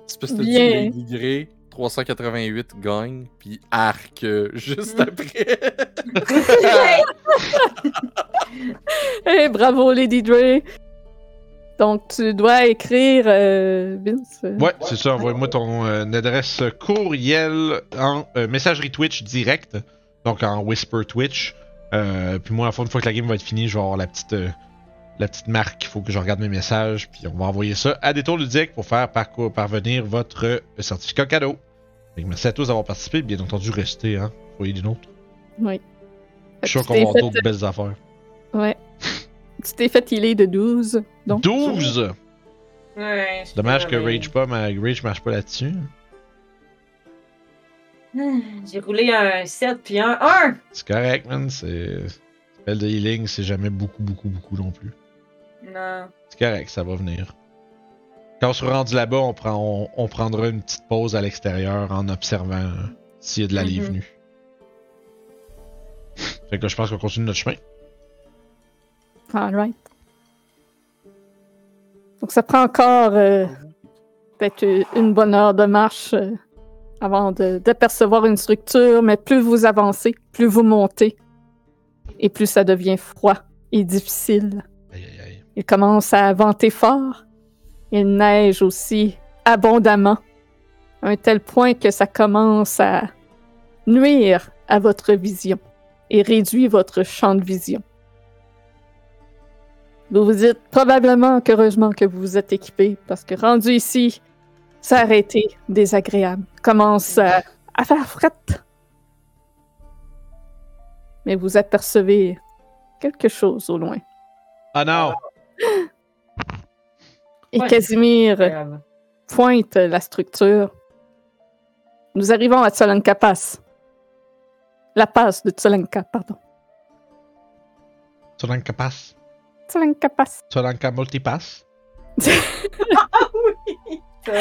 Speaker 3: C'est parce que t'as dit
Speaker 1: Bien.
Speaker 3: Lady Grey, 388 gagne, puis arc euh, juste
Speaker 4: Mm.
Speaker 1: Hmm.
Speaker 3: après.
Speaker 4: Ouais.
Speaker 1: Eh, bravo, Lady Dre! Donc, tu dois écrire, euh, Vince. euh,
Speaker 2: Ouais, c'est ça. Envoie-moi ton euh, adresse courriel en euh, messagerie Twitch direct, donc en Whisper Twitch. Euh, puis moi, à fond, une fois que la game va être finie, je vais avoir la petite, euh, la petite marque. Il faut que je regarde mes messages, puis on va envoyer ça à Détour Ludique pour faire parco- parvenir votre euh, certificat cadeau. Fait que merci à tous d'avoir participé. Bien entendu, restez, hein. Soyez des nôtres.
Speaker 1: Oui.
Speaker 2: Je suis sûr
Speaker 1: Tu
Speaker 2: qu'on va
Speaker 1: t'es
Speaker 2: avoir
Speaker 1: fait-
Speaker 2: d'autres belles affaires.
Speaker 1: Ouais. tu t'es fait healer de 12. Donc,
Speaker 2: 12!
Speaker 4: Ouais, je suis
Speaker 2: Dommage que
Speaker 4: désolée.
Speaker 2: Rage pas, ma... Rage marche pas là-dessus.
Speaker 4: Hmm, J'ai roulé un 7 puis un 1.
Speaker 2: C'est correct, man. C'est. Spell de healing, c'est jamais beaucoup, beaucoup, beaucoup non plus.
Speaker 4: Non.
Speaker 2: C'est correct, ça va venir. Quand on sera rendu là-bas, on, prend, on, on prendra une petite pause à l'extérieur en observant euh, s'il y a de l'allée
Speaker 4: Mhm.
Speaker 2: venue. Fait que là, je pense qu'on continue notre chemin.
Speaker 1: alright. Ah, Donc, ça prend encore euh, peut-être euh, une bonne heure de marche euh, avant de- d'apercevoir une structure, mais plus vous avancez, plus vous montez, et plus ça devient froid et difficile.
Speaker 2: Aïe, aïe, aïe.
Speaker 1: Il commence à venter fort. Il neige aussi abondamment, à un tel point que ça commence à nuire à votre vision et réduit votre champ de vision. Vous vous dites probablement qu'heureusement que vous vous êtes équipé, parce que rendu ici, ça aurait été désagréable. Commence à, à faire frette. Mais vous apercevez quelque chose au loin.
Speaker 2: Ah non!
Speaker 1: Et
Speaker 4: Ouais.
Speaker 1: Casimir
Speaker 4: Grave.
Speaker 1: pointe la structure. Nous arrivons à Tsolanka Pass. La passe de Tsolanka, pardon.
Speaker 2: Solanka passe.
Speaker 1: Tsolanka Pass.
Speaker 2: Solanka multipass.
Speaker 4: Ça.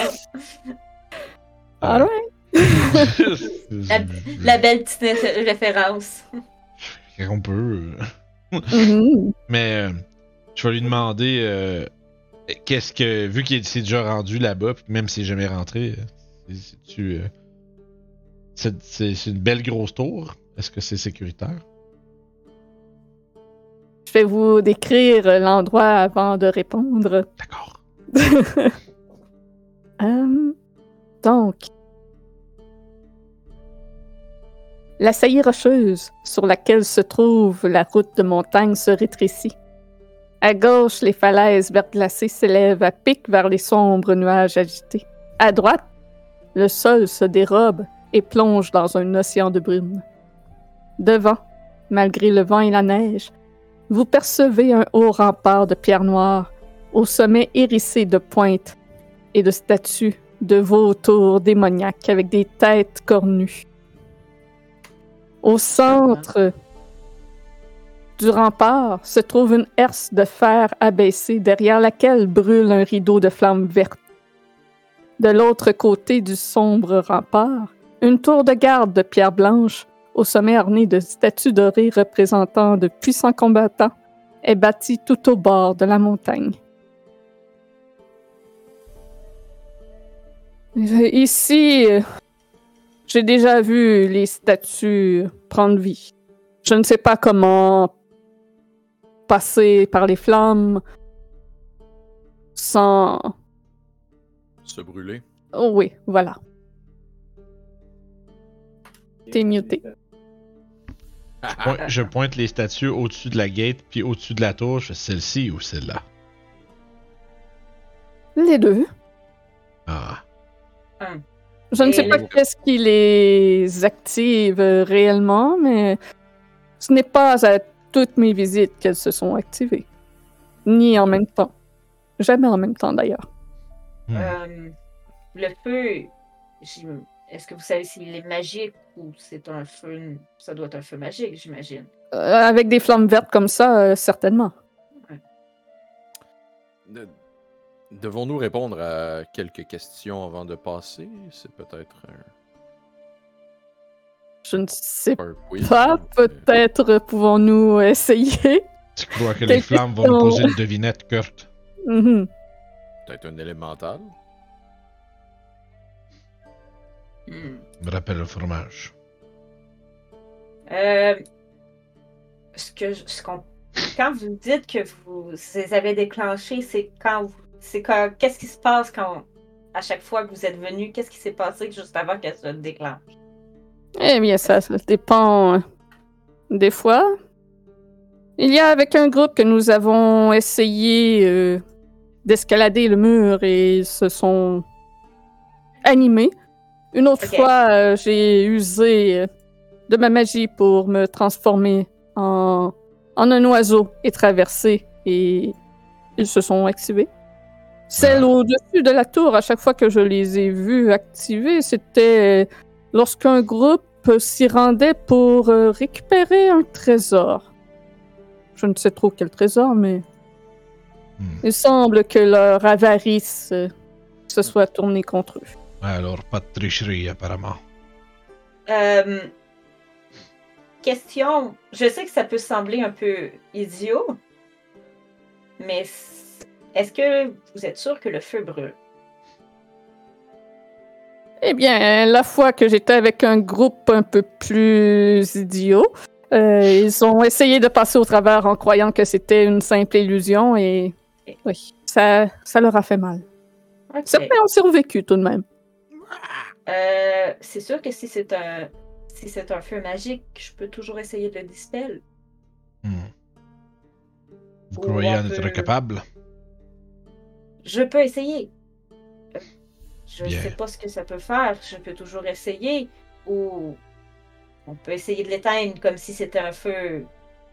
Speaker 2: Ah.
Speaker 1: All right.
Speaker 2: Euh,
Speaker 4: La,
Speaker 2: Hmm.
Speaker 4: la belle petite ré- référence.
Speaker 2: On peut. euh.
Speaker 1: Mhm.
Speaker 2: Mais euh, je vais lui demander euh, qu'est-ce que. Vu qu'il s'est déjà rendu là-bas, puis même s'il n'est jamais rentré, euh, c'est- c'est-tu, euh, c'est, c'est- c'est une belle grosse tour. Est-ce que c'est sécuritaire?
Speaker 1: Je vais vous décrire euh, l'endroit avant de répondre.
Speaker 2: D'accord.
Speaker 1: Hum, donc, la saillie rocheuse sur laquelle se trouve la route de montagne se rétrécit. À gauche, les falaises verglacées s'élèvent à pic vers les sombres nuages agités. À droite, le sol se dérobe et plonge dans un océan de brume. Devant, malgré le vent et la neige, vous percevez un haut rempart de pierres noires, au sommet hérissé de pointes et de statues de vautours démoniaques avec des têtes cornues. Au centre du rempart se trouve une herse de fer abaissée derrière laquelle brûle un rideau de flammes vertes. De l'autre côté du sombre rempart, une tour de garde de pierre blanche au sommet ornée de statues dorées représentant de puissants combattants est bâtie tout au bord de la montagne. Euh, Ici, euh, j'ai déjà vu les statues prendre vie. Je ne sais pas comment passer par les flammes sans...
Speaker 3: Se brûler.
Speaker 1: Oh oui, voilà. T'es muté.
Speaker 2: Point- je pointe les statues au-dessus de la gate, puis au-dessus de la tour, je fais celle-ci ou celle-là.
Speaker 1: Les deux.
Speaker 2: Ah.
Speaker 1: Je ne
Speaker 4: Et
Speaker 1: sais
Speaker 4: le-
Speaker 1: pas qu'est-ce qui les active euh, réellement, mais ce n'est pas à toutes mes visites qu'elles se sont activées. Ni en même temps. Jamais en même temps, d'ailleurs.
Speaker 2: Hmm.
Speaker 4: Euh, le feu, j'im- est-ce que vous savez s'il est magique ou c'est un feu. Ça doit être un feu magique, j'imagine.
Speaker 1: Euh, avec des flammes vertes comme ça, euh, certainement.
Speaker 3: De- Devons-nous répondre à quelques questions avant de passer? C'est peut-être un,
Speaker 1: Je ne sais
Speaker 3: un euh, quiz.
Speaker 1: pas.
Speaker 3: mais-
Speaker 1: Peut-être pouvons-nous essayer.
Speaker 2: Tu crois que
Speaker 1: Quelle
Speaker 2: les flammes vont me
Speaker 1: question?
Speaker 2: poser une devinette, Kurt?
Speaker 1: Mhm.
Speaker 3: Peut-être un élémental.
Speaker 4: Hmm.
Speaker 2: Me rappelle le fromage.
Speaker 4: Euh, ce que je- ce qu'on- quand vous dites que vous les avez déclenchés, c'est quand vous- c'est quand qu'est-ce qui se passe quand à chaque fois que vous êtes venu, qu'est-ce qui s'est passé juste avant qu'elles se déclenchent
Speaker 1: Eh bien, ça, ça dépend euh, des fois. Il y a avec un groupe que nous avons essayé euh, d'escalader le mur et ils se sont animés. Une autre
Speaker 4: Ok.
Speaker 1: fois, euh, j'ai usé euh, de ma magie pour me transformer en, en un oiseau et traverser et ils se sont activés. Celle
Speaker 2: Ah.
Speaker 1: au-dessus de la tour, à chaque fois que je les ai vus activés, c'était lorsqu'un groupe s'y rendait pour euh, récupérer un trésor. Je ne sais trop quel trésor, mais
Speaker 2: Hmm.
Speaker 1: il semble que leur avarice euh, se soit tournée contre eux.
Speaker 2: Alors, pas de tricherie, apparemment.
Speaker 4: Euh, Question, je sais que ça peut sembler un peu idiot, mais c- est-ce que vous êtes sûr que le feu brûle
Speaker 1: Eh bien, la fois que j'étais avec un groupe un peu plus idiot, euh, ils ont essayé de passer au travers en croyant que c'était une simple illusion et oui, ça, ça leur a fait mal.
Speaker 4: Ok.
Speaker 2: Eh.
Speaker 1: Certains ont survécu tout de même.
Speaker 4: Euh, c'est sûr que si c'est un si c'est un feu magique, je peux toujours essayer de le dispel.
Speaker 2: Hmm. Vous
Speaker 4: Ou
Speaker 2: croyez
Speaker 4: on
Speaker 2: en être
Speaker 4: peut-
Speaker 2: capable?
Speaker 4: Je peux essayer. Euh, Je ne
Speaker 2: Bien.
Speaker 4: sais pas ce que ça peut faire. Je peux toujours essayer. Ou on peut essayer de l'éteindre comme si c'était un feu.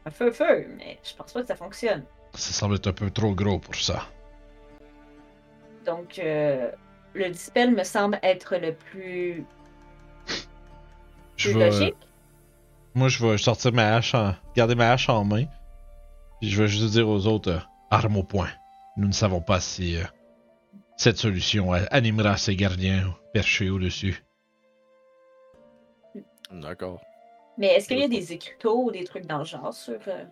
Speaker 4: Un feu, feu. Mais je pense pas que ça fonctionne.
Speaker 2: Ça semble être un peu trop gros pour ça.
Speaker 4: Donc, euh, le dispel me semble être le plus,
Speaker 2: Je
Speaker 4: plus
Speaker 2: vais-
Speaker 4: logique.
Speaker 2: Moi, je vais sortir ma hache en... Garder ma hache en main. Puis je vais juste dire aux autres, euh, arme au point. Nous ne savons pas si euh, cette solution euh, animera ces gardiens perchés au-dessus.
Speaker 3: D'accord.
Speaker 4: Mais est-ce qu'il y a des écriteaux ou des trucs dans le genre sur euh,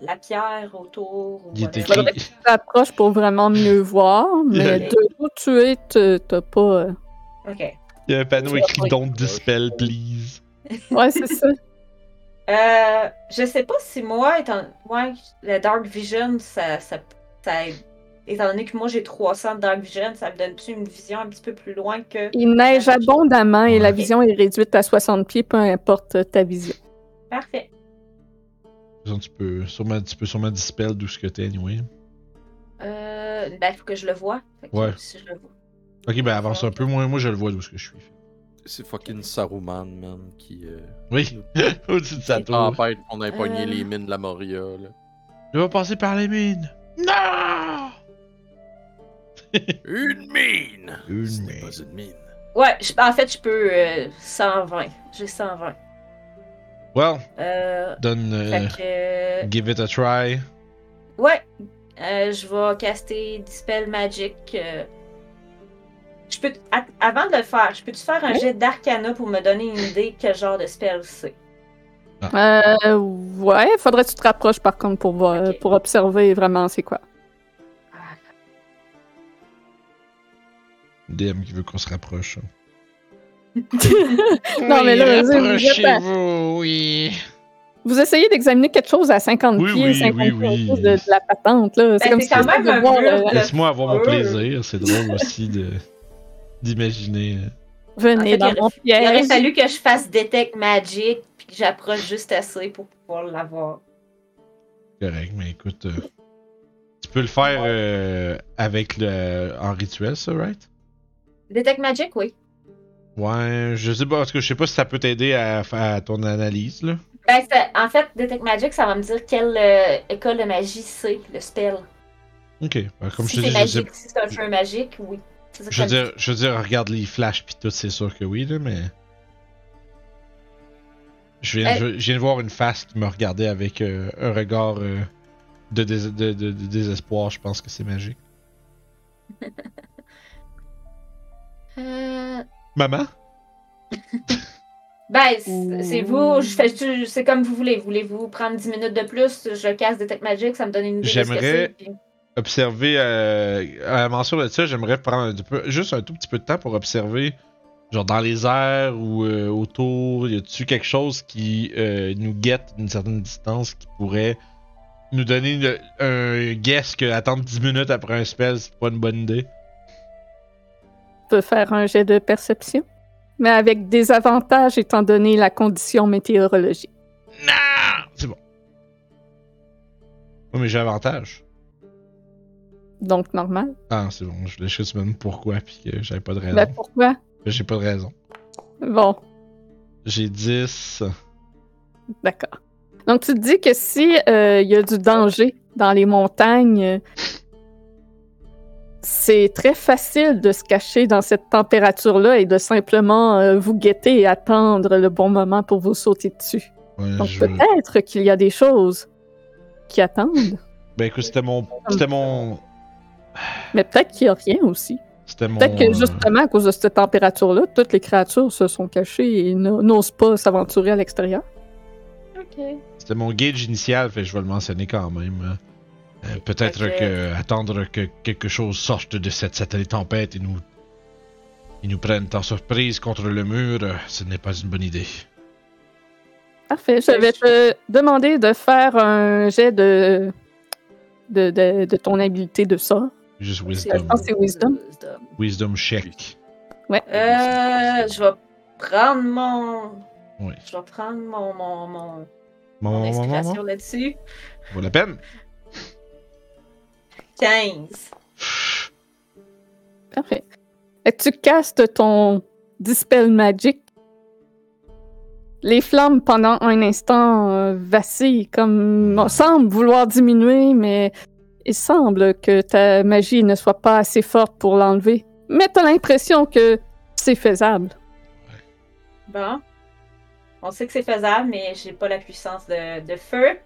Speaker 4: la pierre autour ou
Speaker 2: Il est
Speaker 4: whatever?
Speaker 2: écrit...
Speaker 1: Faudrait- T'approches pour vraiment mieux voir, mais
Speaker 2: Yeah.
Speaker 1: de où tu es, t'as t'as pas... euh,
Speaker 4: Ok.
Speaker 2: Il y a un panneau écrit
Speaker 1: Ouais.
Speaker 2: Don't dispel, please.
Speaker 1: Ouais, c'est ça.
Speaker 4: Euh, je sais pas si moi, étant moi, la Dark Vision, ça, ça, ça aide. Étant donné que moi j'ai 300 de Dark Vision, ça me donne-tu une vision un petit peu plus loin que.
Speaker 1: Il neige abondamment et la
Speaker 2: Ouais.
Speaker 1: vision est réduite à 60 pieds, peu importe ta vision.
Speaker 4: Parfait.
Speaker 2: Tu peux sûrement, tu peux sûrement dispel d'où ce que t'es, anyway.
Speaker 4: Euh, ben, faut que je le vois. Fait que
Speaker 2: Ouais.
Speaker 4: Si je le vois.
Speaker 2: Ok, ben avance un peu. Moi, moi je le vois d'où ce que je suis.
Speaker 3: C'est fucking Saruman, man, qui euh,
Speaker 2: Oui, au-dessus de sa tour.
Speaker 3: empêche qu'on ait pogné
Speaker 4: Euh.
Speaker 3: les mines de la Moria. Là.
Speaker 2: Je vais passer par les mines. Non!
Speaker 3: Une mine!
Speaker 2: Une
Speaker 3: Ce
Speaker 2: mine.
Speaker 3: n'est pas une mine.
Speaker 4: Ouais, je- en fait, je peux euh, 120. J'ai 120.
Speaker 2: Well,
Speaker 4: Euh,
Speaker 2: donne. euh,
Speaker 4: Fait
Speaker 2: give it a try.
Speaker 4: que. Ouais. Euh, je vais caster Dispel Magic. euh. Je peux. a- Avant de le faire, je peux-tu faire un
Speaker 1: Ouais.
Speaker 4: jet d'arcana pour me donner une idée quel genre de spell c'est?
Speaker 1: Euh, ouais, faudrait que tu te rapproches par contre pour voir,
Speaker 4: Ok.
Speaker 1: pour observer vraiment c'est quoi.
Speaker 2: DM qui veut qu'on se rapproche.
Speaker 1: Non, mais là, vas-y, vous êtes à-
Speaker 2: vous oui.
Speaker 1: Vous essayez d'examiner quelque chose à 50
Speaker 2: Oui,
Speaker 1: pieds,
Speaker 2: oui,
Speaker 1: 50
Speaker 2: oui, oui.
Speaker 1: pieds de, de la patente, là.
Speaker 4: Ben, c'est
Speaker 1: tu
Speaker 4: quand même
Speaker 1: essayais de
Speaker 4: un
Speaker 1: voir,
Speaker 4: bleu.
Speaker 1: euh,
Speaker 2: Laisse-moi avoir mon
Speaker 4: Euh.
Speaker 2: plaisir. C'est drôle aussi de d'imaginer. euh.
Speaker 1: Venez
Speaker 4: En fait,
Speaker 1: dans mon
Speaker 4: Ah, Il aurait
Speaker 1: piège.
Speaker 4: fallu que je fasse Detect Magic puis que j'approche juste assez pour pouvoir l'avoir.
Speaker 2: Correct, mais écoute, euh, tu peux le faire euh, avec le en rituel, ça, right?
Speaker 4: Detect Magic, oui.
Speaker 2: Ouais, je sais pas, parce que je sais pas si ça peut t'aider à, à ton analyse, là.
Speaker 4: Ben, ça- en fait, Detect Magic, ça va me dire quelle euh, école de magie c'est, le spell.
Speaker 2: Ok, ben, comme
Speaker 4: si
Speaker 2: je te
Speaker 4: c'est
Speaker 2: dis, je sais
Speaker 4: magique, si c'est un feu magique, oui. C'est ça que
Speaker 2: Je veux
Speaker 4: ça me
Speaker 2: dire, je veux dire, regarde les flashs pis tout, c'est sûr que oui, là, mais. Je viens,
Speaker 4: Euh.
Speaker 2: je, je viens de voir une face qui me regardait avec euh, un regard euh, de, dés- de- de- de désespoir, je pense que c'est magique.
Speaker 4: dit. Euh,
Speaker 2: Maman?
Speaker 4: Ben, c'est c'est vous, je fais je- c'est comme vous voulez. Voulez-vous prendre 10 minutes de plus? Je casse Detect Magic, ça me donne une idée de ce que
Speaker 2: J'aimerais-
Speaker 4: c'est. puis-
Speaker 2: Observer, euh, à la mention de ça, j'aimerais prendre un petit peu- juste un tout petit peu de temps pour observer, genre dans les airs ou euh, autour, y a-tu quelque chose qui euh, nous guette d'une certaine distance qui pourrait nous donner le- un guess que attendre 10 minutes après un spell, c'est pas une bonne idée?
Speaker 1: Tu peux faire un jet de perception, mais avec des avantages étant donné la condition météorologique.
Speaker 2: Non! C'est bon. Oui, mais j'ai avantage.
Speaker 1: Donc, normal.
Speaker 2: Ah, c'est bon, je voulais juste me demander pourquoi, puis que j'avais pas de raison.
Speaker 1: Ben, pourquoi?
Speaker 2: J'ai pas de raison.
Speaker 1: Bon,
Speaker 2: J'ai 10.
Speaker 1: d'accord. Donc, tu te dis que si euh, il y a du danger dans les montagnes, euh, c'est très facile de se cacher dans cette température-là et de simplement euh, vous guetter et attendre le bon moment pour vous sauter dessus.
Speaker 2: Ouais,
Speaker 1: Donc
Speaker 2: je-
Speaker 1: peut-être qu'il y a des choses qui attendent,
Speaker 2: Ben écoute, c'était mon. C'était mon.
Speaker 1: mais peut-être qu'il n'y a rien aussi.
Speaker 2: C'était mon.
Speaker 1: Peut-être
Speaker 2: euh,
Speaker 1: que justement, à cause de cette température-là, toutes les créatures se sont cachées et n- n'osent pas s'aventurer à l'extérieur.
Speaker 2: C'était mon gauge initial, fait que je vais le mentionner quand même. Euh, Peut-être
Speaker 4: Ok.
Speaker 2: que attendre que quelque chose sorte de cette satellite tempête et nous. Ils nous prennent en surprise contre le mur, euh, ce n'est pas une bonne idée.
Speaker 1: Parfait. Je vais te demander de faire un jet de, de, de- de ton habileté de sort.
Speaker 2: Juste
Speaker 1: Je
Speaker 2: wisdom.
Speaker 1: pense que c'est Wisdom.
Speaker 2: Wisdom check.
Speaker 4: Euh, je vais prendre mon.
Speaker 2: Oui.
Speaker 4: Je vais prendre mon, mon, mon,
Speaker 2: Bon,
Speaker 4: mon
Speaker 2: bon, bon, bon,
Speaker 4: inspiration
Speaker 2: bon.
Speaker 4: là-dessus.
Speaker 2: Vaut la peine.
Speaker 4: 15.
Speaker 1: Parfait. Fait que tu castes ton Dispel Magic. Les flammes, pendant un instant, euh, vacillent, comme on semble vouloir diminuer, mais il semble que ta magie ne soit pas assez forte pour l'enlever. Mais t'as l'impression que c'est faisable.
Speaker 4: Bon. On sait que c'est faisable, mais j'ai pas la puissance de, de feu.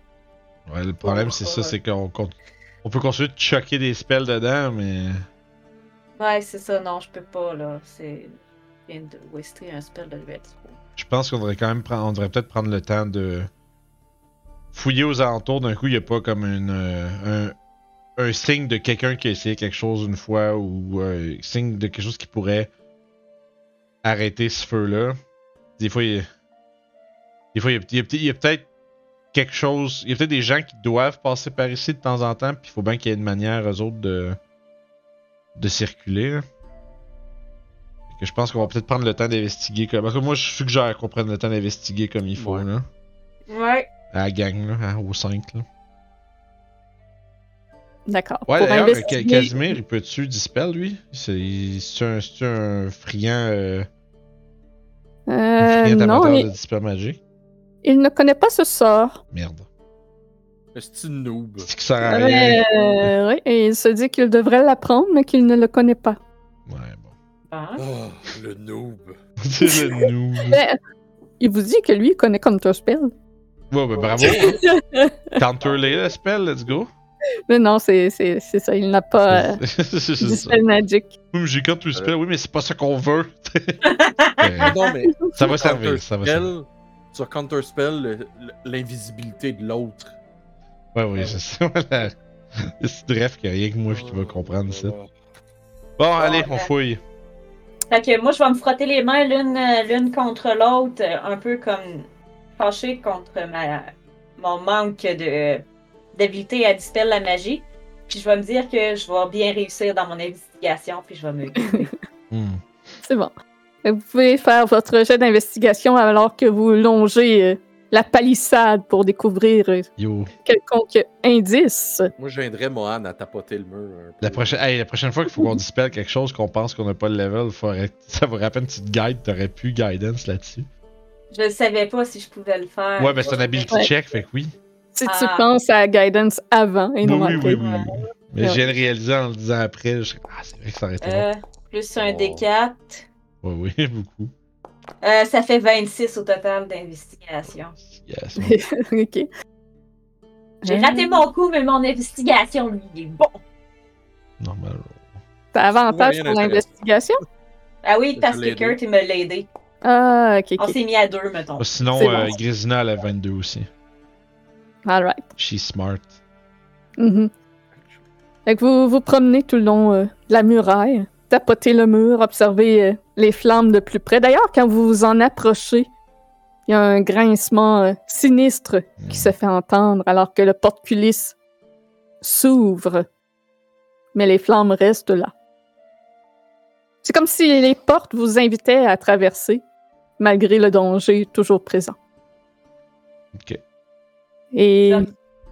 Speaker 2: Ouais, le problème, c'est
Speaker 1: Oh,
Speaker 2: ça, c'est qu'on qu'on- on peut continuer de choquer des spells dedans, mais.
Speaker 4: Ouais, c'est ça, non, je peux pas, là. C'est. Je viens de waster un spell de level trois.
Speaker 2: Je pense qu'on devrait quand même prendre, on devrait peut-être prendre le temps de fouiller aux alentours. D'un coup, il n'y a pas comme une, euh, un, un signe de quelqu'un qui a essayé quelque chose une fois ou un signe de quelque chose qui pourrait arrêter ce feu-là. Des fois, il y a, des fois, il y a- il y a, peut- il y a peut-être quelque chose, il y a peut-être des gens qui doivent passer par ici de temps en temps, puis il faut bien qu'il y ait une manière aux autres de, de circuler. là. Fait Que je pense qu'on va peut-être prendre le temps d'investiguer comme. en tout cas, moi, je suggère qu'on prenne le temps d'investiguer comme il faut,
Speaker 3: Ouais.
Speaker 2: là.
Speaker 4: Ouais.
Speaker 2: À la gang, là, hein, aux 5. Là.
Speaker 1: D'accord.
Speaker 2: Ouais,
Speaker 1: Pour
Speaker 2: d'ailleurs,
Speaker 1: investiguer-
Speaker 2: Ca- Casimir, il peut-tu dispel, lui C'est il- c'est un, c'est un friand, euh, un
Speaker 1: Euh,
Speaker 2: friand
Speaker 1: non,
Speaker 2: amateur de
Speaker 1: il,
Speaker 2: dispel magique
Speaker 1: il ne connaît pas ce sort.
Speaker 2: Merde.
Speaker 3: C'est une noob.
Speaker 2: C'est que ça sert à rien.
Speaker 1: Mais, euh, oui, et il se dit qu'il devrait l'apprendre, mais qu'il ne le connaît pas.
Speaker 2: Ouais, bon.
Speaker 4: Bon.
Speaker 3: Oh, le noob.
Speaker 2: C'est le noob.
Speaker 1: Mais il vous dit que lui, il connaît comme spell.
Speaker 2: Ouais, ben bravo. Counter-les, le spell, let's go.
Speaker 1: Mais non, c'est c'est- c'est ça, il n'a pas euh,
Speaker 2: C'est c'est
Speaker 1: du
Speaker 2: ça.
Speaker 1: spell magic.
Speaker 2: Oui, mais j'ai counter spell, oui, mais c'est pas ça qu'on veut. Euh,
Speaker 3: Non, mais
Speaker 2: ça va servir, ça va servir.
Speaker 3: Counterspell, sur Counterspell le- le- l'invisibilité de l'autre.
Speaker 2: Ouais, oui, je sais. Voilà. C'est bref qu'il y a rien que moi qui va comprendre ça. Bon, allez, on fouille.
Speaker 4: Fait que moi, je vais me frotter les mains l'une l'une contre l'autre, euh, un peu comme fâché contre ma, mon manque de d'habilité à dispel la magie. Puis je vais me dire que je vais bien réussir dans mon investigation, puis je vais me.
Speaker 2: Hmm.
Speaker 1: C'est bon. Vous pouvez faire votre jet d'investigation alors que vous longez euh, la palissade pour découvrir euh,
Speaker 2: Yo.
Speaker 1: quelconque indice.
Speaker 3: Moi, je viendrais Mohan à tapoter le mur. un peu.
Speaker 2: La prochaine, hey, la prochaine fois qu'il faut qu'on dispelle quelque chose qu'on pense qu'on n'a pas le level, faut arrêter- ça vous rappelle une petite guide, t'aurais pu guidance là-dessus.
Speaker 4: Je ne savais pas si je pouvais le faire.
Speaker 2: Ouais, mais c'est un ability
Speaker 1: Ouais.
Speaker 2: check, fait que oui.
Speaker 1: Si tu
Speaker 4: Ah.
Speaker 1: penses à Guidance avant et
Speaker 2: Oui,
Speaker 1: non
Speaker 2: oui,
Speaker 1: après.
Speaker 2: oui, oui, oui. Mais
Speaker 1: Ouais.
Speaker 2: je viens de réaliser en le disant après, je... ah, c'est vrai que ça aurait été
Speaker 4: Euh, plus un
Speaker 3: Oh.
Speaker 4: D4.
Speaker 2: long. Ouais, oui, beaucoup.
Speaker 4: Euh, ça fait 26 au total d'investigation.
Speaker 2: Yes.
Speaker 1: ok.
Speaker 4: J'ai
Speaker 1: Mmh.
Speaker 4: raté mon coup, mais mon investigation, lui, il est bon.
Speaker 2: Normal.
Speaker 1: Ah, T'as avantage
Speaker 3: Ouais,
Speaker 1: pour
Speaker 3: rien
Speaker 1: l'investigation?
Speaker 4: Ah oui,
Speaker 3: Je
Speaker 4: parce
Speaker 3: l'ai
Speaker 4: que
Speaker 3: aidé.
Speaker 4: Kurt, il me l'a aidé.
Speaker 1: Ah, ok,
Speaker 4: On
Speaker 1: ok.
Speaker 4: s'est mis à deux, mettons.
Speaker 2: Ah, Sinon,
Speaker 1: C'est
Speaker 2: euh,
Speaker 1: bon.
Speaker 2: Grisina, elle a 22 aussi.
Speaker 1: Alright.
Speaker 2: She's smart.
Speaker 1: Mhm. Fait que vous vous promenez tout le long euh, de la muraille, tapotez le mur, observez euh, les flammes de plus près. D'ailleurs, quand vous vous en approchez, il y a un grincement euh, sinistre
Speaker 2: Hmm.
Speaker 1: qui se fait entendre alors que le porte-culisse s'ouvre. Mais les flammes restent là. C'est comme si les portes vous invitaient à traverser, malgré le danger toujours présent.
Speaker 2: Ok.
Speaker 1: Et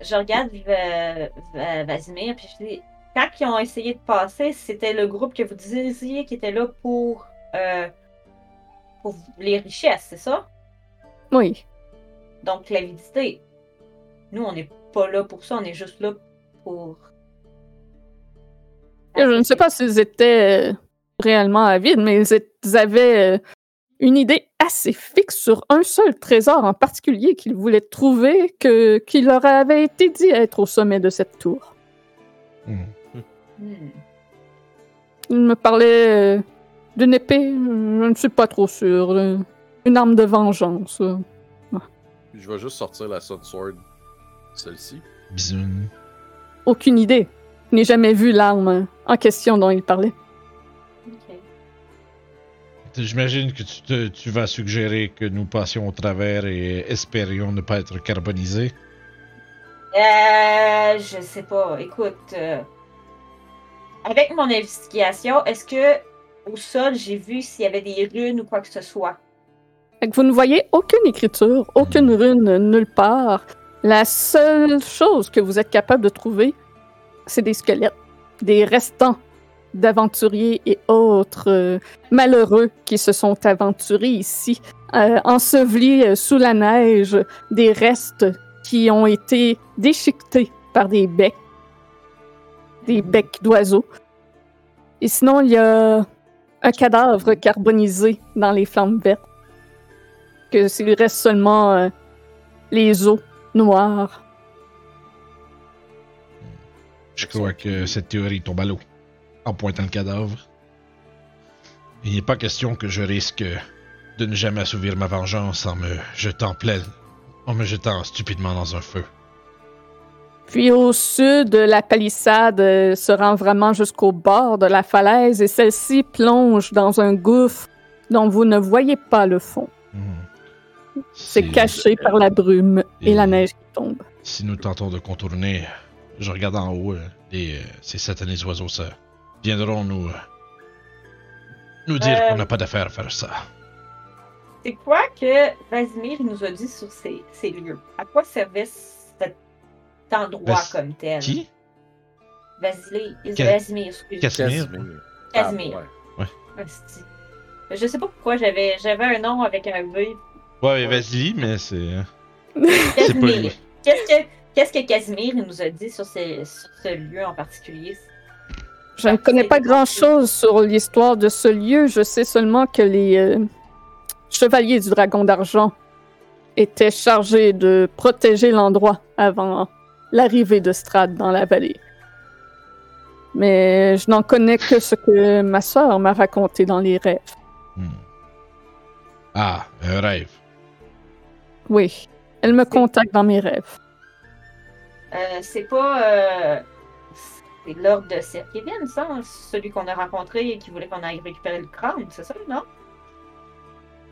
Speaker 4: Je, je regarde euh, Va- Vasimir, puis je dis quand ils ont essayé de passer, c'était le groupe que vous disiez qui était là pour, euh, pour les richesses, c'est ça
Speaker 1: oui,
Speaker 4: Donc l'avidité. Nous, on n'est pas là pour ça, on est juste là pour.
Speaker 1: Et je ne sais pas s'ils étaient euh, réellement avides, mais ils, é- ils avaient euh, une idée assez fixe sur un seul trésor en particulier qu'ils voulaient trouver, que, qui leur avait été dit être au sommet de cette tour.
Speaker 2: Hmm.
Speaker 4: Hmm.
Speaker 1: Ils me parlaient euh, d'une épée, euh, je ne suis pas trop sûre, euh, une arme de vengeance. euh.
Speaker 3: Je vais juste sortir la Sun Sword. Celle-ci.
Speaker 2: Bisous.
Speaker 1: Aucune idée. Je n'ai jamais vu l'arme en question dont ils parlaient.
Speaker 4: Ok.
Speaker 2: J'imagine que tu, te- tu vas suggérer que nous passions au travers et espérions ne pas être carbonisés.
Speaker 4: Euh, je sais pas. Écoute, euh, avec mon investigation, est-ce que au sol j'ai vu s'il y avait des runes ou quoi que ce soit
Speaker 1: Fait que vous ne voyez aucune écriture, aucune rune euh, nulle part. La seule chose que vous êtes capable de trouver, c'est des squelettes, des restants d'aventuriers et autres euh, malheureux qui se sont aventurés ici, euh, ensevelis euh, sous la neige, des restes qui ont été déchiquetés par des becs, des becs d'oiseaux. Et sinon, il y a un cadavre carbonisé dans les flammes vertes que s'il reste seulement euh, les os noirs.
Speaker 2: Je crois que cette théorie tombe à l'eau en pointant le cadavre. Il n'est pas question que je risque de ne jamais assouvir ma vengeance en me jetant plein, en me jetant stupidement dans un feu.
Speaker 1: Puis au sud, la palissade euh, se rend vraiment jusqu'au bord de la falaise et celle-ci plonge dans un gouffre dont vous ne voyez pas le fond.
Speaker 2: Hmm.
Speaker 1: C'est caché par la brume et la
Speaker 2: Et-
Speaker 1: neige qui tombe.
Speaker 2: Si nous tentons de contourner, je regarde en haut, euh, les, euh, ces satanés oiseaux, ça viendront nous, euh, nous dire
Speaker 4: Euh.
Speaker 2: qu'on n'a pas d'affaire à faire ça.
Speaker 4: C'est quoi que Vasimir il nous a dit sur ces, ces lieux À quoi servait cet endroit
Speaker 2: Vas-
Speaker 4: comme tel
Speaker 2: Qui?
Speaker 4: Vasile-
Speaker 2: Ca-
Speaker 4: Vasimir, excusez.
Speaker 2: Casimir?
Speaker 3: Ah,
Speaker 4: Casimir.
Speaker 3: ouais.
Speaker 4: Asti. Je sais pas pourquoi j'avais j'avais un nom avec un V.
Speaker 2: Ouais,
Speaker 3: Ouais.
Speaker 2: vas-y, mais c'est... euh, C'est pas
Speaker 4: Casimir.
Speaker 2: lui.
Speaker 4: Qu'est-ce que qu'est-ce que Casimir il nous a dit sur, ces- sur ce lieu en particulier
Speaker 1: Je ne connais pas grand-chose sur l'histoire de ce lieu. Je sais seulement que les euh, chevaliers du dragon d'argent étaient chargés de protéger l'endroit avant l'arrivée de Strad dans la vallée. Mais je n'en connais que ce que ma sœur m'a raconté dans les rêves.
Speaker 2: Hmm. Ah, un rêve.
Speaker 1: Oui. Elle me contacte dans mes rêves.
Speaker 4: Euh, c'est pas. euh, c'est l'ordre de Sir Kevin, ça, hein, celui qu'on a rencontré et qui voulait qu'on aille récupérer le crâne, c'est ça, non?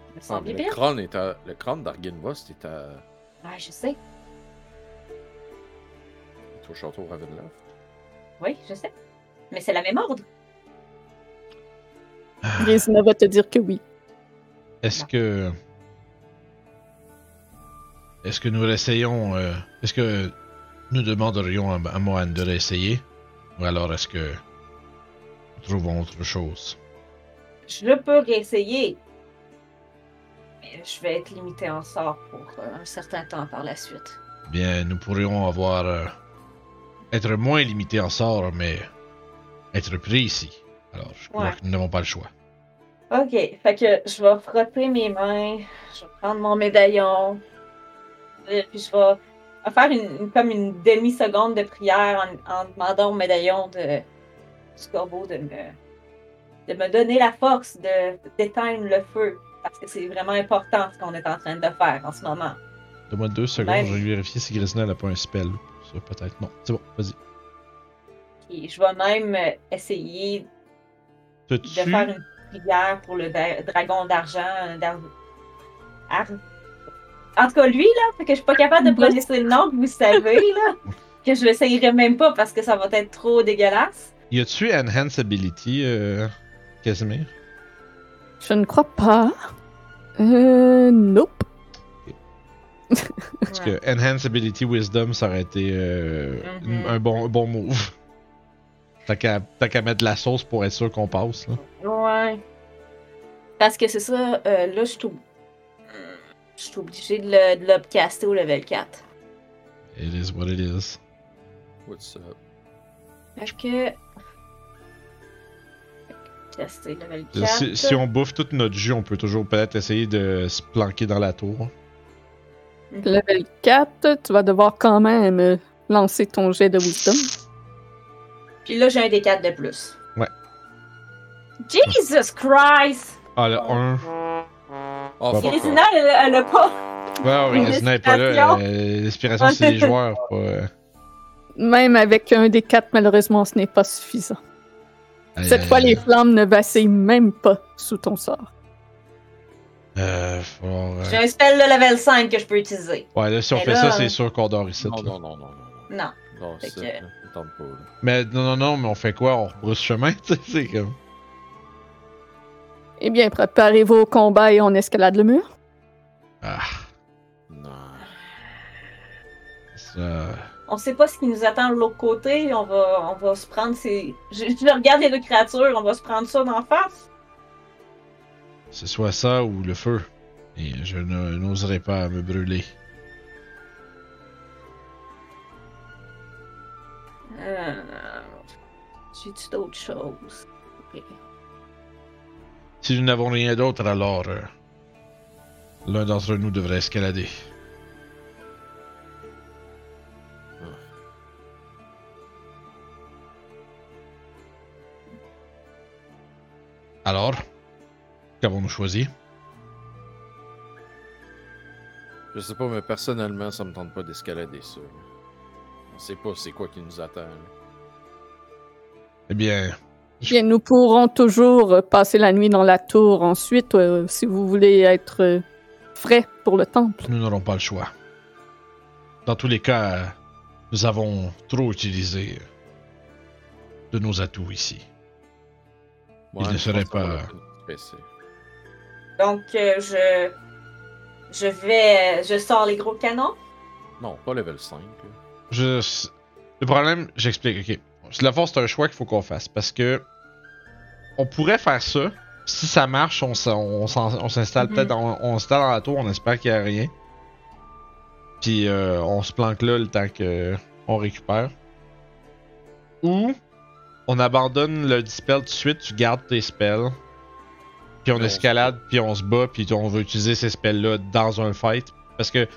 Speaker 4: Il me
Speaker 3: Ah,
Speaker 4: semble
Speaker 3: mais
Speaker 4: bien.
Speaker 3: le crâne est à... Le crâne d'Argenvost est à...
Speaker 4: Ouais, je sais.
Speaker 3: est au château Ravenloft.
Speaker 4: Oui, je sais. Mais c'est la même ordre.
Speaker 1: Grisina va te dire que oui.
Speaker 2: Est-ce que. Est-ce que nous l'essayons. euh, Est-ce que nous demanderions à, à Mohan de l'essayer Ou alors est-ce que. Nous trouvons autre chose
Speaker 4: Je peux réessayer. Mais je vais être limité en sort pour euh, un certain temps par la suite.
Speaker 2: Bien, nous pourrions avoir. euh, être moins limités en sort, mais. être pris ici. Alors, je crois
Speaker 4: Ouais.
Speaker 2: que nous n'avons pas le choix.
Speaker 4: Ok, fait que je vais frotter mes mains, je vais prendre mon médaillon, et puis je vais vais faire une, une- comme une demi-seconde de prière en, en demandant au médaillon de, du corbeau de me, de me donner la force de d'éteindre le feu, parce que c'est vraiment important ce qu'on est en train de faire en ce moment.
Speaker 2: Donne-moi deux secondes,
Speaker 4: Ouais.
Speaker 2: je vais vérifier si Grisina n'a pas un spell. Ça, peut-être. Non, c'est bon, vas-y.
Speaker 4: Et je vais même euh, essayer
Speaker 2: Te
Speaker 4: de
Speaker 2: tue-
Speaker 4: faire une prière pour le da- dragon d'argent. euh, d'ar- ar- En tout cas, lui, là, fait que je suis pas capable de prononcer le nom, vous savez, là, que je l'essayerai même pas parce que ça va être trop dégueulasse.
Speaker 2: Y a-tu Enhance Ability, euh, Casimir
Speaker 1: Je ne crois pas. Euh. Nope.
Speaker 2: Parce que Enhance Ability Wisdom, ça aurait été euh,
Speaker 4: Mhm.
Speaker 2: un, bon, un bon move. T'as qu'à t'as qu'à mettre de la sauce pour être sûr qu'on passe, là.
Speaker 4: Ouais. Parce que c'est ça, euh, là, je suis ob- euh, je suis obligée de le, de l'upcaster au level 4.
Speaker 2: It is what it is.
Speaker 3: What's up?
Speaker 4: Fait que. Caster level 4.
Speaker 2: Si, si on bouffe toute notre jus, on peut toujours peut-être essayer de se planquer dans la tour.
Speaker 1: Level 4, tu vas devoir quand même euh, lancer ton jet de wisdom.
Speaker 4: Puis là, j'ai un des 4 de plus.
Speaker 2: Ouais.
Speaker 4: Jesus Christ!
Speaker 2: Ah, le 1.
Speaker 3: Oh,
Speaker 2: Bon.
Speaker 3: fuck off.
Speaker 4: Grisina, elle, elle a pas.
Speaker 2: Ouais, ouais, Grisina est pas là.
Speaker 4: L'inspiration.
Speaker 2: euh, L'inspiration, c'est les joueurs, pas. euh,
Speaker 1: Même avec un des 4, malheureusement, ce n'est pas suffisant.
Speaker 2: aïe,
Speaker 1: Cette
Speaker 2: aïe,
Speaker 1: fois,
Speaker 2: aïe.
Speaker 1: les flammes ne vacillent même pas sous ton sort.
Speaker 2: Euh, faut, euh,
Speaker 4: J'ai un spell de level 5 que je peux utiliser.
Speaker 2: Ouais, là, si on
Speaker 4: Mais
Speaker 2: fait
Speaker 4: là,
Speaker 2: ça,
Speaker 4: euh,
Speaker 2: c'est sûr qu'on dort ici.
Speaker 3: Non,
Speaker 2: là.
Speaker 3: non, non, non, non. non.
Speaker 4: Non.
Speaker 3: Non,
Speaker 4: Fait
Speaker 3: c'est...
Speaker 4: que-
Speaker 3: là, ça me tente pas, là.
Speaker 2: Mais non, non, non, mais on fait quoi On rebrousse chemin, tu sais, c'est comme.
Speaker 1: Eh bien, préparez-vous au combat et on escalade le mur.
Speaker 2: Ah,
Speaker 3: Non.
Speaker 2: ça.
Speaker 4: On sait pas ce qui nous attend de l'autre côté. On va, on va se prendre ces. Je, je regarde les deux créatures, on va se prendre ça d'en face.
Speaker 2: Ce soit ça ou le feu. Et je ne- n'oserai pas me brûler.
Speaker 4: Euh... J'ai-tu d'autres choses? Ok.
Speaker 2: Si nous n'avons rien d'autre, alors. euh, L'un d'entre nous devrait escalader. Alors, qu'avons-nous choisi
Speaker 3: Je sais pas, mais personnellement, ça me tente pas d'escalader ça. là. On sait pas c'est quoi qui nous attend. là.
Speaker 2: Eh bien,
Speaker 1: Bien, nous pourrons toujours euh, passer la nuit dans la tour ensuite, euh, si vous voulez être euh, frais pour le temple.
Speaker 2: Nous n'aurons pas le choix. Dans tous les cas, euh, nous avons trop utilisé euh, de nos atouts ici. Il ne
Speaker 3: je
Speaker 2: serait
Speaker 3: pense qu'on
Speaker 2: pas-
Speaker 3: va le baisser.
Speaker 4: Donc, euh, je. Je vais. Je sors les gros canons.
Speaker 3: Non, pas level 5. là.
Speaker 2: Je- Le problème, j'explique, ok. La force, c'est un choix qu'il faut qu'on fasse parce que on pourrait faire ça. Si ça marche, on s'en- on s'en- on s'installe
Speaker 4: Mhm.
Speaker 2: peut-être, dans- on, s'installe dans la tour, on espère qu'il n'y a rien. Puis euh, on se planque là le temps que on récupère. Ou on abandonne le dispel tout de suite, tu gardes tes spells. Puis on
Speaker 3: Mais on se
Speaker 2: escalade, puis on se bat, puis on veut utiliser ces spells-là dans un fight. Parce que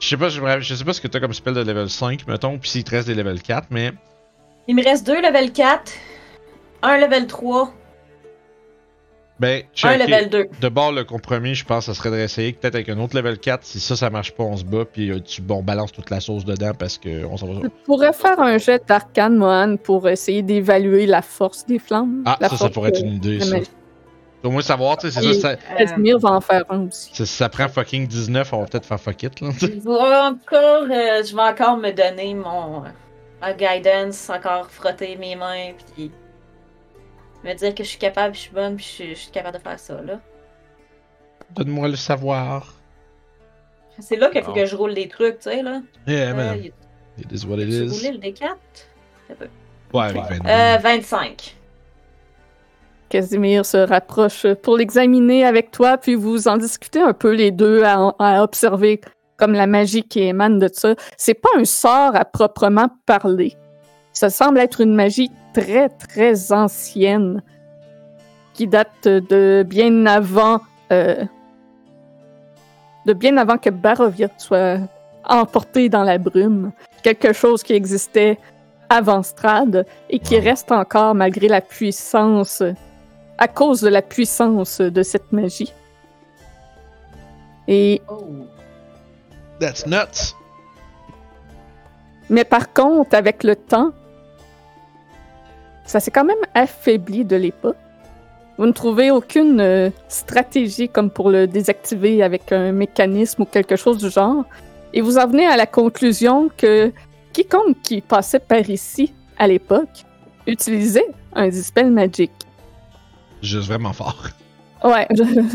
Speaker 2: je sais pas, je, me- je sais pas ce que t'as comme spell de level 5, mettons, puis s'il te reste des level 4, mais
Speaker 4: Il me reste deux level 4, un level 3,
Speaker 2: Ben,
Speaker 4: Un
Speaker 2: checker.
Speaker 4: level 2.
Speaker 2: De bord, le compromis, je pense, ça serait de réessayer peut-être avec un autre level 4. Si ça, ça marche pas, on se bat, puis euh, tu, bon, balance toute la sauce dedans parce que on s'en va.
Speaker 1: Tu pourrais faire un jet d'arcane, Mohan, pour essayer d'évaluer la force des flammes.
Speaker 2: Ah,
Speaker 1: la
Speaker 2: ça, ça
Speaker 1: force
Speaker 2: pourrait être
Speaker 1: de-
Speaker 4: euh,
Speaker 2: une idée,
Speaker 1: de
Speaker 2: ça.
Speaker 1: magie.
Speaker 2: Au moins savoir, tu sais, c'est
Speaker 1: Et-
Speaker 2: ça, ça-
Speaker 1: Casimir va en faire un aussi.
Speaker 2: c'est- ça prend fucking 19, on va peut-être faire fuck it, là.
Speaker 4: Je vais encore, euh, je vais encore me donner mon euh, ma guidance, encore frotter mes mains, puis me dire que je suis capable, je suis bonne, puis je suis, je suis capable de faire ça. là.
Speaker 2: Donne-moi le savoir.
Speaker 4: C'est là qu'il faut
Speaker 3: Bon.
Speaker 4: que je roule des trucs, tu sais. là.
Speaker 2: Yeah,
Speaker 4: Euh,
Speaker 2: man.
Speaker 4: y a-
Speaker 2: It is what it
Speaker 4: j'ai
Speaker 2: is.
Speaker 4: roulé le D4
Speaker 2: Ouais, avec 22.
Speaker 4: Euh, 25.
Speaker 1: Casimir se rapproche pour l'examiner avec toi, puis vous en discutez un peu les deux à, à observer comme la magie qui émane de ça. C'est pas un sort à proprement parler. Ça semble être une magie très très ancienne qui date de bien avant euh, de bien avant que Barovia soit emporté dans la brume. Quelque chose qui existait avant Strad et qui
Speaker 2: Wow.
Speaker 1: reste encore malgré la puissance, à cause de la puissance de cette magie. Et
Speaker 4: Oh. Euh,
Speaker 2: That's nuts!
Speaker 1: Mais par contre, avec le temps, ça s'est quand même affaibli de l'époque. Vous ne trouvez aucune euh, stratégie comme pour le désactiver avec un mécanisme ou quelque chose du genre. Et vous en venez à la conclusion que quiconque qui passait par ici à l'époque utilisait un dispel magique.
Speaker 2: Juste vraiment fort.
Speaker 1: Ouais.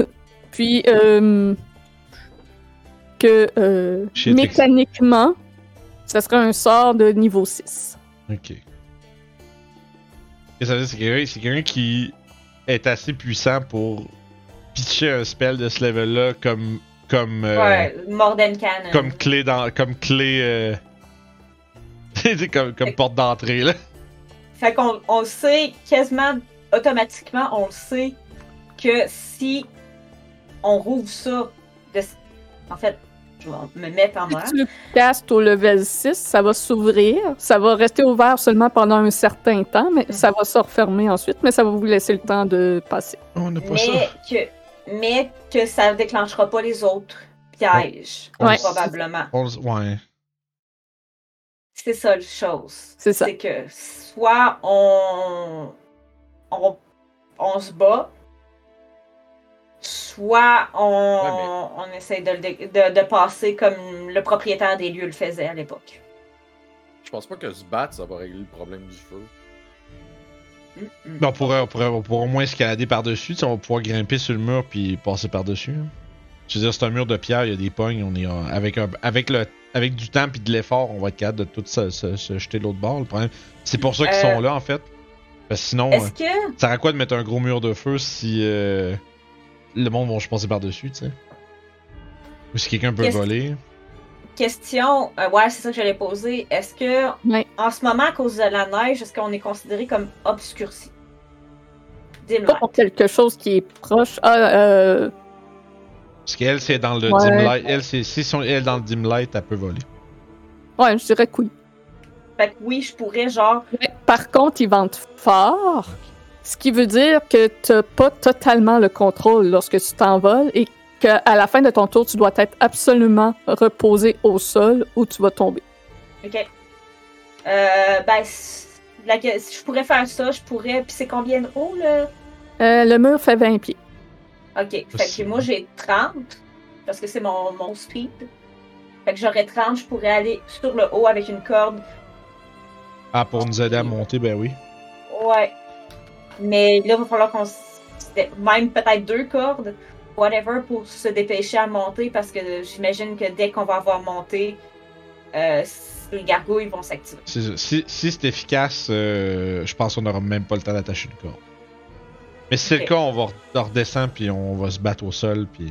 Speaker 1: Puis euh, que euh,
Speaker 2: Shit,
Speaker 1: mécaniquement, ça serait un sort de niveau 6.
Speaker 2: Ok. Et ça veut dire que c'est quelqu'un- c'est quelqu'un qui est assez puissant pour pitcher un spell de ce level-là comme. comme. euh,
Speaker 4: Ouais, Morden Cannon.
Speaker 2: comme clé dans. comme clé. euh, tu sais, comme, comme porte d'entrée, là.
Speaker 4: Fait qu'on on le sait quasiment automatiquement, on le sait que si on rouvre ça, de- en fait, je vais me mettre en
Speaker 1: Si
Speaker 4: mode.
Speaker 1: tu le castes au level 6, ça va s'ouvrir. Ça va rester ouvert seulement pendant un certain temps, mais ça va se refermer ensuite, mais ça va vous laisser le temps de passer.
Speaker 2: On n'a pas
Speaker 4: Mais
Speaker 2: ça.
Speaker 4: que, mais que ça déclenchera pas les autres pièges,
Speaker 2: Ouais.
Speaker 4: probablement.
Speaker 2: On le- ouais.
Speaker 4: C'est ça la chose.
Speaker 1: C'est ça.
Speaker 4: C'est que soit on, on, on se bat, soit on, on essaye de, le dé- de, de passer comme le propriétaire des lieux le faisait à l'époque.
Speaker 3: Je pense pas que se battre, ça va régler le problème du feu.
Speaker 4: Mm, mm.
Speaker 2: Mais on pourrait, on, pourrait, on pourrait au moins escalader par-dessus, tu sais, on va pouvoir grimper sur le mur puis passer par-dessus. hein. Je veux dire, c'est un mur de pierre, il y a des pognes, on est euh, avec un- avec le avec du temps puis de l'effort, on va être capable de tout se, se- se jeter de l'autre bord. Le problème, c'est pour ça qu'ils
Speaker 4: Euh,
Speaker 2: sont là en fait. Parce que sinon, euh,
Speaker 4: Est-ce que.
Speaker 2: ça sert à quoi de mettre un gros mur de feu si euh, le monde va se passer par-dessus, tu sais Ou si quelqu'un peut
Speaker 4: Qu'est-ce-
Speaker 2: voler.
Speaker 4: Question, euh, ouais, c'est ça que j'allais poser. Est-ce que,
Speaker 1: Ouais.
Speaker 4: en ce moment, à cause de la neige, est-ce qu'on est considéré comme obscurci? Dis-moi.
Speaker 1: Pas pour quelque chose qui est proche. Ah, euh,
Speaker 2: Parce qu'elle c'est dans le
Speaker 1: Ouais.
Speaker 2: dim light, elle c'est si son- elle est dans le dim light, elle peut voler.
Speaker 1: ouais, je dirais que oui.
Speaker 4: Fait que oui, je pourrais, genre,
Speaker 1: Mais par contre, ils vendent fort, ce qui veut dire que tu n'as pas totalement le contrôle lorsque tu t'envoles et qu'à la fin de ton tour, tu dois être absolument reposé au sol ou tu vas tomber.
Speaker 4: OK. Euh, ben, c- la que- si je pourrais faire ça, je pourrais. Puis c'est combien de haut, là?
Speaker 1: Euh, le mur fait 20 pieds.
Speaker 4: OK. Fait que
Speaker 2: Possible.
Speaker 4: moi, j'ai 30, parce que c'est mon, mon speed. Fait que j'aurais 30, je pourrais aller sur le haut avec une corde.
Speaker 2: Ah, pour nous aider à monter, ben oui.
Speaker 4: Ouais. Mais là, il va falloir qu'on. s- Même peut-être deux cordes, whatever, pour se dépêcher à monter, parce que j'imagine que dès qu'on va avoir monté, euh, s- les gargouilles vont s'activer.
Speaker 2: C'est ça. Si, si c'est efficace, euh, je pense qu'on n'aura même pas le temps d'attacher une corde. Mais si c'est
Speaker 4: Ok.
Speaker 2: le cas, on va re- on redescend puis on va se battre au sol puis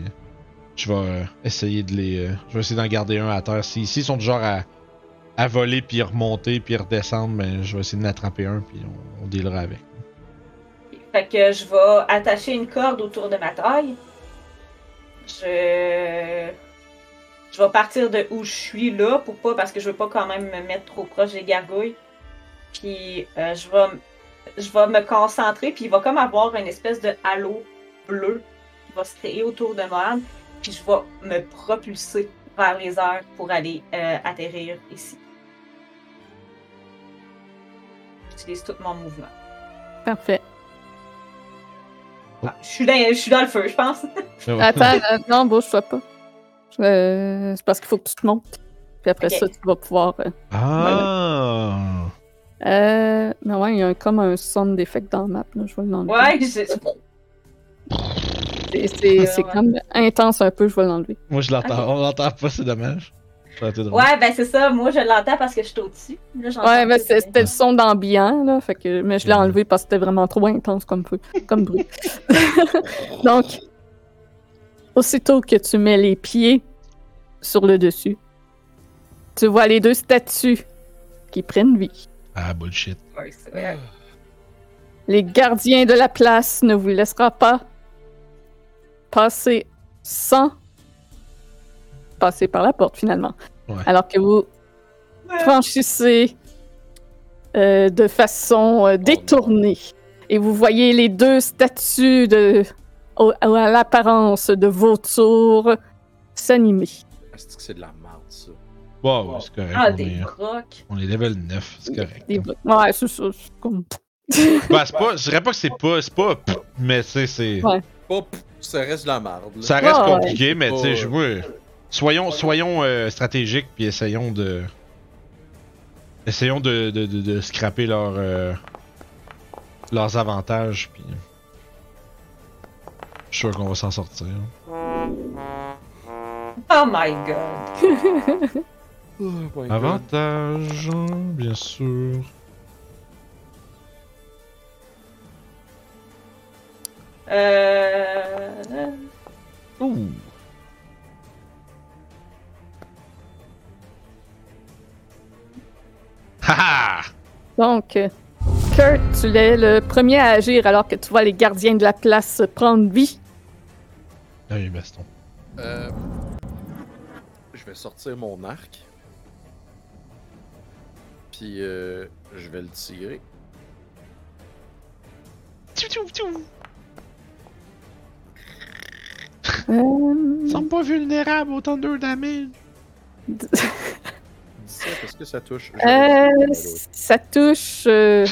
Speaker 2: je vais euh, essayer de les, euh, je vais essayer d'en garder un à terre. Si s'ils sont du genre à, à voler puis remonter puis redescendre, ben je vais essayer d'en attraper un puis on, on dealera avec.
Speaker 4: Fait que je vais attacher une corde autour de ma taille. Je. Je vais partir de où je suis là pour pas parce que je veux pas quand même me mettre trop proche des gargouilles. Puis euh, je vais m- je vais me concentrer puis il va comme avoir une espèce de halo bleu qui va se créer autour de Mohan, puis je vais me propulser vers les airs pour aller euh, atterrir ici. J'utilise tout mon mouvement.
Speaker 1: Parfait.
Speaker 4: Je suis dans, je suis dans le feu, je pense.
Speaker 1: Attends, euh, non, bouge-toi pas. Euh, c'est parce qu'il faut que tu te montes. Puis après
Speaker 4: Ok.
Speaker 1: ça, tu vas pouvoir. euh,
Speaker 2: Ah!
Speaker 1: euh, mais ouais, il y a un- comme un sound d'effect dans la map. Là, je vais l'enlever.
Speaker 4: Ouais, je-
Speaker 1: C'est- C'est c'est
Speaker 4: Ouais.
Speaker 1: comme intense un peu, je vais l'enlever.
Speaker 2: Moi, je l'entends. On l'entend pas, c'est dommage. Ça a été drôle.
Speaker 4: ouais, ben c'est ça. Moi, je l'entends parce que je suis au-dessus. Là, j'entends
Speaker 1: Ouais, mais
Speaker 4: plus,
Speaker 1: c'est- c'était le son d'ambiant, là. Fait que, mais je l'ai
Speaker 2: Ouais.
Speaker 1: enlevé parce que c'était vraiment trop intense comme feu, comme bruit. Donc, aussitôt que tu mets les pieds sur le dessus, tu vois les deux statues qui prennent vie.
Speaker 2: Ah, bullshit.
Speaker 4: Ouais, c'est vrai.
Speaker 1: Les gardiens de la place ne vous laissera pas passer sans passer par la porte finalement.
Speaker 2: Ouais.
Speaker 1: Alors que vous franchissez euh, de façon euh, détournée. Et vous voyez les deux statues de, au- à l'apparence de vautours s'animer.
Speaker 3: Est-ce que c'est de la merde, ça?
Speaker 2: Wow, ouais, c'est correct.
Speaker 4: Ah,
Speaker 2: on,
Speaker 4: des
Speaker 2: est,
Speaker 4: crocs.
Speaker 2: on est level 9, c'est correct.
Speaker 1: Des blocs. Ouais, c'est ça. c'est comme-
Speaker 2: Bah, c'est pas, je dirais pas que c'est pas, c'est pas, pff, mais tu sais, c'est,
Speaker 1: Ouais.
Speaker 3: Pop, ça reste de la merde. là.
Speaker 2: ça reste
Speaker 1: Ouais, ouais.
Speaker 2: compliqué, mais tu sais, je veux, soyons, soyons euh, stratégiques puis essayons de, essayons de, de, de, de scraper leurs, euh, leurs avantages puis, je suis sûr qu'on va s'en sortir.
Speaker 4: Oh my god.
Speaker 3: Oh my God.
Speaker 2: Avantages, bien sûr.
Speaker 4: Euh...
Speaker 2: Ouh. Haha!
Speaker 1: Donc, euh, Kurt, tu es le premier à agir alors que tu vois les gardiens de la place prendre vie.
Speaker 2: Ah oui, baston.
Speaker 3: Euh, je vais sortir mon arc. Puis euh, je vais le tirer.
Speaker 2: Tchou, tchou, tchou.
Speaker 1: Euh,
Speaker 2: Ils sont pas vulnérables au Thunder Damage.
Speaker 3: 17, est-ce que ça touche? Je vais le
Speaker 1: Euh,
Speaker 3: tirer, by the way.
Speaker 1: ça touche. euh,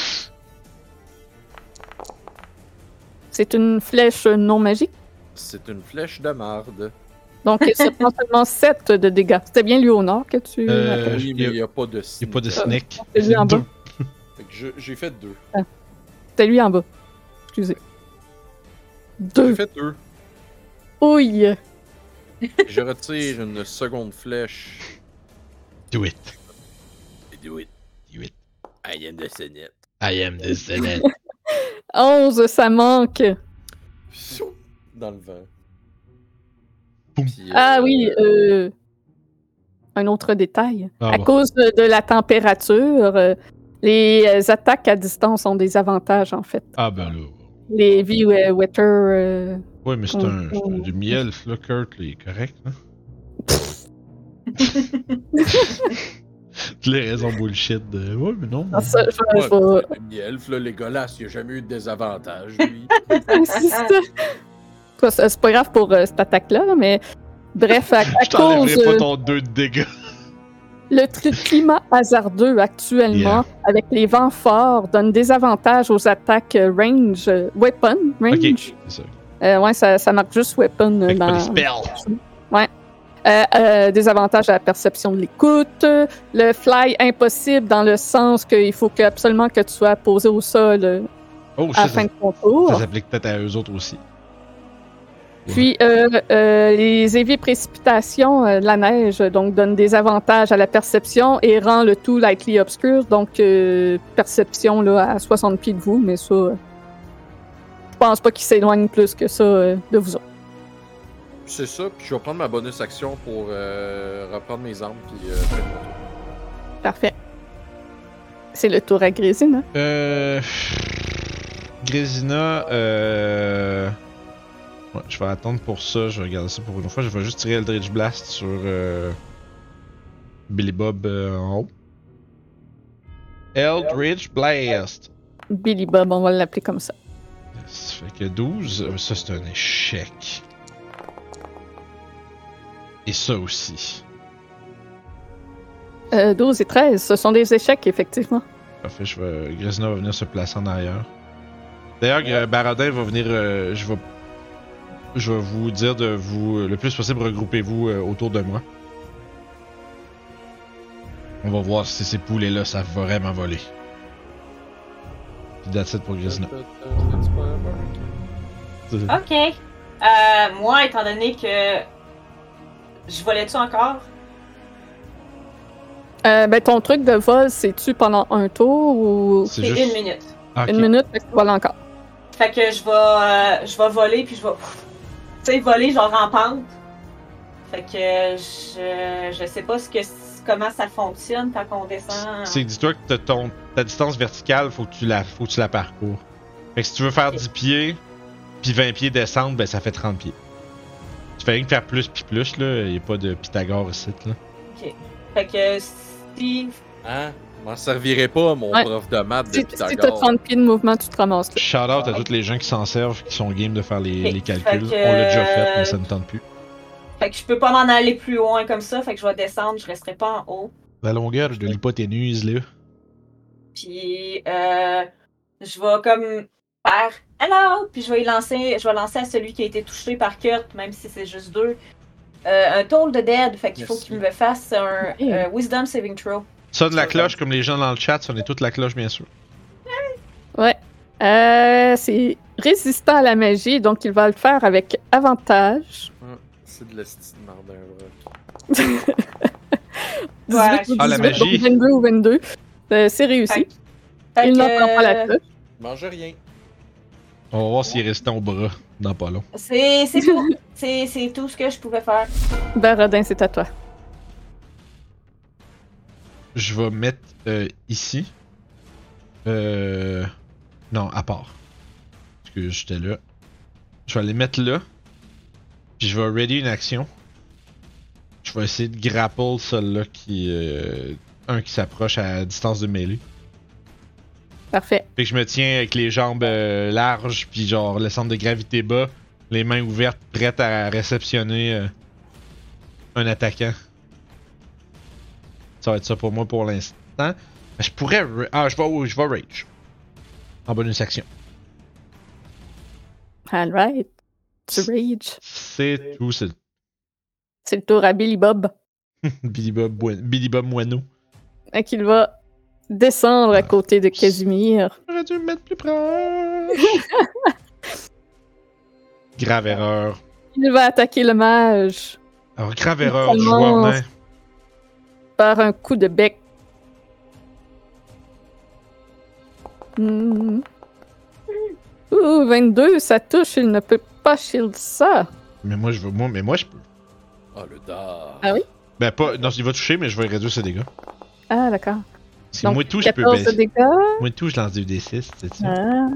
Speaker 1: C'est une flèche non magique.
Speaker 3: C'est une flèche de marde.
Speaker 1: Donc, ça prend seulement 7 de dégâts. C'était bien lui au nord que tu.
Speaker 2: Euh,
Speaker 3: oui,
Speaker 2: y
Speaker 3: mais
Speaker 2: a-
Speaker 3: il n'y a pas de
Speaker 2: Y'a pas de
Speaker 1: Euh,
Speaker 2: sneak.
Speaker 1: c'est lui en bas.
Speaker 2: Deux.
Speaker 3: Fait que je- J'ai fait deux.
Speaker 1: C'était lui en bas. Excusez.
Speaker 3: J'ai
Speaker 1: Deux.
Speaker 3: fait deux.
Speaker 1: Ouille.
Speaker 3: Je retire une seconde flèche.
Speaker 2: Do it.
Speaker 3: Do it.
Speaker 2: Do it.
Speaker 3: I am the Senate.
Speaker 2: I am the Zenet.
Speaker 1: 11, ça manque.
Speaker 3: Pfiou! Dans le vent.
Speaker 2: Boum.
Speaker 3: Puis,
Speaker 1: Ah
Speaker 3: euh,
Speaker 1: oui, euh, un autre détail.
Speaker 2: Ah
Speaker 1: à
Speaker 2: bon.
Speaker 1: cause de, de la température, euh, les euh, attaques à distance ont des avantages, en fait.
Speaker 2: ah ben là.
Speaker 1: Les V-Wetter. euh,
Speaker 2: Ouais, mais c'est un, c'est un demi-elf, là, Kurt, là, il est correct, hein? là. Toutes les raisons bullshit de. Ouais, mais non.
Speaker 1: dans Ah, ça, je-
Speaker 3: Ouais,
Speaker 1: je vais-
Speaker 3: c'est un elfe, là, les golasses, il a jamais eu de désavantage, lui.
Speaker 1: c'est ça. Ça, C'est c'est pas grave pour euh, cette attaque-là, là, mais bref, à, à
Speaker 2: Je
Speaker 1: cause
Speaker 2: t'enlèverai pas
Speaker 1: euh,
Speaker 2: ton 2 de dégâts.
Speaker 1: le tri- climat hasardeux actuellement,
Speaker 2: Yeah.
Speaker 1: avec les vents forts, donne des avantages aux attaques euh, range, euh, weapon range.
Speaker 2: Ok, c'est ça.
Speaker 1: Euh, ouais, ça, ça marque juste weapon euh,
Speaker 2: Fait que pas
Speaker 1: dans.
Speaker 2: des spells.
Speaker 1: Euh, euh, des avantages à la perception de l'écoute, euh, le fly impossible dans le sens qu'il faut que, absolument que tu sois posé au sol euh,
Speaker 2: Oh,
Speaker 1: à
Speaker 2: ça,
Speaker 1: la fin
Speaker 2: ça,
Speaker 1: de ton tour.
Speaker 2: ça s'applique peut-être à eux autres aussi.
Speaker 1: Puis euh, euh, les éviers précipitations euh, de la neige euh, donc donnent des avantages à la perception et rend le tout likely obscure donc euh, perception là à 60 pieds de vous mais ça euh, je pense pas qu'ils s'éloignent plus que ça euh, de vous autres.
Speaker 3: C'est ça, puis je vais prendre ma bonus action pour euh, reprendre mes armes, puis euh, faire mon tour.
Speaker 1: Parfait. C'est le tour à Grésine. hein?
Speaker 2: Euh. Grésina, euh. Ouais, je vais attendre pour ça, je vais regarder ça pour une fois. Je vais juste tirer Eldritch Blast sur euh, Billy Bob euh, en haut. Eldritch Blast!
Speaker 1: Billy Bob, on va l'appeler comme ça.
Speaker 2: Ça Fait que 12, euh, ça c'est un échec. Et ça aussi.
Speaker 1: Euh, 12 et 13, ce sont des échecs, effectivement.
Speaker 2: Parfait, je vais... Grisina va venir se placer en arrière. D'ailleurs, euh, Baradin va venir. euh, je vais. Je vais vous dire de vous. euh, Le plus possible, regroupez-vous euh, autour de moi. On va voir si ces poulets-là savent vraiment voler. Puis that's it pour Grisina.
Speaker 4: Ok. Euh, moi, étant donné que. Je volais-tu encore?
Speaker 1: Euh, ben, ton truc de vol, c'est-tu pendant un tour ou
Speaker 2: C'est
Speaker 4: C'est
Speaker 2: juste.
Speaker 4: une minute.
Speaker 2: Ah, ok.
Speaker 1: une minute? Fait que tu voles encore.
Speaker 4: Fait que je vais, euh, je vais voler, puis je vais. Tu sais, voler, genre en pente. Fait que je, je sais pas ce que, comment ça fonctionne quand on descend.
Speaker 2: C'est dis-toi que t'as ton, ta distance verticale, faut que tu la, faut que tu la parcours. Fait que si tu veux faire 10 pieds, puis 20 pieds descendre, ben ça fait 30 pieds. Tu fais rien que faire plus puis plus, là. Y a pas de Pythagore ici, là.
Speaker 4: Fait que si.
Speaker 3: Hein? Je m'en servirais pas, mon
Speaker 1: Ouais.
Speaker 3: prof de maths de
Speaker 1: Si, si t'as
Speaker 3: Pythagore.
Speaker 1: 30 pieds de mouvement, tu te ramasses là.
Speaker 2: Shout out à tous les gens qui s'en servent, qui sont game de faire les,
Speaker 4: Fait-
Speaker 2: les calculs.
Speaker 4: fait que-
Speaker 2: On l'a déjà fait, mais ça ne tente plus.
Speaker 4: Fait que je peux pas m'en aller plus loin comme ça, fait que je vais descendre, je resterai pas en haut.
Speaker 2: La longueur de l'hypoténuse, là.
Speaker 4: Puis euh, je vais comme faire Hello! Puis je vais y lancer, je vais lancer à celui qui a été touché par Kurt, même si c'est juste deux. euh, un toll de dead, fait qu'il faut
Speaker 3: Merci.
Speaker 4: qu'il me fasse un
Speaker 1: Oui.
Speaker 4: euh, Wisdom Saving Throw.
Speaker 2: Sonne la cloche comme les gens dans le chat, sonnez toute la cloche, bien sûr.
Speaker 1: Ouais. Euh, c'est résistant à la magie, donc il va le faire avec avantage.
Speaker 3: C'est de l'estime de merde, un roc.
Speaker 1: 18
Speaker 4: Ouais.
Speaker 1: ou
Speaker 2: Ah, la
Speaker 1: 18,
Speaker 2: magie.
Speaker 1: donc 22 ou 22. Euh, c'est réussi.
Speaker 4: Fait- Fait
Speaker 1: il
Speaker 4: que,
Speaker 1: n'en prend pas la
Speaker 4: euh,
Speaker 1: cloche.
Speaker 3: Mange rien.
Speaker 2: On va voir s'il est resté au bras dans pas long.
Speaker 4: C'est c'est tout. C'est c'est tout ce que je pouvais faire.
Speaker 1: Ben, Rodin, c'est à toi.
Speaker 2: Je vais mettre euh, ici. Euh... Non, à part. Parce que j'étais là. Je vais les mettre là. Puis je vais ready une action. Je vais essayer de grapple celui-là qui. euh, Un qui s'approche à distance de mêlée.
Speaker 1: Parfait.
Speaker 2: Fait que je me tiens avec les jambes euh, larges, puis genre le centre de gravité bas, les mains ouvertes, prêtes à réceptionner euh, un attaquant. Ça va être ça pour moi pour l'instant. Mais Je pourrais. ra- Ah, je vais, je vais rage. En bonus action.
Speaker 1: Alright. Tu rage.
Speaker 2: C'est tout, c'est
Speaker 1: C'est le tour à Billy Bob
Speaker 2: Billy Bob, Boi- Billy Bob Moineau.
Speaker 1: et qu'il va descendre à côté de Casimir.
Speaker 2: J'aurais dû me mettre plus proche. grave erreur.
Speaker 1: Il va attaquer le mage
Speaker 2: Alors, grave erreur du
Speaker 1: Tellement-
Speaker 2: joueur nain.
Speaker 1: par un coup de bec. Hmm. Ouh, 22, ça touche, il ne peut pas shield ça.
Speaker 2: Mais moi, je veux. Moi, mais moi, je peux.
Speaker 3: Ah, le dard.
Speaker 1: Ah oui?
Speaker 2: Ben pas. Non, il va toucher, mais je vais réduire ses dégâts.
Speaker 1: Ah, d'accord.
Speaker 2: Parce que
Speaker 1: Donc,
Speaker 2: moi et tout, je peux
Speaker 1: 14 de
Speaker 2: baisser.
Speaker 1: dégâts.
Speaker 2: Moi et tout, je lance du D6, c'est ça.
Speaker 1: Ah,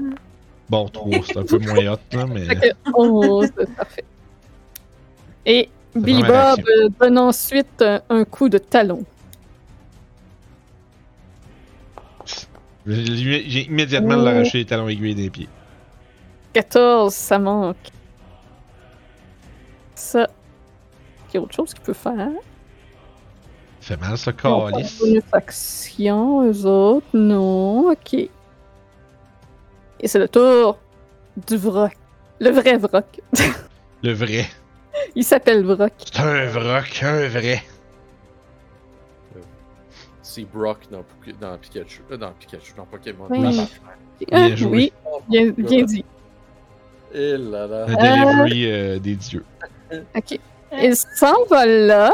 Speaker 2: Bon, 3, c'est un peu moins hot, là, mais.
Speaker 1: fait que 11, Oh, c'est parfait. Et Billy
Speaker 2: vraiment
Speaker 1: Bob
Speaker 2: l'action.
Speaker 1: euh, donne ensuite un, un coup de talon.
Speaker 2: euh, J'ai j'ai immédiatement l'arraché les talons aiguilles des pieds.
Speaker 1: 14, ça manque. Ça. Il y a autre chose qu'il peut faire. hein?
Speaker 2: Ça fait mal, ça,
Speaker 1: Ils ont pas de
Speaker 2: calice.
Speaker 1: bonus action, eux autres. Non, ok. Et c'est le tour du Vroc. Le vrai Vroc.
Speaker 2: Le vrai.
Speaker 1: Il s'appelle Vroc.
Speaker 2: C'est un vroc, un vrai.
Speaker 3: C'est Brock dans, Pou- dans Pikachu. euh, dans Pikachu, dans Pokémon.
Speaker 1: Oui.
Speaker 3: Dans
Speaker 1: Ah,
Speaker 2: joué.
Speaker 1: oui,
Speaker 3: Batman.
Speaker 1: bien, bien dit.
Speaker 3: Et Eh là
Speaker 1: Ah.
Speaker 3: là.
Speaker 2: Un delivery euh, des dieux.
Speaker 1: Ok. Il s'en va là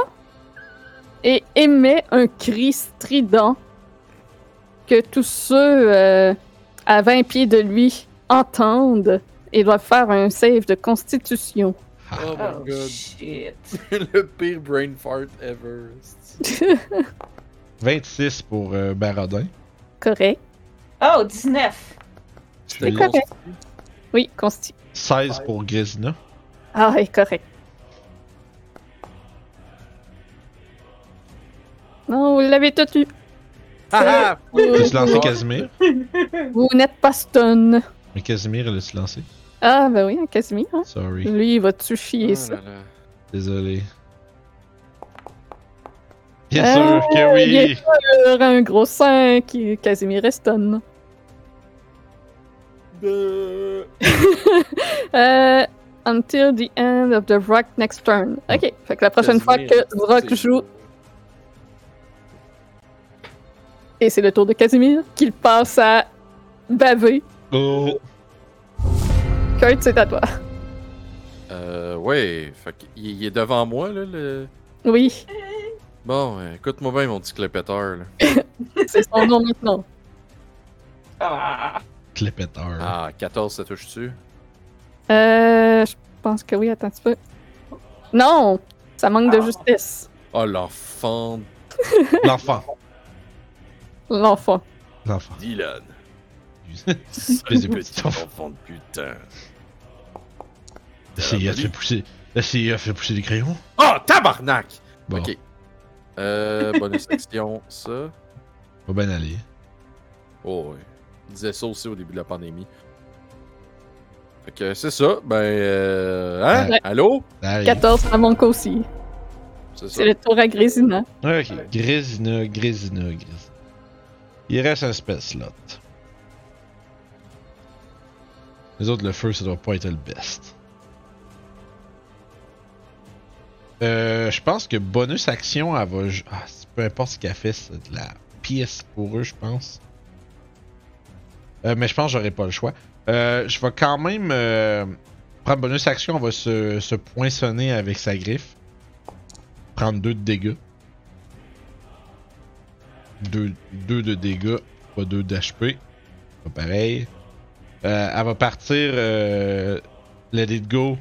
Speaker 1: et émet un cri strident que tous ceux euh, à 20 pieds de lui entendent et doivent faire un save de constitution.
Speaker 3: Oh
Speaker 1: Ah.
Speaker 4: Oh,
Speaker 3: my god.
Speaker 4: shit.
Speaker 3: le pire brain fart ever. C'est-
Speaker 2: 26 pour euh, Baradin.
Speaker 1: Correct.
Speaker 4: Oh, 19.
Speaker 2: Je
Speaker 1: C'est
Speaker 2: l'ai.
Speaker 1: correct. Oui, consti.
Speaker 2: 16 pour Grisina.
Speaker 1: Ah, est correct. Non, vous l'avez tout eu.
Speaker 3: Ah ah!
Speaker 2: Je vais lancer Casimir.
Speaker 1: Vous n'êtes pas stun.
Speaker 2: Mais Casimir, elle a-tu lancé
Speaker 1: Ah, ben oui, un Casimir. hein.
Speaker 2: Sorry.
Speaker 1: Lui, il va-tu chier
Speaker 3: Oh
Speaker 1: ça?
Speaker 3: là là.
Speaker 2: Désolé. Bien
Speaker 1: Euh,
Speaker 2: sûr que
Speaker 1: bien
Speaker 2: oui!
Speaker 1: Sur Un gros 5, Casimir Eston.
Speaker 3: Bleu.
Speaker 1: Euh, until the end of the Rock next turn. Ok, fait que la prochaine fois
Speaker 3: Ah. Casimir,
Speaker 1: que Rock
Speaker 3: c'est-
Speaker 1: joue, et c'est le tour de Casimir, qu'il passe à baver.
Speaker 2: Oh!
Speaker 1: Kurt, c'est à toi.
Speaker 3: Euh, ouais, fait qu'il il est devant moi, là, le...
Speaker 1: Oui,
Speaker 3: Bon, euh, écoute-moi bien, mon petit clépeteur, là.
Speaker 1: c'est son nom maintenant.
Speaker 4: Ah.
Speaker 2: Clépeteur.
Speaker 3: Ah, 14, ça touche-tu?
Speaker 1: Euh, je pense que oui, attends un petit peu. Non! Ça manque de
Speaker 4: Ah.
Speaker 1: justice.
Speaker 3: Oh, l'enfant
Speaker 2: L'enfant.
Speaker 1: L'enfant.
Speaker 2: L'enfant.
Speaker 3: Dylan.
Speaker 2: Espèce de petit enfant.
Speaker 3: enfant de putain.
Speaker 2: La CIA fait pousser. La CIA fait pousser des crayons.
Speaker 3: Oh, tabarnak!
Speaker 2: Bon,
Speaker 3: Ok. Euh, bonus action, ça.
Speaker 2: va bien aller.
Speaker 3: Oh, ouais. Je disais ça aussi au début de la pandémie. Fait que c'est ça. Ben, euh, hein?
Speaker 1: Ouais.
Speaker 3: Allô?
Speaker 2: Allez.
Speaker 1: 14, ça manque aussi.
Speaker 3: C'est ça.
Speaker 1: C'est le tour à Grésina.
Speaker 2: Ouais, ok. Grésina, Grésina, Grésina. Il reste un space slot. Les autres, le feu, ça doit pas être le best. Euh, je pense que bonus action, elle va. ju- Ah, c'est- peu importe ce qu'elle fait, c'est de la pièce pour eux, je pense. Euh, mais je pense que j'aurai pas le choix. Euh, je vais quand même euh, prendre bonus action. On va se, se poinçonner avec sa griffe. Prendre deux de dégâts. 2 de dégâts, pas 2 d'HP. Pas pareil. Euh, elle va partir euh, Let It Go.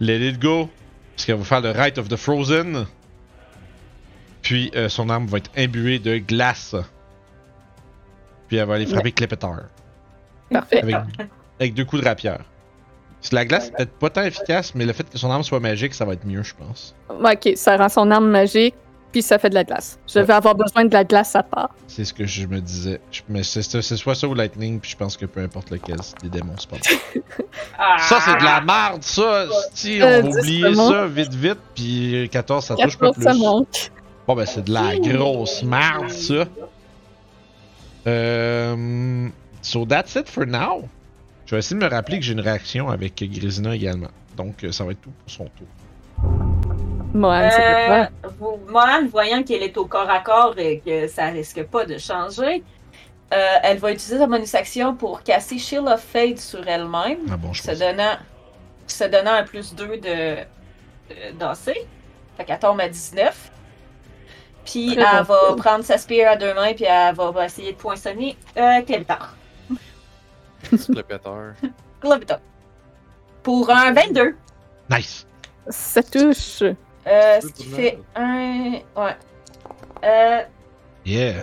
Speaker 2: Let It Go. Parce qu'elle va faire le Rite of the Frozen. Puis euh, son arme va être imbuée de glace. Puis elle va aller frapper Clépeteur.
Speaker 1: Parfait.
Speaker 2: Avec, avec deux coups de rapière. Parce que la glace, c'est peut-être pas tant efficace, mais le fait que son arme soit magique, ça va être mieux, je pense.
Speaker 1: Ouais, Ok, ça rend son arme magique, puis ça fait de la glace. Je vais
Speaker 2: Ouais.
Speaker 1: avoir besoin de la glace à part.
Speaker 2: C'est ce que je me disais. Je- mais c'est c'est soit ça ou Lightning, puis je pense que peu importe lequel, c'est des démons, c'est pas bon.
Speaker 4: ah.
Speaker 2: Ça, c'est de la merde, ça! Si, on
Speaker 1: Ah! Euh,
Speaker 2: va
Speaker 1: dix,
Speaker 2: oublier
Speaker 1: c'est bon.
Speaker 2: ça vite, vite, puis 14, ça touche pas
Speaker 1: 14,
Speaker 2: plus.
Speaker 1: ça manque.
Speaker 2: Bon, ben, c'est de la grosse merde, ça! Euh. So, that's it for now. Je vais essayer de me rappeler que j'ai une réaction avec Grisina également. Donc, euh, ça va être tout pour son tour.
Speaker 1: Mohan, Ah, c'est à
Speaker 4: Euh,
Speaker 1: toi.
Speaker 4: vous- Mohan, voyant qu'elle est au corps à corps et que ça risque pas de changer, euh, elle va utiliser sa bonus action pour casser Shield of Fate sur elle-même,
Speaker 2: Ah bon, je
Speaker 4: se
Speaker 2: pense.
Speaker 4: donnant, se donnant un plus 2 de, de danser. Fait qu'elle tombe à 19. Puis
Speaker 1: Très
Speaker 4: elle
Speaker 1: bon.
Speaker 4: va prendre sa spear à deux mains puis elle va essayer de poinçonner euh, Clébitor.
Speaker 3: Petit clépeteur.
Speaker 4: Clébitor. Pour un 22.
Speaker 2: Nice!
Speaker 1: Ça touche.
Speaker 4: Euh,
Speaker 3: C'est
Speaker 4: ce qui
Speaker 3: pas
Speaker 4: fait un. Ouais. Euh,
Speaker 2: Yeah!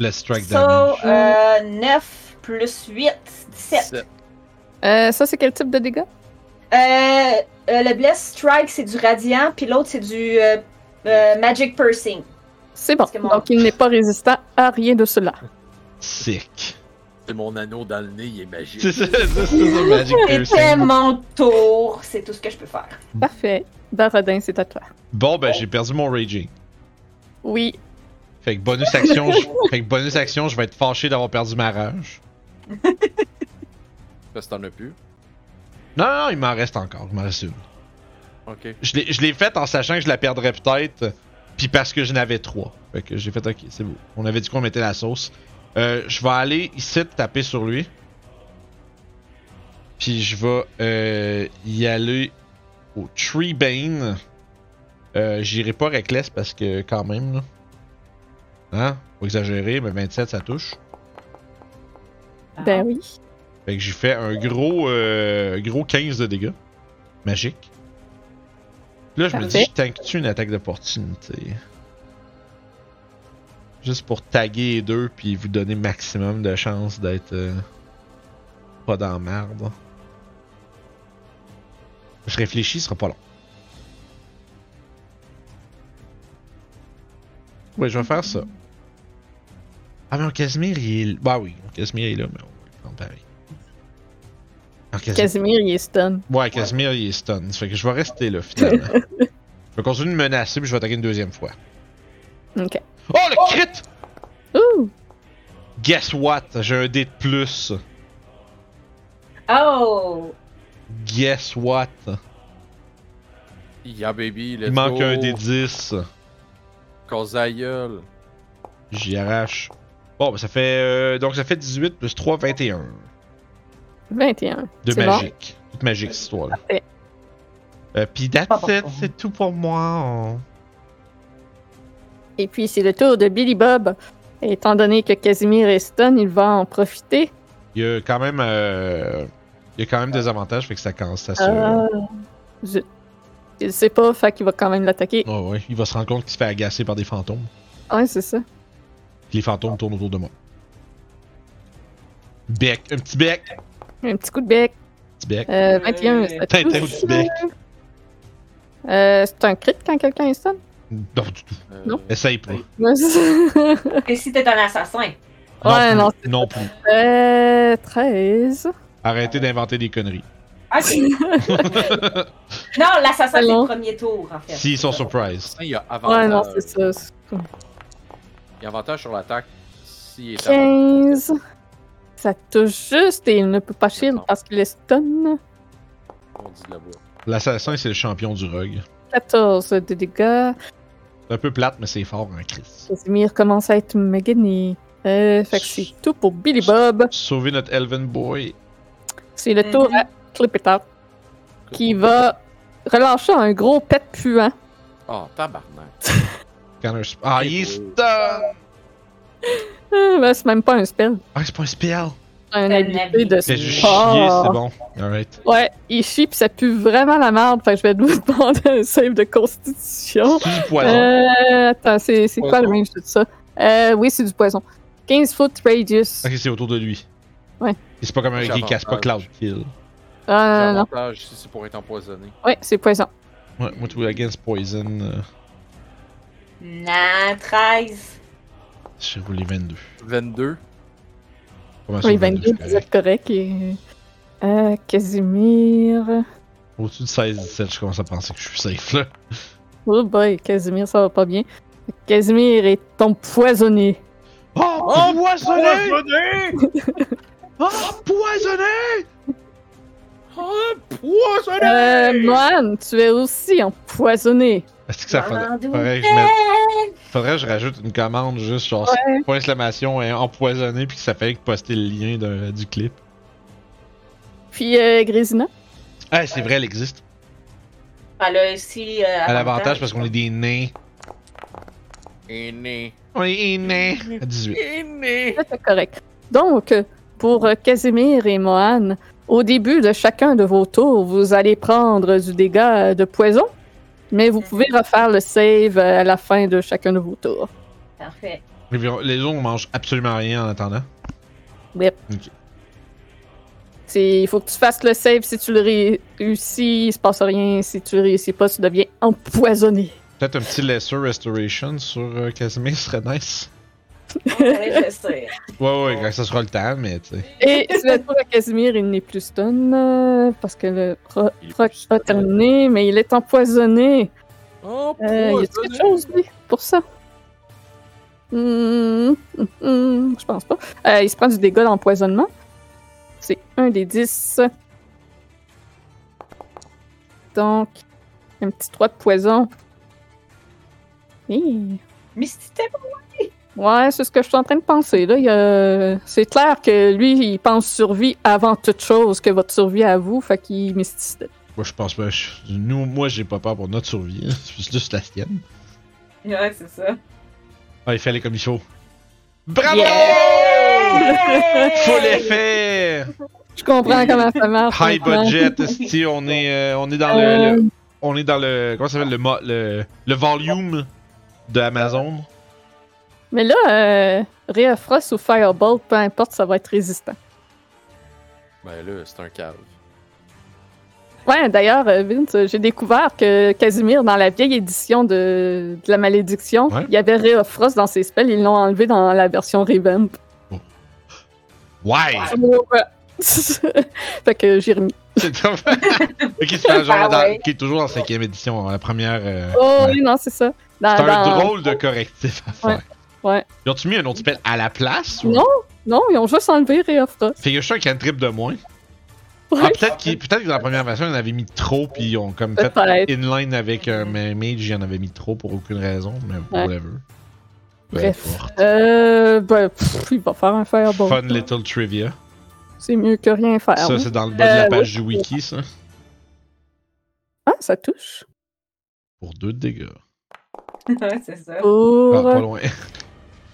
Speaker 2: Let's strike
Speaker 4: So,
Speaker 2: damage.
Speaker 4: euh, 9 plus 8, 17.
Speaker 3: Sept.
Speaker 1: Euh, ça, c'est quel type de dégâts?
Speaker 4: Euh, euh, le Bless Strike, c'est du Radiant, puis l'autre, c'est du euh, euh, Magic Piercing.
Speaker 1: C'est bon.
Speaker 4: C'est bon.
Speaker 1: Donc, il n'est pas résistant à rien de cela.
Speaker 2: Sick!
Speaker 3: C'est mon anneau dans le nez, il est
Speaker 2: C'est
Speaker 3: magique.
Speaker 2: ça, c'est ça, c'est ça, Magic
Speaker 4: C'était
Speaker 2: Piercing.
Speaker 4: mon tour, c'est tout ce que je peux faire.
Speaker 1: Parfait. Barodin, c'est à toi.
Speaker 2: Bon, ben, j'ai perdu mon Raging.
Speaker 1: Oui.
Speaker 2: Fait que bonus action, je... fait que bonus action, je vais être fâché d'avoir perdu ma rage.
Speaker 3: Parce que t'en as plus.
Speaker 2: Non, non, non, il m'en reste encore, il m'en reste une.
Speaker 3: Ok.
Speaker 2: Je l'ai- je l'ai faite en sachant que je la perdrais peut-être, puis parce que je n'avais trois. Fait que j'ai fait, ok, c'est beau. On avait dit qu'on mettait la sauce. Euh, je vais aller ici taper sur lui. Puis je vais euh, y aller au Tree Bane. Euh, J'irai pas Reckless parce que, quand même, là. Hein? Faut exagérer, mais 27 ça touche.
Speaker 4: Ah.
Speaker 1: Ben oui.
Speaker 2: Fait que j'ai fait un gros, euh, gros 15 de dégâts. Magique. Là, je me dis,
Speaker 1: Parfait.
Speaker 2: je tank-tu une attaque d'opportunité? Juste pour taguer les deux, puis vous donner maximum de chances d'être euh, pas dans la merde. Je réfléchis, ce sera pas long. Ouais, je vais faire ça. Ah, mais mon Casimir, il est. Bah oui, mon Casimir est là, mais on va le prendre pareil. Ok, Casimir.
Speaker 1: Casimir, il est stun.
Speaker 2: Ouais, Casimir, il est stun. Ça fait que je vais rester là, finalement. je vais continuer de menacer, puis je vais attaquer une deuxième fois.
Speaker 1: Ok.
Speaker 2: Oh, le crit!
Speaker 1: Ouh!
Speaker 2: Guess what? J'ai un dé de plus.
Speaker 4: Oh!
Speaker 2: Guess what?
Speaker 3: Yeah, baby, let's
Speaker 2: Il manque
Speaker 3: go.
Speaker 2: un dé 10.
Speaker 3: Cause à gueule.
Speaker 2: J'y arrache. Bon, ben, ça fait. euh, donc, ça fait 18 plus 3, 21.
Speaker 1: 21.
Speaker 2: De
Speaker 1: C'est
Speaker 2: magique. Toute magique, cette histoire-là.
Speaker 1: Parfait.
Speaker 2: Euh, Puis
Speaker 4: Pas
Speaker 2: that's
Speaker 4: pour
Speaker 2: it,
Speaker 4: toi.
Speaker 2: c'est tout pour moi. On-
Speaker 1: Et puis, c'est le tour de Billy Bob. Et étant donné que Casimir est stun, il va en profiter.
Speaker 2: Il y a quand même. euh, Il y a quand même des avantages, fait que ça commence ça se.
Speaker 1: Ah, zut. Il sait pas, fait qu'il va quand même l'attaquer. Ah
Speaker 2: Oh, ouais. Il va se rendre compte qu'il se fait agacer par des fantômes.
Speaker 1: Ouais, c'est ça.
Speaker 2: Les fantômes tournent autour de moi. Bec, un petit bec,
Speaker 1: Un petit coup de bec.
Speaker 2: petit bec.
Speaker 1: Euh, 21, ça
Speaker 2: T'as un
Speaker 1: touche.
Speaker 2: petit bec.
Speaker 1: Euh, c'est un crit quand quelqu'un est stun?
Speaker 2: Non, du tout.
Speaker 3: Euh,
Speaker 1: Non.
Speaker 2: Essaye pas.
Speaker 1: Ouais, c'est-
Speaker 4: Et si t'es un assassin?
Speaker 1: Ouais,
Speaker 2: non,
Speaker 1: non,
Speaker 2: plus. non plus.
Speaker 1: euh, 13.
Speaker 2: Arrêtez d'inventer des conneries.
Speaker 4: Ok. non, l'assassin, c'est
Speaker 1: Allons.
Speaker 4: le premier tour, en fait.
Speaker 2: S'ils sont surprise.
Speaker 3: Il y a avantage.
Speaker 1: Ouais, non, c'est ça. c'est-
Speaker 3: Il y a avantage sur l'attaque. S'il est avantage.
Speaker 1: 15. Ça touche juste et il ne peut pas shield parce qu'il est stun.
Speaker 3: On dit de la voix.
Speaker 2: L'assassin, c'est le champion du rogue.
Speaker 1: 14 de dégâts.
Speaker 2: C'est un peu plate, mais c'est fort hein, en crise.
Speaker 1: Casimir commence à être magané. Euh, fait que c'est tout pour Billy Bob.
Speaker 2: Sauver notre Elven Boy.
Speaker 1: C'est le tour à Clip It Out, qui va relâcher un gros pet puant.
Speaker 3: Ah, tabarnak.
Speaker 2: Quand un sp- Ah, il est stun!
Speaker 1: Euh, ben, c'est même pas un spell.
Speaker 2: Ah, c'est pas un spell.
Speaker 1: C'est un
Speaker 4: Un
Speaker 1: habilité de
Speaker 2: C'est juste
Speaker 1: sport.
Speaker 2: chier, c'est bon. Alright.
Speaker 1: Ouais, il chie puis ça pue vraiment la merde. Fait que je vais vous demander un save de constitution.
Speaker 2: C'est du poison.
Speaker 1: Euh, attends, c'est c'est quoi
Speaker 3: Poison.
Speaker 1: le range de ça? Euh, oui, c'est du poison. 15 foot radius.
Speaker 2: Ok, c'est autour de lui.
Speaker 1: Ouais.
Speaker 2: Et C'est pas comme un
Speaker 3: J'ai
Speaker 2: qui casse pas Cloud
Speaker 3: avantage.
Speaker 2: Kill.
Speaker 1: Ah,
Speaker 3: C'est
Speaker 1: non, non, non.
Speaker 3: avantage si c'est pour être empoisonné.
Speaker 1: Ouais, c'est poison.
Speaker 2: Ah, Ouais, moi, tout against poison. euh,
Speaker 4: Non, 13.
Speaker 2: J'ai roulé 22.
Speaker 3: 22.
Speaker 2: Comment ça,
Speaker 1: Oui, 22,
Speaker 2: c'est
Speaker 1: vous
Speaker 2: correct?
Speaker 1: êtes correct. Et... Euh, Casimir.
Speaker 2: Au-dessus de 16-17, je commence à penser que je suis safe là.
Speaker 1: Oh boy, Casimir, ça va pas bien. Casimir est empoisonné.
Speaker 2: Oh,
Speaker 1: Euh,
Speaker 2: Ah, empoisonné! Empoisonné!
Speaker 1: Euh, Mohan, tu es aussi empoisonné.
Speaker 2: Est-ce que ça faudrait,
Speaker 4: Maman d'où
Speaker 2: faudrait que je mette- faudrait que je rajoute une commande juste genre point exclamation et empoisonné puis que ça fait que poster le lien d'un- du clip.
Speaker 1: Puis euh, Grisina.
Speaker 2: Ah, c'est vrai, elle existe.
Speaker 4: Elle a aussi. euh,
Speaker 2: À l'avantage parce qu'on est des nains.
Speaker 3: Et né.
Speaker 2: On est des nains. À 18.
Speaker 3: Et né.
Speaker 1: Là, c'est correct. Donc, pour euh, Casimir et Mohan, au début de chacun de vos tours, vous allez prendre du dégât euh, de poison, mais vous pouvez refaire le save euh, à la fin de chacun de vos tours.
Speaker 4: Parfait.
Speaker 2: Les vir- Les autres, on mange absolument rien en attendant.
Speaker 1: C'est- Il faut que tu fasses le save. Si tu le ré- réussis, il se passe rien. Si tu le réussis pas, tu deviens empoisonné.
Speaker 2: Peut-être un petit lesser restoration sur euh, Casimir serait nice.
Speaker 4: On pourrait le dire.
Speaker 2: Ouais, ouais, quand ça sera le temps, mais tu sais.
Speaker 1: Et c'est le tour de Casimir, il n'est plus stun euh, parce que le pro-
Speaker 3: Il est
Speaker 1: proc
Speaker 3: plus
Speaker 1: a
Speaker 3: stun.
Speaker 1: terminé, mais il est empoisonné. Euh, y a quelque
Speaker 3: Empoisonné.
Speaker 1: chose, lui, pour ça? Hmm, hmm, hmm, je pense pas. Euh, il se prend du dégât d'empoisonnement. C'est un des 10. Donc, un petit 3 de poison. Hi.
Speaker 4: Mystique.
Speaker 1: Ouais, c'est ce que je suis en train de penser. Là. Il y a- C'est clair que lui, il pense survie avant toute chose que votre survie à vous. Fait qu'il mystique.
Speaker 2: Moi, je pense pas. je- Nous, moi, j'ai pas peur pour notre survie. hein. C'est juste la sienne.
Speaker 4: Ouais, c'est ça.
Speaker 2: Ah, il fallait comme il faut. Bravo!
Speaker 4: Yeah!
Speaker 2: Full effet!
Speaker 1: Je comprends comment ça marche.
Speaker 2: High
Speaker 1: maintenant.
Speaker 2: budget, esti, on est, euh, on est dans le, le- On est dans le. Comment ça s'appelle? Le, mo- le, le volume de Amazon.
Speaker 1: Mais là, euh, Rhea Frost ou Firebolt, peu importe, ça va être résistant.
Speaker 3: Ben là, c'est un cave.
Speaker 1: Ouais, d'ailleurs, euh, Vince, euh, j'ai découvert que Casimir, dans la vieille édition de, de La Malédiction,
Speaker 2: Ouais.
Speaker 1: il y avait Rhea Frost dans ses spells, ils l'ont enlevé dans la version revamp.
Speaker 2: Ah Ouais!
Speaker 1: Ouais. fait que j'ai remis.
Speaker 2: C'est trop fort. Fait qu'il se fait genre
Speaker 4: Ah
Speaker 2: dans-
Speaker 4: ouais.
Speaker 2: qui est toujours en cinquième édition, dans la première. euh,
Speaker 1: Oh
Speaker 2: ouais.
Speaker 1: oui, non, c'est ça. Dans-
Speaker 2: C'est un
Speaker 1: dans-
Speaker 2: drôle de correctif à faire.
Speaker 1: Ah Ouais.
Speaker 2: Ils ont-tu mis un autre spell à la place? ou-
Speaker 1: Non. Non, ils ont juste enlevé Rhea Frost.
Speaker 2: Fait que je suis sûr qu'il y a une trip de moins.
Speaker 1: Ouais.
Speaker 2: Ah, peut-être, qu'ils- peut-être que dans la première version, ils en avaient mis trop, puis ils ont comme fait
Speaker 1: Peut-être.
Speaker 2: inline avec un mage, ils en avaient mis trop pour aucune raison, mais
Speaker 1: Ouais.
Speaker 2: whatever. Peu
Speaker 1: Bref. Ah,
Speaker 2: importe.
Speaker 1: Euh, ben, pff, il va faire un fireball.
Speaker 2: Fun little trivia.
Speaker 1: C'est mieux que rien faire.
Speaker 2: ça,
Speaker 1: oui.
Speaker 2: c'est dans le bas de la
Speaker 1: Euh,
Speaker 2: page du wiki, ça.
Speaker 1: Ah, ça touche.
Speaker 2: Pour deux de dégâts.
Speaker 4: Ouais, c'est ça.
Speaker 2: Ah,
Speaker 1: Pour
Speaker 2: pas loin.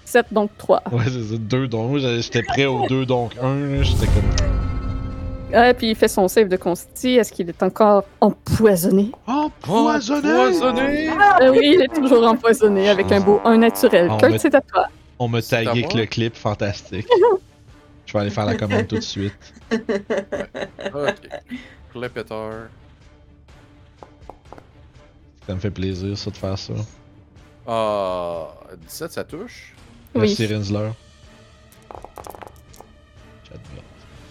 Speaker 1: 7, donc 3.
Speaker 2: Ouais, c'est ça. Deux, donc. moi, j'avais- J'étais prêt aux deux, donc un. là, J'étais comme.
Speaker 1: Ouais, puis il fait son save de consti. Est-ce qu'il est encore empoisonné?
Speaker 2: Oh, poisonné!
Speaker 1: Euh, oui, il est toujours empoisonné avec un beau 1 naturel.
Speaker 2: Ah, on
Speaker 1: Kurt,
Speaker 2: met-
Speaker 1: c'est à toi.
Speaker 2: On m'a
Speaker 3: C'est à
Speaker 2: tagué avec
Speaker 3: moi.
Speaker 2: le clip, fantastique. Je vais aller faire la commande tout de suite.
Speaker 3: Ok. Clépeteur.
Speaker 2: Ça me fait plaisir, ça, de faire ça.
Speaker 3: Ah. 17, ça touche.
Speaker 1: Oui.
Speaker 2: Merci, Rinsler. Chat bot.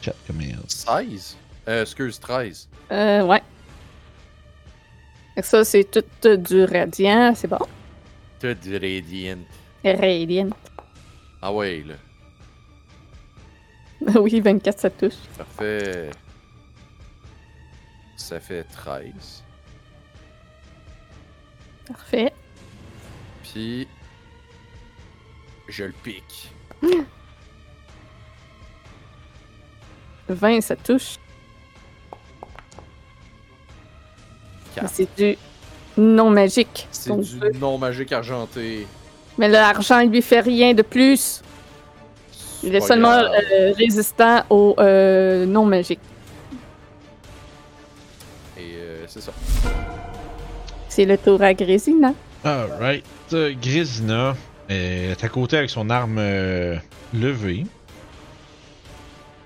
Speaker 2: Chat command.
Speaker 3: 16. Euh, excuse, 13.
Speaker 1: Euh, ouais. Et Ça, c'est tout euh, du radiant. C'est bon.
Speaker 3: T'as du radiant.
Speaker 1: Radiant.
Speaker 3: Ah ouais, là.
Speaker 1: Oui, 24, ça touche.
Speaker 3: Ça fait. Ça fait 13.
Speaker 1: Parfait.
Speaker 3: Puis. Je le pique.
Speaker 1: 20, ça touche.
Speaker 3: Quatre.
Speaker 1: C'est du non magique.
Speaker 3: C'est
Speaker 1: Donc, euh,
Speaker 3: du non magique argenté.
Speaker 1: Mais l'argent, il lui fait rien de plus.
Speaker 3: C'est
Speaker 1: Il est
Speaker 3: pas
Speaker 1: seulement
Speaker 3: grave.
Speaker 1: euh, résistant au euh, non magique.
Speaker 3: Et euh, c'est ça.
Speaker 1: C'est le tour à Grésina.
Speaker 2: Alright. Euh, Grisina euh, est à côté avec son arme euh, levée.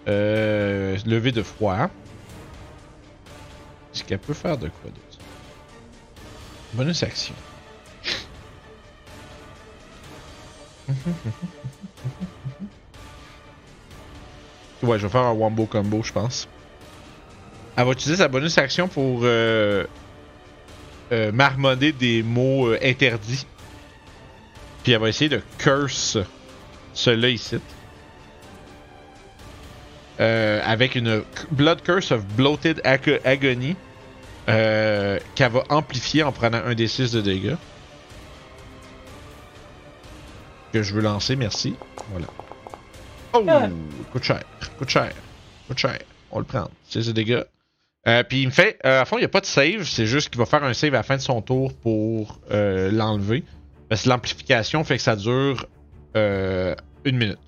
Speaker 2: Euh, levée de froid. Est-ce qu'elle peut faire de quoi d'autre? Bonus action. ouais, je vais faire un wombo combo, je pense. Elle va utiliser sa bonus action pour euh, euh, marmonner des mots euh, interdits. Puis elle va essayer de curse ceux-là ici. Euh, avec une c- Blood Curse of Bloated Ac- Agony euh, qu'elle va amplifier en prenant un des 6 de dégâts. Que je veux lancer, merci. Voilà. Oh!
Speaker 4: Ah.
Speaker 2: Coûte cher, coûte cher, coûte cher. On le prend. 6 de dégâts. Euh, puis il me fait, euh, à fond, il n'y a pas de save, c'est juste qu'il va faire un save à la fin de son tour pour euh, l'enlever. Parce que l'amplification fait que ça dure euh, une minute.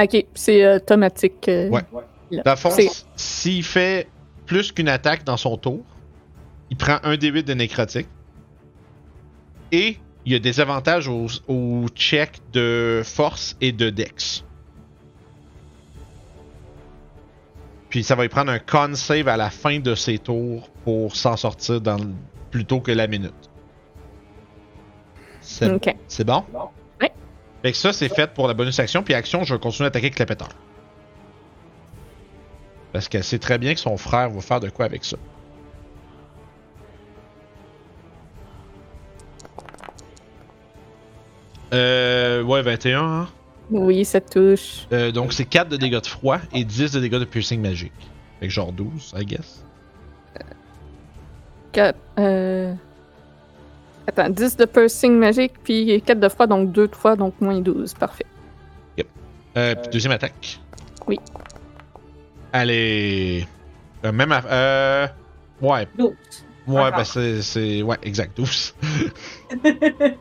Speaker 1: Ok, c'est euh, automatique. euh,
Speaker 2: Ouais. Dans le fond,
Speaker 1: C'est-
Speaker 2: s- s'il fait plus qu'une attaque dans son tour, il prend un D8 de nécrotique. Et il y a des avantages aux, aux checks de force et de dex. Puis ça va lui prendre un con save à la fin de ses tours pour s'en sortir dans le- plus tôt que la minute. C'est
Speaker 1: Ok.
Speaker 2: c'est bon?
Speaker 3: Bon.
Speaker 1: Ouais.
Speaker 2: Fait que ça, c'est fait pour la bonus action. Puis action, je vais continuer à attaquer avec Clépeteur. Parce qu'elle sait très bien que son frère va faire de quoi avec ça. Euh, ouais, 21. hein.
Speaker 1: Oui, ça touche.
Speaker 2: Euh, donc, c'est 4 de dégâts de froid et 10 de dégâts de piercing magique. Fait que genre 12, I guess.
Speaker 1: Quatre- euh, Attends, 10 de piercing magique, puis 4 de froid, donc 2 de froid, donc moins 12. Parfait.
Speaker 2: Euh, puis deuxième attaque.
Speaker 1: Oui.
Speaker 2: Allez. Euh, même à. Euh. Ouais,
Speaker 4: Douze.
Speaker 2: Ouais,
Speaker 4: Encore.
Speaker 2: ben c'est. c'est- Ouais, exact, 12.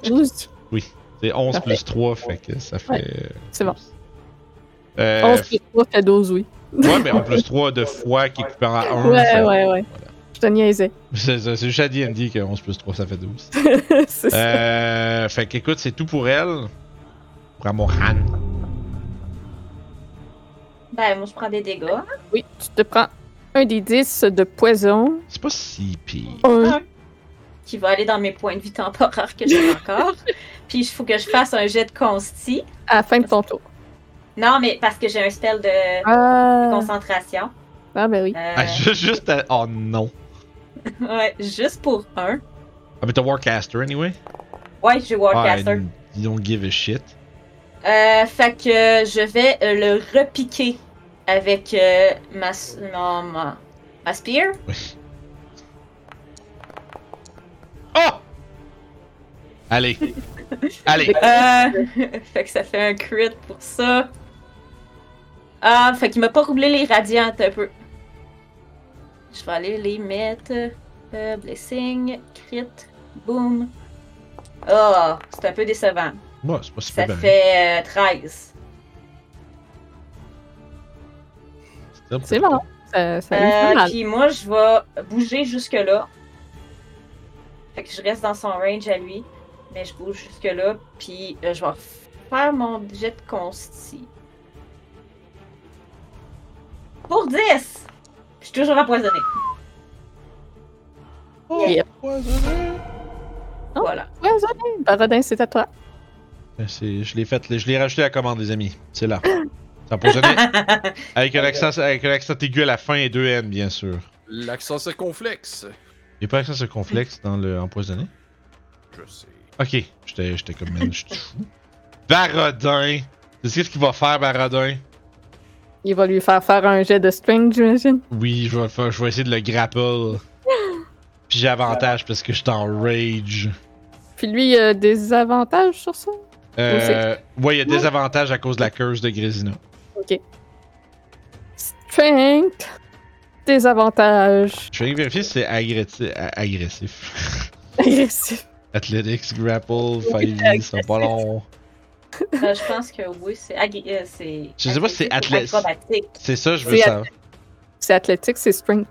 Speaker 1: 12,
Speaker 2: C'est 11
Speaker 1: Parfait.
Speaker 2: plus 3, fait que ça fait.
Speaker 1: Ouais, c'est bon.
Speaker 2: Euh,
Speaker 1: 11 plus 3 fait 12, oui.
Speaker 2: Ouais, mais en plus 3 de fois qui est coupé en 1.
Speaker 1: Ouais, ouais, ouais. Je te niaisais.
Speaker 2: C'est c'est juste à D&D que 11 plus 3, ça fait 12.
Speaker 1: C'est ça.
Speaker 2: Euh, fait qu'écoute, c'est tout pour elle. Pour Amoran.
Speaker 4: Ben, moi, je prends des dégâts.
Speaker 1: Oui, tu te prends un des 10 de poison.
Speaker 2: C'est pas si pire.
Speaker 1: Un.
Speaker 4: qui va aller dans mes points de vie temporaires que j'ai encore. Puis il faut que je fasse un jet de consti.
Speaker 1: à la fin de ton tour.
Speaker 4: Non, mais parce que j'ai un spell de de
Speaker 1: Ah,
Speaker 4: concentration.
Speaker 1: ah ben oui.
Speaker 4: Euh,
Speaker 2: Ah, ju- juste à- Oh non.
Speaker 4: ouais, juste pour un.
Speaker 2: Ah, mais t'as Warcaster anyway.
Speaker 4: Ouais, j'ai Warcaster.
Speaker 2: Ah, you don't give a shit.
Speaker 4: Euh, fait que je vais euh, le repiquer avec euh, ma, s- non, ma, ma spear.
Speaker 2: Oh! Allez. Allez.
Speaker 4: Euh, fait que ça fait un crit pour ça. Ah, fait qu'il m'a pas roublé les radiantes un peu. Je vais aller les mettre. Euh, blessing, crit, boom. Ah, c'est un peu décevant.
Speaker 2: Bon, c'est pas si
Speaker 4: Ça
Speaker 2: bien.
Speaker 4: fait euh, 13.
Speaker 1: C'est bon. Ça, ça lui fait
Speaker 4: Euh,
Speaker 1: mal.
Speaker 4: puis moi, je vais bouger jusque-là. Fait que je reste dans son range à lui. Mais je bouge jusque-là. Puis euh, je vais faire mon jet de consti. Pour 10! Je suis toujours empoisonné.
Speaker 2: Oh,
Speaker 1: Yep.
Speaker 2: empoisonné.
Speaker 1: Oh.
Speaker 4: Voilà.
Speaker 1: Ouais, Zoé, Barodin, c'est à toi.
Speaker 2: Ben, c'est- Je l'ai fait, je l'ai rajouté à la commande, les amis. C'est là. C'est empoisonné. avec un accent, avec un accent aigu à la fin et deux N, bien sûr.
Speaker 3: L'accent circonflexe.
Speaker 2: Il n'y a pas accent circonflexe dans le empoisonné.
Speaker 3: Je sais.
Speaker 2: Ok, j'étais j'étais comme man, j'étais fou. Barodin! Tu sais ce qu'il va faire, Barodin?
Speaker 1: Il va lui faire faire un jet de string, j'imagine.
Speaker 2: Oui, je vais, le faire- je vais essayer de le grapple. Puis j'ai avantage parce que je suis en rage.
Speaker 1: Puis lui, il a des avantages sur ça.
Speaker 2: Euh, ouais, il y a des avantages à cause de la curse de Grésina.
Speaker 1: Strength. Des avantages.
Speaker 2: Je vais vérifier si c'est agré- a- agressif.
Speaker 1: Agressif.
Speaker 2: Athletics, grapple, 5 sont pas longs.
Speaker 4: Euh, je pense que oui, c'est. agri- euh, c'est
Speaker 2: Je sais pas si c'est athlète-
Speaker 4: acrobatique.
Speaker 2: C'est ça, je veux
Speaker 1: C'est
Speaker 2: savoir.
Speaker 1: C'est athlétique, c'est strength.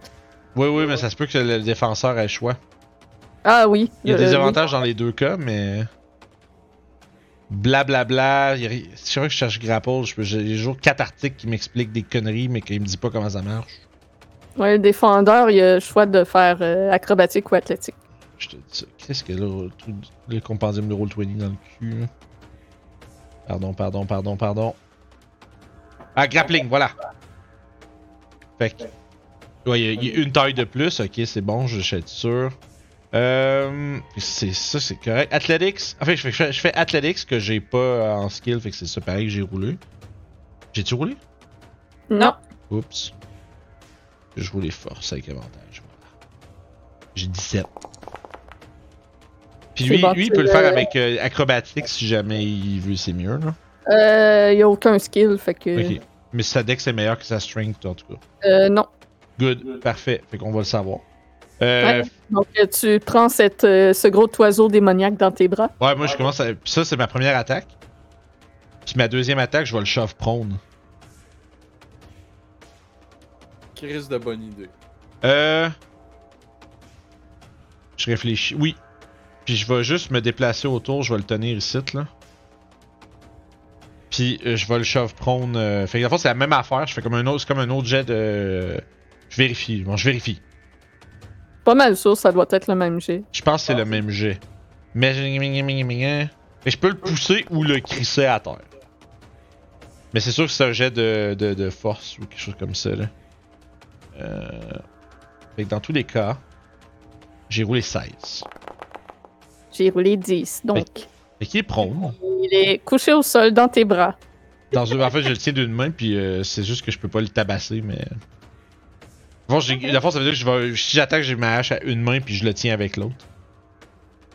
Speaker 2: Oui, oui, mais ça se peut que le défenseur ait le choix.
Speaker 1: Ah oui.
Speaker 2: Il y a
Speaker 1: euh,
Speaker 2: des
Speaker 1: oui.
Speaker 2: avantages dans les deux cas, mais. Blablabla. il y a ri- C'est sûr que je cherche grapple. je peux- J'ai des jours cathartiques qui m'expliquent des conneries, mais qui me disent pas comment ça marche.
Speaker 1: Ouais, le défendeur, il a le choix de faire euh, acrobatique ou athlétique.
Speaker 2: Je te dis ça. Qu'est-ce que le, tout le compendium de roll 20 dans le cul? là? Pardon, pardon, pardon, pardon. Ah, grappling, voilà. Fait que. Ouais, il y a- il y, a une taille de plus. Ok, c'est bon, je suis sûr. Euh, c'est ça, c'est correct. Athletics. En fait, je fais, je fais- je fais Athletics que j'ai pas euh, en skill, fait que c'est ça pareil que j'ai roulé. J'ai-tu roulé?
Speaker 1: Non.
Speaker 2: Oups. Je roule les forces avec avantage. voilà. J'ai 17. Puis
Speaker 1: C'est
Speaker 2: lui,
Speaker 1: bon,
Speaker 2: lui il
Speaker 1: tu
Speaker 2: peut le
Speaker 1: le-
Speaker 2: faire avec euh, acrobatique si jamais il veut, c'est mieux. Là.
Speaker 1: Euh, il a aucun skill, fait que.
Speaker 2: Ok. Mais sa deck, c'est meilleur que sa strength, en tout cas.
Speaker 1: Euh, non.
Speaker 2: Good, parfait. Fait qu'on va le savoir. Euh,
Speaker 1: Ouais. Donc, euh, tu prends cette, euh, ce gros oiseau démoniaque dans tes bras.
Speaker 2: Ouais, moi je commence à. Puis ça, c'est ma première attaque. Puis ma deuxième attaque, je vais le shove prone.
Speaker 3: Chris de bonne idée.
Speaker 2: Euh. Je réfléchis. Oui. Puis je vais juste me déplacer autour, je vais le tenir ici, là. Puis euh, je vais le shove prone. euh, Fait que la fois, c'est la même affaire. Je fais comme un autre, c'est comme un autre jet de. euh, Je vérifie. Bon, je vérifie.
Speaker 1: Pas mal sûr, ça doit être le même jet.
Speaker 2: Je pense que c'est le même jet. Mais je... mais je peux le pousser ou le crisser à terre. Mais c'est sûr que c'est un jet de, de- de force ou quelque chose comme ça. Là. Euh, Fait que dans tous les cas, j'ai roulé 16.
Speaker 1: J'ai roulé 10. Donc,
Speaker 2: Fait qu'il est prone.
Speaker 1: il est couché au sol dans tes bras.
Speaker 2: Dans un- En fait, je le tiens d'une main, puis euh, c'est juste que je peux pas le tabasser, mais. Bon, j'ai... La force, ça veut dire que je vais... si j'attaque, j'ai ma hache à une main, puis je le tiens avec l'autre.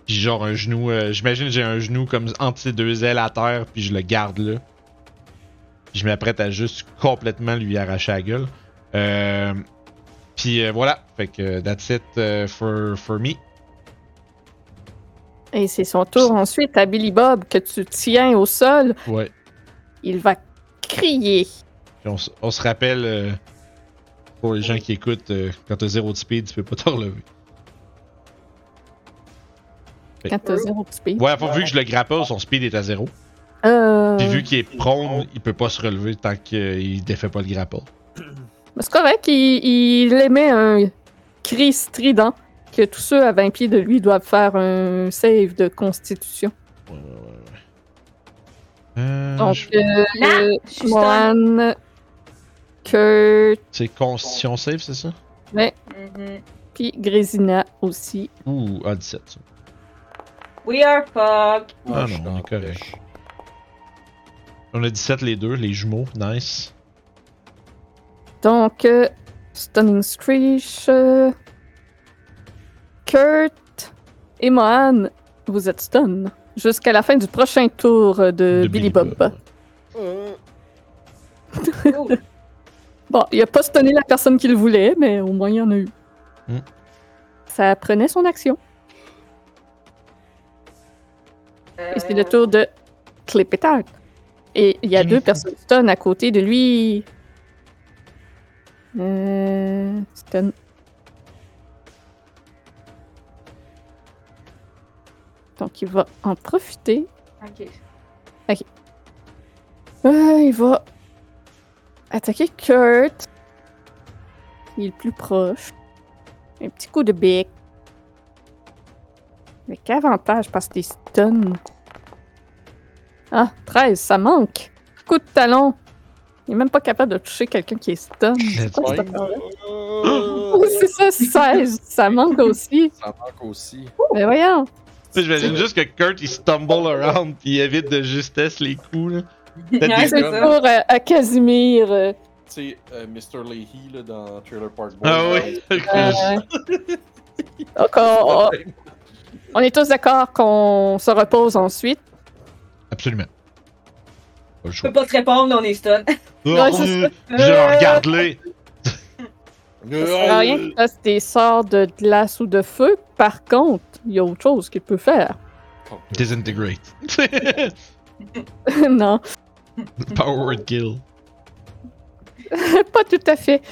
Speaker 2: Puis genre un genou. euh, J'imagine que j'ai un genou comme entre ses deux ailes à terre, puis je le garde là. Puis je m'apprête à juste complètement lui arracher la gueule. Euh... Puis euh, voilà. Fait que euh, that's it euh, for, for me.
Speaker 1: Et c'est son tour ensuite à Billy Bob que tu tiens au sol.
Speaker 2: Ouais.
Speaker 1: Il va crier.
Speaker 2: Puis on, s- on se rappelle, euh, pour les gens qui écoutent, euh, quand t'as zéro de speed, tu peux pas te relever.
Speaker 1: Quand t'as zéro de speed.
Speaker 2: Ouais, faut, vu que je le grapple, son speed est à zéro.
Speaker 1: Euh,
Speaker 2: Puis vu qu'il est prone, il peut pas se relever tant qu'il défait pas le grapple.
Speaker 1: C'est correct, il, il émet un cri strident que tous ceux à 20 pieds de lui doivent faire un save de constitution.
Speaker 2: Ouais, ouais, ouais, ouais. Euh,
Speaker 1: Donc,
Speaker 2: je-
Speaker 1: euh,
Speaker 4: Non, Ah, je suis
Speaker 1: Mohan, Kurt,
Speaker 2: C'est constitution save, c'est ça?
Speaker 4: Mhm.
Speaker 1: puis Grésina aussi.
Speaker 2: Ouh, ah, 17. ça.
Speaker 4: We are Pog.
Speaker 2: Ah non,
Speaker 3: je suis
Speaker 2: on est
Speaker 3: en
Speaker 2: correct.
Speaker 3: pêche.
Speaker 2: On a 17 les deux, les jumeaux, nice.
Speaker 1: Donc, euh, Stunning Screech, euh, Kurt et Mohan, vous êtes stun jusqu'à la fin du prochain tour euh, de,
Speaker 2: De
Speaker 1: Billy Bob.
Speaker 5: Euh,
Speaker 4: Cool.
Speaker 1: Bon, il a pas stunné la personne qu'il voulait, mais au moins il y en a eu.
Speaker 2: Hmm.
Speaker 1: Ça prenait son action. Et c'est le tour de Clépétard. Et il y a
Speaker 2: Mhm.
Speaker 1: deux personnes stun à côté de lui. Euh, stun. Donc il va en profiter.
Speaker 4: Ok.
Speaker 1: Euh, il va attaquer Kurt. Il est le plus proche. Un petit coup de bec. Avec avantage parce qu'il stun. Ah, 13, ça manque. Coup de talon. Il est même pas capable de toucher quelqu'un qui est stun.
Speaker 2: Let's
Speaker 1: C'est quoi cette
Speaker 3: go.
Speaker 1: affaire-là?
Speaker 5: euh,
Speaker 1: Oui, c'est ça, 16. ça manque aussi.
Speaker 3: Ça manque aussi.
Speaker 1: Mais voyons.
Speaker 2: Tu sais, J'imagine juste que Kurt il stumble around puis il évite de justesse les coups. Là.
Speaker 4: Ouais,
Speaker 1: C'est
Speaker 4: c'est
Speaker 1: pour
Speaker 4: ça.
Speaker 1: euh, à Casimir. euh,
Speaker 3: Tu sais, euh, Mr. Leahy là, dans Trailer Park Boys.
Speaker 2: Ah oui!
Speaker 1: Euh, donc, on, on est tous d'accord qu'on se repose ensuite.
Speaker 2: Absolument. Pas le
Speaker 4: Je
Speaker 2: choix. Oh,
Speaker 4: peux pas te répondre, on est stun.
Speaker 1: Ouais, c'est
Speaker 2: je regarde les. Euh,
Speaker 1: Ça
Speaker 3: Euh,
Speaker 1: sert à Ah, rien qu'il fasse des sorts de glace ou de feu. Par contre, il y a autre chose qu'il peut faire.
Speaker 3: oh,
Speaker 2: Disintegrate.
Speaker 1: non,
Speaker 2: Power word kill.
Speaker 1: pas tout à fait.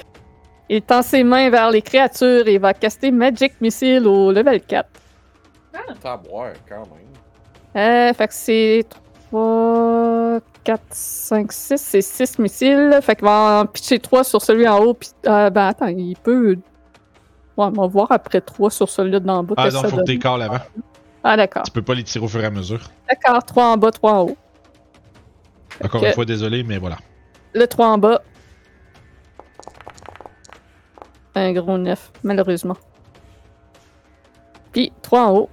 Speaker 1: Il tend ses mains vers les créatures et va caster Magic Missile au level 4.
Speaker 3: T'as à boire, quand même.
Speaker 1: Euh, fait que c'est 3, 4, 5, 6, c'est 6 missiles. Fait qu'il va en pitcher 3 sur celui en haut. Puis, euh, ben attends, il peut. Ouais, on va voir après 3 sur celui-là d'en bas.
Speaker 2: Ah
Speaker 1: qu'est-ce
Speaker 2: non,
Speaker 1: que ça
Speaker 2: faut que
Speaker 1: donne.
Speaker 2: t'écales avant.
Speaker 1: Ah d'accord.
Speaker 2: Tu peux pas les tirer au fur et à mesure.
Speaker 1: D'accord, 3 en bas, 3 en haut.
Speaker 2: Encore
Speaker 1: Ok.
Speaker 2: une fois, désolé, mais voilà.
Speaker 1: Le 3 en bas. Un gros 9, malheureusement. Puis 3 en haut.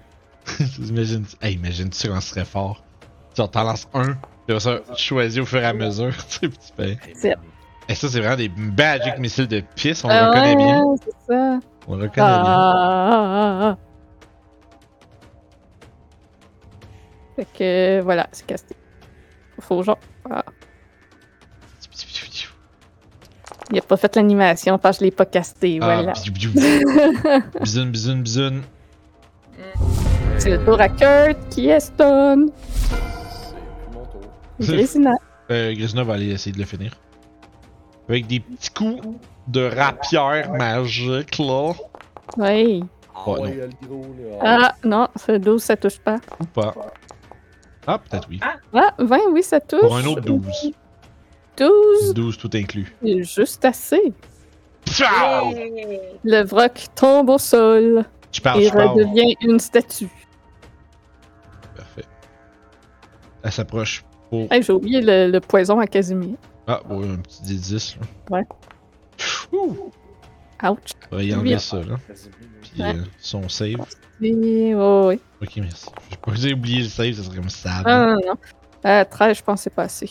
Speaker 2: imagine, hey, imagine tu lances très fort. Genre, t'en lances un, tu vas ça, tu choisis au fur et à mesure. tu sais, puis tu fais-
Speaker 1: C'est-
Speaker 2: Et ça, c'est vraiment des magic missiles de pisse, on
Speaker 1: Ah
Speaker 2: le
Speaker 1: ouais,
Speaker 2: reconnaît bien.
Speaker 1: C'est ça.
Speaker 2: On le reconnaît bien.
Speaker 1: Ah, ah, ah, ah. Fait que voilà, c'est casté. Faut genre, il a pas fait l'animation parce que je l'ai pas casté, voilà.
Speaker 2: Ah, biou, biou. Bisoun, bisoun, bisoun.
Speaker 1: C'est le tour à Kurt qui est stun.
Speaker 3: C'est mon tour.
Speaker 1: Grésina.
Speaker 2: Euh, Grisna va aller essayer de le finir. Avec des petits coups de rapière magique, là.
Speaker 1: Oui.
Speaker 3: Ah
Speaker 2: Ouais,
Speaker 3: ouais, il y a le gros, là.
Speaker 1: Ah non, ce 12 ça touche pas.
Speaker 2: Ou pas. Ah, peut-être oui.
Speaker 1: Ah, 20, oui, ça touche.
Speaker 2: Pour un autre 12.
Speaker 1: 12,
Speaker 2: 12 tout inclus.
Speaker 1: c'est juste assez.
Speaker 2: Pow!
Speaker 4: Yay.
Speaker 1: Le vroc tombe au sol
Speaker 2: Je parle,
Speaker 1: et
Speaker 2: je parle.
Speaker 1: redevient une statue.
Speaker 2: Parfait. Elle s'approche pour.
Speaker 1: Hey, J'ai oublié le, le poison à Casimir.
Speaker 2: Ah, ouais, un petit D10, là.
Speaker 1: Ouais.
Speaker 2: Ouh!
Speaker 1: Ouch.
Speaker 2: On va y
Speaker 3: Ah,
Speaker 2: enlever ça, là. Puis
Speaker 1: Ouais.
Speaker 2: euh, son save.
Speaker 1: Et- oh, oui.
Speaker 2: Ok, merci. J'ai pas osé oublier le save, ça serait comme sad.
Speaker 1: Ah non, non. Euh, 13, je pense que c'est pas assez.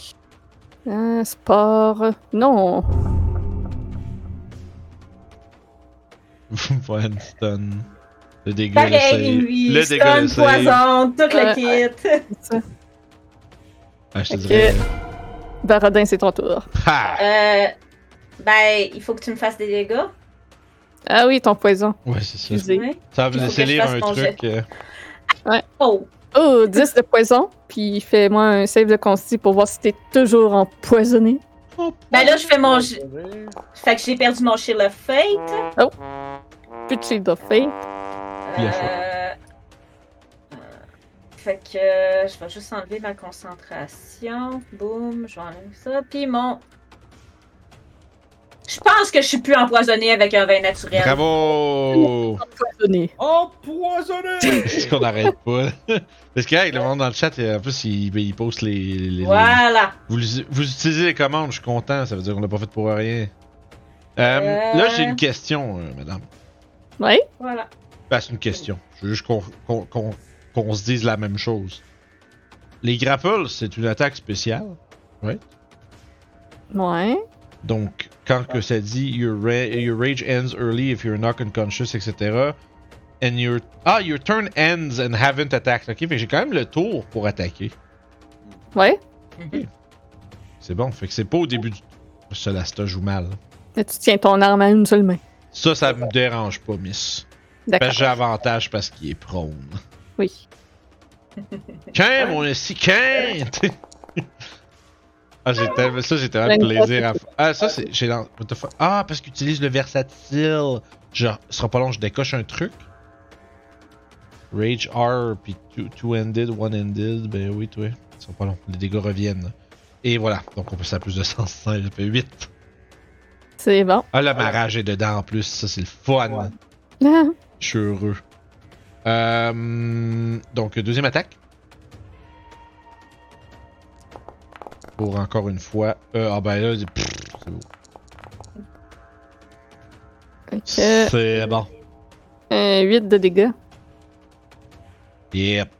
Speaker 1: Euh, sport. Non.
Speaker 2: Van stun. Le dégât, le save.
Speaker 4: Pareil, lui.
Speaker 2: Le dégât,
Speaker 4: stun,
Speaker 2: le save.
Speaker 4: poison, tout le kit.
Speaker 1: c'est ça.
Speaker 2: Ah, je te
Speaker 1: Ok.
Speaker 2: dirais. Ah!
Speaker 1: Baradin, c'est ton tour.
Speaker 2: Ha!
Speaker 4: Euh, ben, il faut que tu me fasses des dégâts.
Speaker 1: Ah oui, ton poison.
Speaker 2: Ouais, c'est ça.
Speaker 1: Excusez.
Speaker 4: Ouais.
Speaker 2: Ça va
Speaker 4: Il
Speaker 2: me
Speaker 4: faut
Speaker 2: laisser
Speaker 4: que je
Speaker 2: lire
Speaker 4: fasse
Speaker 2: un
Speaker 4: mon
Speaker 2: truc. euh,
Speaker 4: Oh,
Speaker 1: Oh, 10 de poison. Puis fais-moi un save de consti pour voir si t'es toujours empoisonné.
Speaker 4: ben là, je fais mon. j- Fait que j'ai perdu mon Shield of Fate.
Speaker 1: Pitchy de fate.
Speaker 2: Bien
Speaker 4: Euh... euh, Fait que euh, je vais juste enlever ma concentration. Boum, je vais enlever ça. Puis mon. Je pense pense que je suis plus empoisonnée avec un vin naturel.
Speaker 2: Bravo!
Speaker 1: Empoisonné.
Speaker 3: Empoisonné!
Speaker 2: C'est ce qu'on n'arrête pas. Parce que hey, le monde dans le chat, euh, en plus, il, il poste les. les- les-
Speaker 4: Voilà.
Speaker 2: Vous, vous utilisez les commandes, je suis content, ça veut dire qu'on l'a pas fait pour rien. Euh,
Speaker 4: Euh.
Speaker 2: Là, j'ai une question, euh, madame.
Speaker 1: Oui?
Speaker 4: Voilà.
Speaker 2: Ben, c'est une question. Je veux juste qu'on qu'on- qu'on- qu'on se dise la même chose. Les grapples, c'est une attaque spéciale.
Speaker 1: Ouais.
Speaker 2: Donc, quand que ça dit your, ra- your rage ends early if you're not unconscious, etc. And your ah your turn ends and haven't attacked. Ok, fait que j'ai quand même le tour pour attaquer.
Speaker 1: Ouais.
Speaker 2: C'est bon. Fait que c'est pas au début du cela ça joue mal.
Speaker 1: Mais tu tiens ton arme à une seule main.
Speaker 2: Ça, ça me dérange pas, Miss. Parce
Speaker 1: D'accord.
Speaker 2: que Ben, j'ai avantage parce qu'il est prône.
Speaker 1: Oui.
Speaker 2: Quin, mon si quin! ah, j'ai tellement, ça, j'ai tellement
Speaker 1: Plein
Speaker 2: de
Speaker 1: de
Speaker 2: plaisir à faire. Ah, ça, c'est. j'ai l'en- what the fuck? Ah, parce qu'il utilise le versatile. Genre, ce sera pas long, je décoche un truc. Rage R, puis two- two-ended, one-ended. Ben oui, toi. Ce sera pas long. Les dégâts reviennent. Et voilà. Donc, on peut ça a plus de sens. Ça fait 8.
Speaker 1: C'est bon.
Speaker 2: Ah, là, ma rage est dedans en plus. Ça, c'est le fun.
Speaker 3: Ouais.
Speaker 1: Ah,
Speaker 2: Je suis heureux. Euh, donc, deuxième attaque. Pour encore une fois. euh, ah ben là, pff, c'est beau.
Speaker 1: fait que,
Speaker 2: c'est bon.
Speaker 1: euh, 8 de dégâts.
Speaker 2: Yep.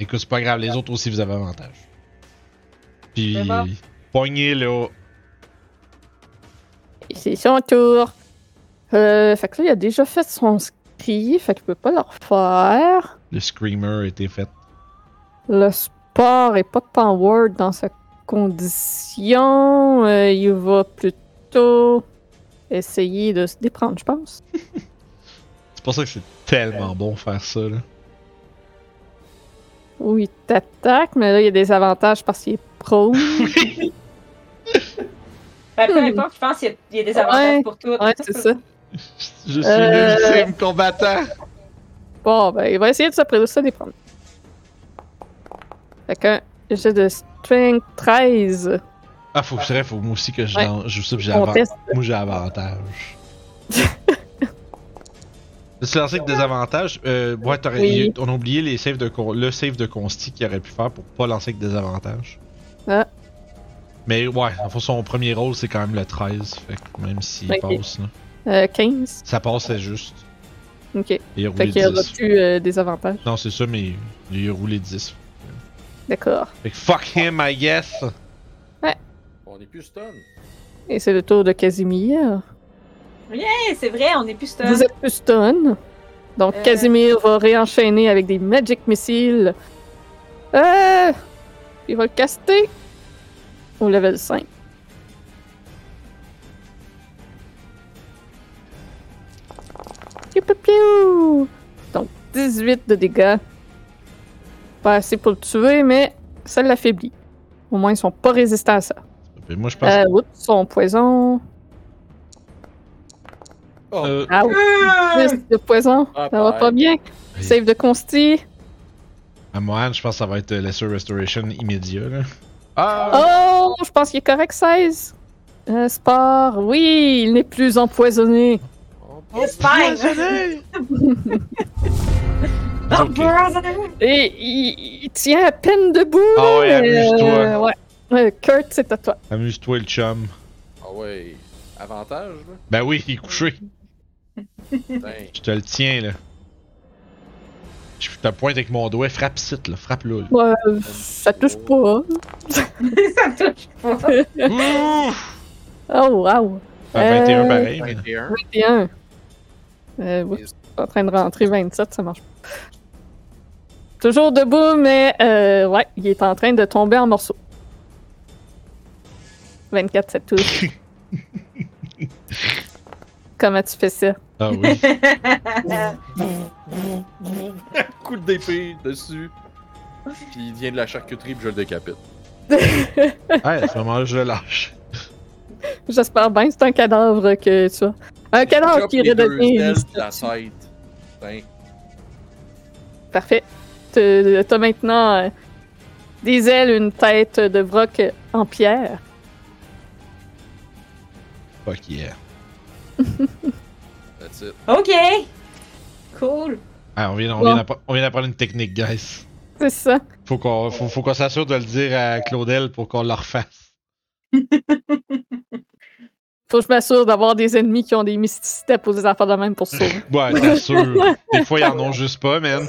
Speaker 2: Écoute, c'est pas grave, les autres aussi, vous avez avantage. Puis,
Speaker 4: C'est bon.
Speaker 2: poignée là.
Speaker 1: Et C'est son tour. Euh, fait que là, il a déjà fait son scry, fait qu'il peut pas le refaire.
Speaker 2: Le screamer a été fait.
Speaker 1: Le sport est pas power dans sa condition. Euh, il va plutôt essayer de se déprendre, je pense.
Speaker 2: C'est pour ça que c'est tellement bon faire ça, là.
Speaker 1: Oui, il t'attaque, mais là, il y a des avantages parce qu'il est pro.
Speaker 4: Ben, peu
Speaker 1: Hmm.
Speaker 4: importe, je pense qu'il y, a- il y a des avantages
Speaker 1: Ouais.
Speaker 4: pour tout.
Speaker 1: Ouais, c'est ça.
Speaker 2: Je suis
Speaker 1: Euh.
Speaker 2: l'ultime combattant.
Speaker 1: Bon, ben, il va essayer de se, pré- de se déprendre. Fait qu'un jet de strength 13.
Speaker 2: Ah, faut que je faut moi aussi que je
Speaker 1: Ouais.
Speaker 2: lance- je sais que j'ai
Speaker 1: On
Speaker 2: avan-
Speaker 1: teste.
Speaker 2: Moi, j'ai avantage. Tu lancé avec des avantages. Euh, ouais, t'aurais-
Speaker 1: Oui.
Speaker 2: il y a- on a oublié les saves de con- le save de Consti qu'il aurait pu faire pour pas lancer avec des avantages.
Speaker 1: Ah.
Speaker 2: Mais ouais, en fait, son premier rôle, c'est quand même le 13. Fait que même s'il
Speaker 1: Ok.
Speaker 2: passe, là,
Speaker 1: Euh, 15.
Speaker 2: ça passe, c'est juste.
Speaker 1: Ok.
Speaker 2: Il a
Speaker 1: Fait
Speaker 2: roulé
Speaker 1: qu'il aura
Speaker 2: 10.
Speaker 1: plus euh, des avantages.
Speaker 2: Non, c'est ça, mais il a roulé 10.
Speaker 1: D'accord.
Speaker 2: Fait que fuck him, I guess.
Speaker 3: On est plus stun.
Speaker 1: Et c'est le tour de Casimir.
Speaker 4: Hey, c'est vrai, on est plus stun.
Speaker 1: Vous êtes plus stun. Donc,
Speaker 4: Euh.
Speaker 1: Casimir va réenchaîner avec des Magic Missiles. Euh, il va le caster au level 5. Piou, piou, piou. Donc, 18 de dégâts. Pas assez pour le tuer, mais ça l'affaiblit. Au moins, ils sont pas résistants à ça.
Speaker 2: Puis moi, je pense.
Speaker 1: Euh, oups, son poison.
Speaker 3: Oh,
Speaker 2: Euh,
Speaker 1: Ah,
Speaker 4: Ah!
Speaker 1: 10 de poison.
Speaker 3: Ah,
Speaker 1: Ça va
Speaker 3: pareil.
Speaker 1: pas bien.
Speaker 2: Oui.
Speaker 1: Save de Consti.
Speaker 2: à Mohan, je pense que ça va être euh, Lesser Restoration immédiat. Là. Ah!
Speaker 1: Oh, je pense qu'il est correct, 16. Euh, sport, oui, il n'est plus empoisonné.
Speaker 2: Ah.
Speaker 3: oh,
Speaker 4: It's fine. Ah,
Speaker 2: Ok.
Speaker 1: Et il, il tient à peine debout.
Speaker 2: Ah ouais,
Speaker 1: mais,
Speaker 2: amuse-toi.
Speaker 1: ouais. Euh, Kurt, c'est à toi.
Speaker 2: Amuse-toi, le chum.
Speaker 3: Ah ouais. Avantage, là.
Speaker 2: Ben oui, il est couché.
Speaker 3: Putain.
Speaker 2: Je te le tiens, là. Je te pointe avec mon doigt, frappe site, là. Frappe là. là.
Speaker 1: Ouais, euh, ça touche pas. hein.
Speaker 4: ça me touche pas.
Speaker 2: Ouf!
Speaker 1: Oh, wow.
Speaker 2: Ah, 21
Speaker 1: Euh,
Speaker 2: pareil, mais.
Speaker 3: 21.
Speaker 1: 21. Euh, oui, je suis en train de rentrer 27, ça marche pas. Toujours debout, mais euh, ouais, il est en train de tomber en morceaux. 24, ça touche. Comment tu fais ça?
Speaker 2: Ah oui.
Speaker 3: Coup d'épée dessus. Puis il vient de la charcuterie, puis je le décapite.
Speaker 2: Ouais, à ce moment-là, je le lâche.
Speaker 1: J'espère bien, c'est un cadavre que tu as. Un cadavre
Speaker 3: Chope
Speaker 1: qui
Speaker 3: les deux
Speaker 1: redevient. une
Speaker 3: ailes de la
Speaker 1: statue.
Speaker 3: tête. Putain.
Speaker 1: Parfait. Tu as maintenant euh, des ailes, une tête de broc en pierre.
Speaker 2: Fuck yeah.
Speaker 3: That's it.
Speaker 4: Ok! Cool!
Speaker 2: Ah, on vient, on
Speaker 1: Bon.
Speaker 2: vient d'appre- on vient d'apprendre une technique, guys.
Speaker 1: C'est ça.
Speaker 2: Faut qu'on faut, faut qu'on s'assure de le dire à Claudel pour qu'on le refasse.
Speaker 1: Faut que je m'assure d'avoir des ennemis qui ont des mysticités pour des affaires de même pour se sauver.
Speaker 2: Ouais, t'es sûr. Des fois, ils en ont juste pas, man.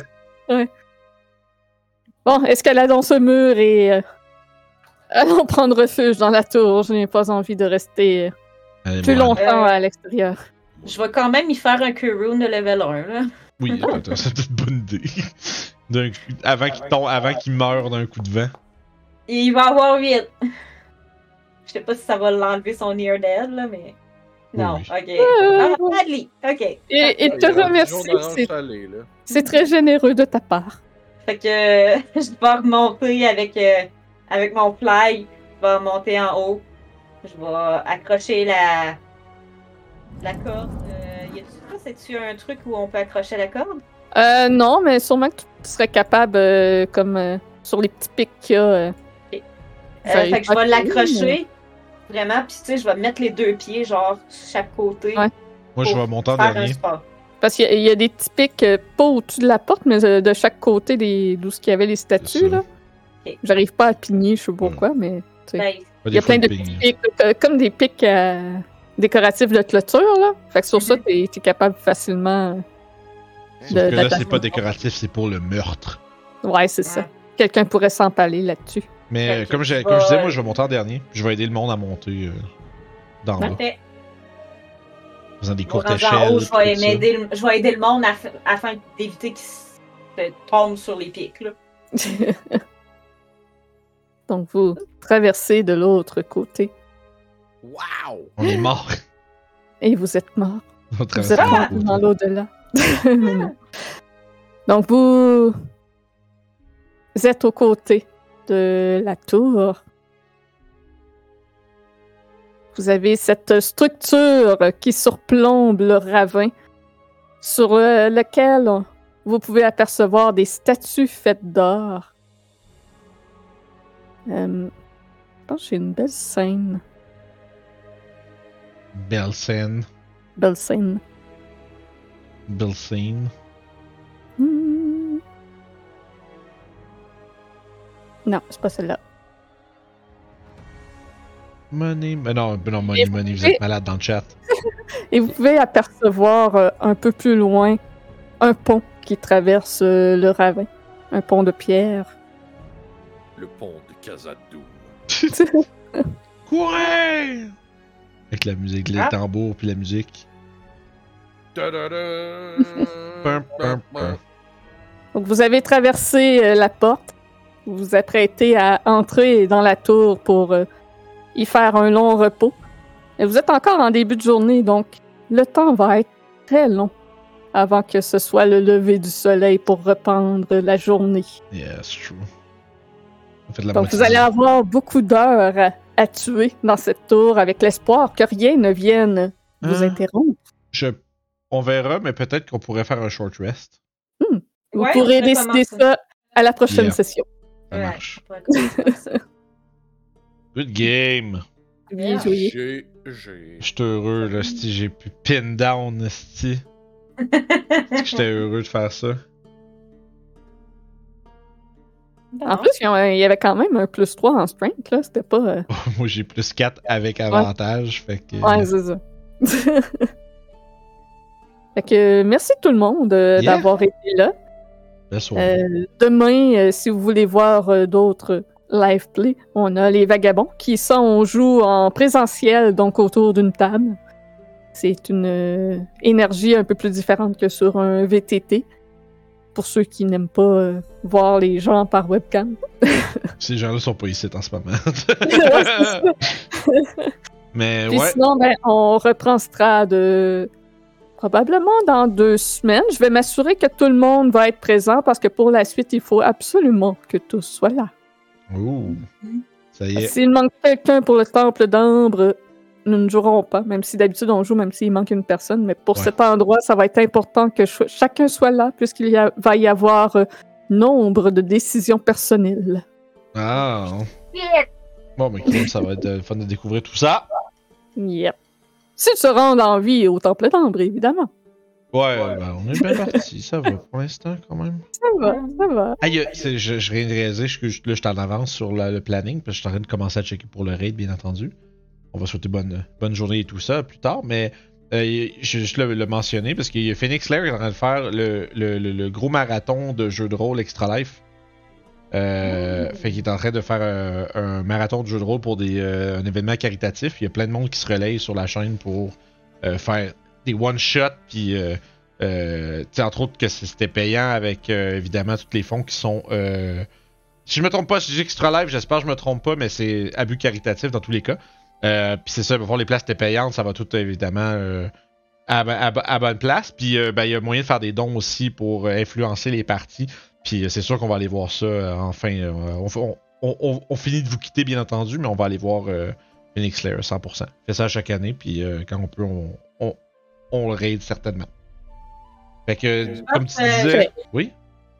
Speaker 1: Bon, escaladons ce mur et euh, allons prendre refuge dans la tour. Je n'ai pas envie de rester euh,
Speaker 2: Allez,
Speaker 1: plus
Speaker 2: moi,
Speaker 1: longtemps
Speaker 4: Euh.
Speaker 1: à l'extérieur.
Speaker 4: Je vais quand même y faire un Kurun de level 1, là.
Speaker 2: Oui, attends, c'est peut-être une bonne idée. D'un coup- avant qu'il tombe, avant qu'il meure d'un coup de vent.
Speaker 4: Et il va avoir 8. Je sais pas si ça va l'enlever son near dead, là, mais. Non,
Speaker 2: Oui,
Speaker 4: ok.
Speaker 1: Euh,
Speaker 4: Ah, Bradley, ok.
Speaker 1: Et il te
Speaker 3: Ah, il y a un petit jour
Speaker 1: remercie,
Speaker 3: d'orange
Speaker 1: c'est-
Speaker 3: salé, là.
Speaker 1: c'est très généreux de ta part.
Speaker 4: Fait que euh, je vais remonter avec, euh, avec mon fly. Je vais monter en haut. Je vais accrocher la, la corde. Euh, y a-tu ça? C'est-tu un truc où on peut accrocher la corde?
Speaker 1: Euh, non, mais sûrement que tu serais capable, euh, comme euh, sur les petits pics qu'il y a. euh,
Speaker 4: Euh,
Speaker 1: Ça
Speaker 4: fait
Speaker 1: est
Speaker 4: que je vais
Speaker 1: pas
Speaker 4: l'accrocher. Vraiment, puis tu sais, je vais mettre les deux pieds, genre, sur chaque côté.
Speaker 1: Ouais.
Speaker 2: Moi, je
Speaker 4: pour
Speaker 2: vais monter en
Speaker 4: faire un
Speaker 2: dernier.
Speaker 4: sport.
Speaker 1: Parce qu'il y, a- il y a des petits pics, euh, pas au-dessus de la porte, mais euh, de chaque côté des- d'où ce qu'il y avait les statues.
Speaker 2: ça. Hmm.
Speaker 1: là.
Speaker 4: Ok.
Speaker 1: J'arrive pas à pigner, je sais pas pourquoi, mais tu sais.
Speaker 4: Nice.
Speaker 2: Pas
Speaker 1: Il y a
Speaker 2: des fois,
Speaker 1: plein de
Speaker 2: le ping.
Speaker 1: petits pics, euh, comme des pics euh, décoratifs de clôture. Là. Fait que sur ça, t'es es capable facilement. euh, de-
Speaker 2: Sauf que là,
Speaker 1: d'attaquer.
Speaker 2: c'est pas décoratif, c'est pour le meurtre.
Speaker 1: Ouais, c'est ça. Quelqu'un pourrait s'empaler là-dessus.
Speaker 2: Mais
Speaker 4: Fait
Speaker 2: euh,
Speaker 4: que
Speaker 2: comme,
Speaker 4: tu
Speaker 2: j'ai- comme je disais,
Speaker 4: vas-
Speaker 2: moi, je vais monter en dernier. puis Je vais aider le monde à monter euh, d'en
Speaker 1: Bah,
Speaker 2: bas.
Speaker 4: Parfait.
Speaker 2: En faisant des
Speaker 4: Bon,
Speaker 2: courtes
Speaker 4: rendu en
Speaker 2: échelles.
Speaker 4: haut,
Speaker 2: tout
Speaker 4: je vais,
Speaker 2: ça.
Speaker 4: m'aider le- je vais aider le monde af- afin d'éviter qu'il se tombe sur les pics. Là.
Speaker 1: Donc vous traversez de l'autre côté
Speaker 3: Wow!
Speaker 2: On est mort.
Speaker 1: et vous êtes mort.
Speaker 2: On
Speaker 1: Vous êtes
Speaker 2: traverse
Speaker 1: mort
Speaker 2: le
Speaker 1: dans
Speaker 2: côté.
Speaker 1: l'au-delà. Mais non. Donc vous... vous êtes aux côtés de la tour. Vous avez cette structure qui surplombe le ravin sur euh, lequel on- vous pouvez apercevoir des statues faites d'or. Euh, je pense que j'ai une belle scène.
Speaker 2: Belsen.
Speaker 1: Belle scène.
Speaker 2: Belsen.
Speaker 1: Hmm. Non, c'est pas celle-là.
Speaker 2: Money. Mais non, mais non,
Speaker 1: Et
Speaker 2: money,
Speaker 1: vous
Speaker 2: money. Vous
Speaker 1: pouvez-
Speaker 2: êtes malade dans le chat.
Speaker 1: Et vous pouvez apercevoir euh, un peu plus loin un pont qui traverse euh, le ravin. Un pont de pierre.
Speaker 3: Le pont de Casadou.
Speaker 2: Courez! Avec la musique, les
Speaker 4: Ah.
Speaker 2: tambours puis la musique. Pum, pum, pum.
Speaker 1: Donc vous avez traversé euh, la porte. Vous vous apprêtez à entrer dans la tour pour euh, y faire un long repos. Et vous êtes encore en début de journée, donc le temps va être très long avant que ce soit le lever du soleil pour reprendre la journée.
Speaker 2: Yeah, it's true. Ça fait de la
Speaker 1: Donc,
Speaker 2: moitié
Speaker 1: vous allez
Speaker 2: du-
Speaker 1: avoir beaucoup d'heures à, à tuer dans cette tour avec l'espoir que rien ne vienne vous
Speaker 2: Ah.
Speaker 1: interrompre.
Speaker 2: Je- On verra, mais peut-être qu'on pourrait faire un short rest.
Speaker 1: Vous
Speaker 4: Ouais,
Speaker 1: pourrez
Speaker 4: on pourrait
Speaker 1: décider
Speaker 4: commencer.
Speaker 1: ça à la prochaine
Speaker 2: Yeah.
Speaker 1: session.
Speaker 2: Ça
Speaker 4: Ouais,
Speaker 2: marche.
Speaker 4: on pourrait commencer par ça.
Speaker 2: Good game!
Speaker 1: Bien
Speaker 4: Yeah.
Speaker 1: joué.
Speaker 3: J'ai. J'ai.
Speaker 2: Je suis heureux, là, si j'ai pu pin down, esti. J'étais heureux de faire ça.
Speaker 1: En plus, il y a- il y avait quand même un plus 3 en strength, là. C'était pas. euh,
Speaker 2: Moi, j'ai plus 4 avec avantage, fait que...
Speaker 1: Ouais, c'est ça. fait que merci tout le monde euh,
Speaker 2: Yeah.
Speaker 1: d'avoir été là.
Speaker 2: la soirée.
Speaker 1: Euh, demain, euh, si vous voulez voir euh, d'autres live play, on a les vagabonds qui sont on joue en présentiel, donc autour d'une table. C'est une euh, énergie un peu plus différente que sur un VTT. Pour ceux qui n'aiment pas euh, voir les gens par webcam.
Speaker 2: Ces gens-là sont pas ici en ce moment.
Speaker 1: Ouais, c'est ça.
Speaker 2: mais
Speaker 1: Puis
Speaker 2: ouais,
Speaker 1: sinon, ben, on reprend Strad euh, probablement dans deux semaines. Je vais m'assurer que tout le monde va être présent parce que pour la suite, il faut absolument que tous soient là.
Speaker 2: Ouh.
Speaker 1: Mm-hmm.
Speaker 2: Ça y est.
Speaker 1: Ah, S'il manque quelqu'un pour le temple d'ambre, nous ne jouerons pas, même si d'habitude on joue, même s'il manque une personne. Mais pour
Speaker 2: Ouais.
Speaker 1: cet endroit, ça va être important que cho- chacun soit là, puisqu'il y a- va y avoir euh, nombre de décisions personnelles.
Speaker 2: Ah. Bon, mais ça va être euh, fun de découvrir tout ça.
Speaker 1: Yep. Si tu se rends en vie au temple d'Ambre, évidemment.
Speaker 2: Ouais, ben, on est bien parti, ça va pour l'instant quand même.
Speaker 1: Ça va, ça va.
Speaker 2: Ah, y a- c'est- je, je viens de réaliser je- je- là, je suis en avance sur la- le planning, parce que je suis en train de commencer à checker pour le raid, bien entendu. On va souhaiter bonne, bonne journée et tout ça plus tard, mais euh, y- je vais juste le, le mentionner, parce que Phoenix Lair est en train de faire le, le- le- le gros marathon de jeux de rôle Extra Life. Euh, Fait qu'il est en train de faire euh, un marathon de jeux de rôle pour des, euh, un événement caritatif. Il y a plein de monde qui se relaye sur la chaîne pour euh, faire des one-shots, puis... euh, euh, tu sais, entre autres que c- c'était payant avec euh, évidemment tous les fonds qui sont. euh, si je me trompe pas, si j'ai extra live, j'espère que je me trompe pas, mais c'est abus caritatif dans tous les cas. Euh, puis c'est ça, pour les places étaient payantes, ça va tout évidemment euh, à, bo- à bo- à bonne place. Puis euh, ben, il y a moyen de faire des dons aussi pour euh, influencer les parties. Puis euh, c'est sûr qu'on va aller voir ça euh, enfin. euh, on, f- on- on- on- on finit de vous quitter bien entendu, mais on va aller voir euh, Phoenix Lair 100%. Fait ça chaque année, puis euh, quand on peut, on, on, on le raid certainement. Fait
Speaker 4: Euh,
Speaker 2: que, comme tu
Speaker 4: Parfait.
Speaker 2: disais, oui,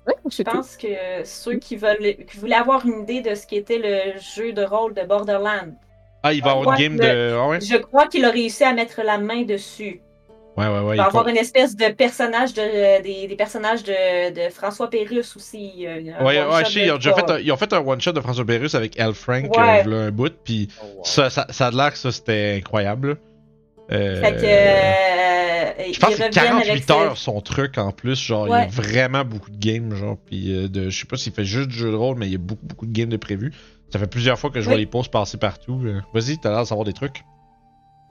Speaker 1: Oui, c'est
Speaker 4: Je
Speaker 1: tout.
Speaker 4: pense que ceux qui veulent qui voulaient avoir une idée de ce qu'était le jeu de rôle de Borderlands,
Speaker 2: ah, il va y avoir une game
Speaker 4: Ouais,
Speaker 2: de. ah ouais?
Speaker 4: je crois qu'il a réussi à mettre la main dessus.
Speaker 2: Ouais, ouais, ouais.
Speaker 4: Il
Speaker 2: il
Speaker 4: va
Speaker 2: faut-
Speaker 4: avoir une espèce de personnage de des, des personnages de, de François Pérusse aussi. euh, un
Speaker 2: Ouais,
Speaker 4: one-shot
Speaker 2: ouais, je sais,
Speaker 4: de
Speaker 2: ils ont déjà fait
Speaker 4: Thor.
Speaker 2: un, ils ont fait un one-shot de François Pérus avec Al Frank,
Speaker 4: Ouais.
Speaker 2: euh, v'là un bout, puis
Speaker 3: Oh, wow.
Speaker 2: ça, ça, ça a l'air que ça, c'était incroyable. là. Euh,
Speaker 4: Fait que, euh,
Speaker 2: Je pense
Speaker 4: ils
Speaker 2: que
Speaker 4: reviennent
Speaker 2: 48
Speaker 4: avec
Speaker 2: heures son truc en plus, genre il y a
Speaker 4: Ouais.
Speaker 2: vraiment beaucoup de games, genre puis euh, de, je sais pas s'il fait juste du jeu de rôle, mais il y a beaucoup beaucoup de games de prévus. Ça fait plusieurs fois que je vois
Speaker 4: Oui.
Speaker 2: les posts passer partout. euh. Vas-y, t'as l'air de savoir des trucs.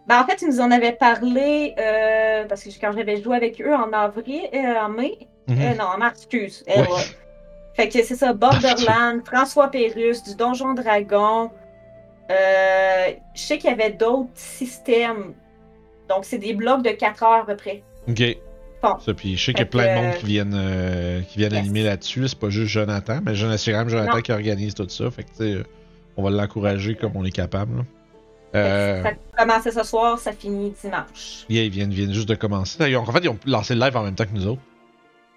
Speaker 4: Ben, en fait, ils nous en avaient parlé euh, parce que quand j'avais joué avec eux en avril, euh, en mai,
Speaker 2: Mhm.
Speaker 4: euh, non, en mars, excuse. Eh,
Speaker 2: Ouais. Ah,
Speaker 4: ouais. Fait que c'est ça, Borderland, François Pérusse, du Donjon Dragon. Euh, je sais qu'il y avait d'autres systèmes. Donc, c'est des blocs de 4 heures à peu près.
Speaker 2: Ok.
Speaker 4: Bon.
Speaker 2: Ça, puis je sais qu'il y a
Speaker 4: Fait
Speaker 2: plein de
Speaker 4: que-
Speaker 2: monde qui viennent, euh, qui viennent
Speaker 4: Yes.
Speaker 2: animer là-dessus. là. C'est pas juste Jonathan, mais Jonathan, c'est quand même Jonathan
Speaker 4: Non.
Speaker 2: qui organise tout ça. Fait que, tu sais, euh, on va l'encourager comme on est capable. là.
Speaker 4: Fait
Speaker 2: Euh,
Speaker 4: que Ça commençait ce soir, ça finit dimanche.
Speaker 2: yeah, ils viennent, viennent juste de commencer. Ils ont- en fait, ils ont lancé le live en même temps que nous autres.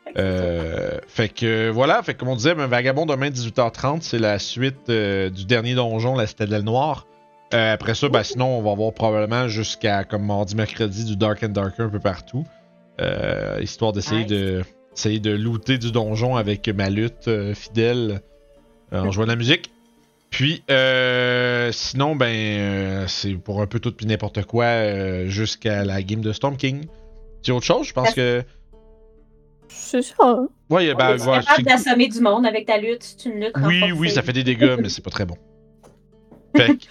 Speaker 4: Fait que c'est
Speaker 2: Euh, fait que euh, voilà, fait que, comme on disait, ben, Vagabond demain 18h30, c'est la suite euh, du dernier donjon, la Citadelle Noire. Euh, après ça, ben, sinon, on va voir probablement jusqu'à comme mardi, mercredi, du Dark and Darker un peu partout. Euh, histoire d'essayer
Speaker 4: Nice.
Speaker 2: de essayer de looter du donjon avec ma lutte euh, fidèle euh, en jouant de la musique. Puis, euh, sinon, ben, euh, c'est pour un peu tout puis n'importe quoi euh, jusqu'à la game de Storm King. C'est autre chose, je pense que.
Speaker 1: C'est ça. hein.
Speaker 2: Ouais, ben,
Speaker 4: ça.
Speaker 2: voilà,
Speaker 4: tu es capable
Speaker 2: c'est-
Speaker 4: d'assommer du monde avec ta lutte, c'est une lutte
Speaker 2: oui,
Speaker 4: renforcée.
Speaker 2: oui, ça fait des dégâts, mais c'est pas très bon. Fait que-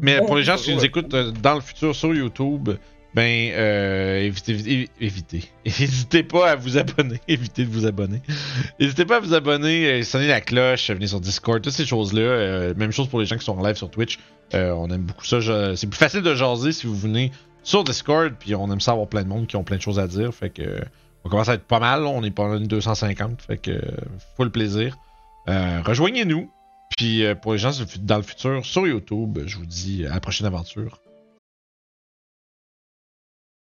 Speaker 2: mais pour les gens qui nous écoutent euh, dans le futur sur YouTube, ben, euh, évitez, évi- évitez. N'hésitez pas à vous abonner. évitez de vous abonner. N'hésitez pas à vous abonner, euh, sonner la cloche, euh, venez sur Discord, toutes ces choses-là. Euh, même chose pour les gens qui sont en live sur Twitch. Euh, on aime beaucoup ça. je- C'est plus facile de jaser si vous venez sur Discord, puis on aime ça avoir plein de monde qui ont plein de choses à dire. Fait que euh, on commence à être pas mal. là, On est pas loin de 250. Fait que euh, full plaisir. Euh, rejoignez-nous. Puis euh, pour les gens sur le fu- dans le futur sur YouTube, je vous dis à la prochaine aventure.